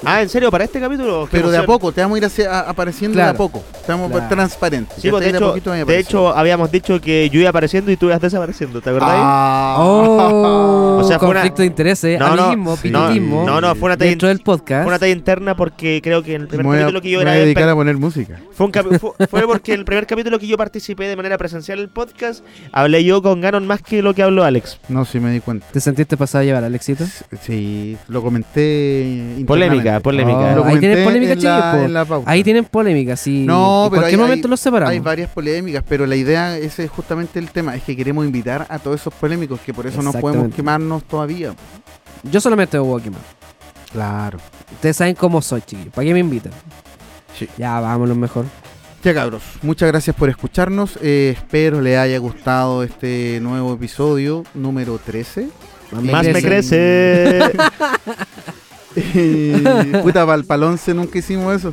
[SPEAKER 6] Ah, ¿en serio? ¿Para este capítulo? Qué
[SPEAKER 5] Pero de a
[SPEAKER 6] emoción.
[SPEAKER 5] poco, te vamos a ir hacia- a- apareciendo de a
[SPEAKER 4] Claro.
[SPEAKER 5] poco. Estamos
[SPEAKER 4] Claro.
[SPEAKER 5] transparentes.
[SPEAKER 6] Sí, pues, de,
[SPEAKER 5] ¿cachai? a
[SPEAKER 6] hecho,
[SPEAKER 5] poquito van
[SPEAKER 6] de
[SPEAKER 5] apareciendo.
[SPEAKER 6] hecho, habíamos dicho que yo iba apareciendo y tú ibas desapareciendo, ¿te acordás?
[SPEAKER 5] Ah.
[SPEAKER 4] Oh,
[SPEAKER 6] O sea, fue una-
[SPEAKER 4] conflicto de intereses,
[SPEAKER 6] No, no,
[SPEAKER 4] amiguismo,
[SPEAKER 6] sí.
[SPEAKER 4] pitutismo.
[SPEAKER 6] No, no, fue una talla
[SPEAKER 4] Dentro
[SPEAKER 6] in-
[SPEAKER 4] del podcast.
[SPEAKER 6] Fue una talla interna porque creo que en el primer
[SPEAKER 5] Me voy a,
[SPEAKER 6] capítulo que yo
[SPEAKER 5] me voy a
[SPEAKER 6] grabé
[SPEAKER 5] dedicar a poner música.
[SPEAKER 6] Fue, un capi- fu- fue porque el primer capítulo que yo participé de manera presencial en el podcast, hablé yo con Ganon más que lo que habló Alex.
[SPEAKER 5] No, sí me di cuenta.
[SPEAKER 4] ¿Te sentiste pasado a llevar, Alexito?
[SPEAKER 5] Sí, lo comenté. internamente. Ah,
[SPEAKER 6] Polémica, polémica.
[SPEAKER 5] Lo
[SPEAKER 4] Oh, ahí tienen
[SPEAKER 5] comenté
[SPEAKER 4] polémica,
[SPEAKER 5] en la-
[SPEAKER 4] chicos. po.
[SPEAKER 5] en la pauta.
[SPEAKER 4] Ahí tienen polémica, sí.
[SPEAKER 5] No,
[SPEAKER 4] en
[SPEAKER 5] pero
[SPEAKER 4] cualquier
[SPEAKER 5] hay-
[SPEAKER 4] momento
[SPEAKER 5] hay-
[SPEAKER 4] los separamos.
[SPEAKER 5] Hay varias polémicas, pero la idea, ese es justamente el tema, es que queremos invitar a todos esos polémicos, que por eso no podemos
[SPEAKER 4] Exactamente.
[SPEAKER 5] quemarnos todavía.
[SPEAKER 4] Yo solamente me voy a quemar.
[SPEAKER 5] Claro.
[SPEAKER 4] Ustedes saben cómo soy, chiquillos. ¿Para qué me invitan?
[SPEAKER 5] Sí.
[SPEAKER 4] Ya, vámonos mejor.
[SPEAKER 5] Ya cabros, muchas gracias por escucharnos. eh, espero les haya gustado este nuevo episodio número 13.
[SPEAKER 6] Más me crece.
[SPEAKER 5] Eh, Puta, para el 11 nunca hicimos eso.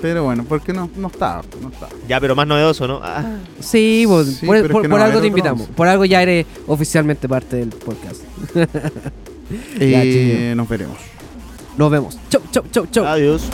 [SPEAKER 5] Pero bueno, porque no, no estaba, no estaba.
[SPEAKER 6] ya, pero más novedoso, ¿no? Ah,
[SPEAKER 4] Sí, vos,
[SPEAKER 5] Sí,
[SPEAKER 4] por,
[SPEAKER 5] pero es
[SPEAKER 4] por-
[SPEAKER 5] que no
[SPEAKER 4] por
[SPEAKER 5] va a
[SPEAKER 4] algo
[SPEAKER 5] haber
[SPEAKER 4] te
[SPEAKER 5] otro
[SPEAKER 4] invitamos.
[SPEAKER 5] once.
[SPEAKER 4] Por algo ya eres oficialmente parte del podcast.
[SPEAKER 5] Eh,
[SPEAKER 4] chiquillo.
[SPEAKER 5] nos veremos.
[SPEAKER 4] Nos vemos. Chau, chau, chau, chau.
[SPEAKER 6] adiós.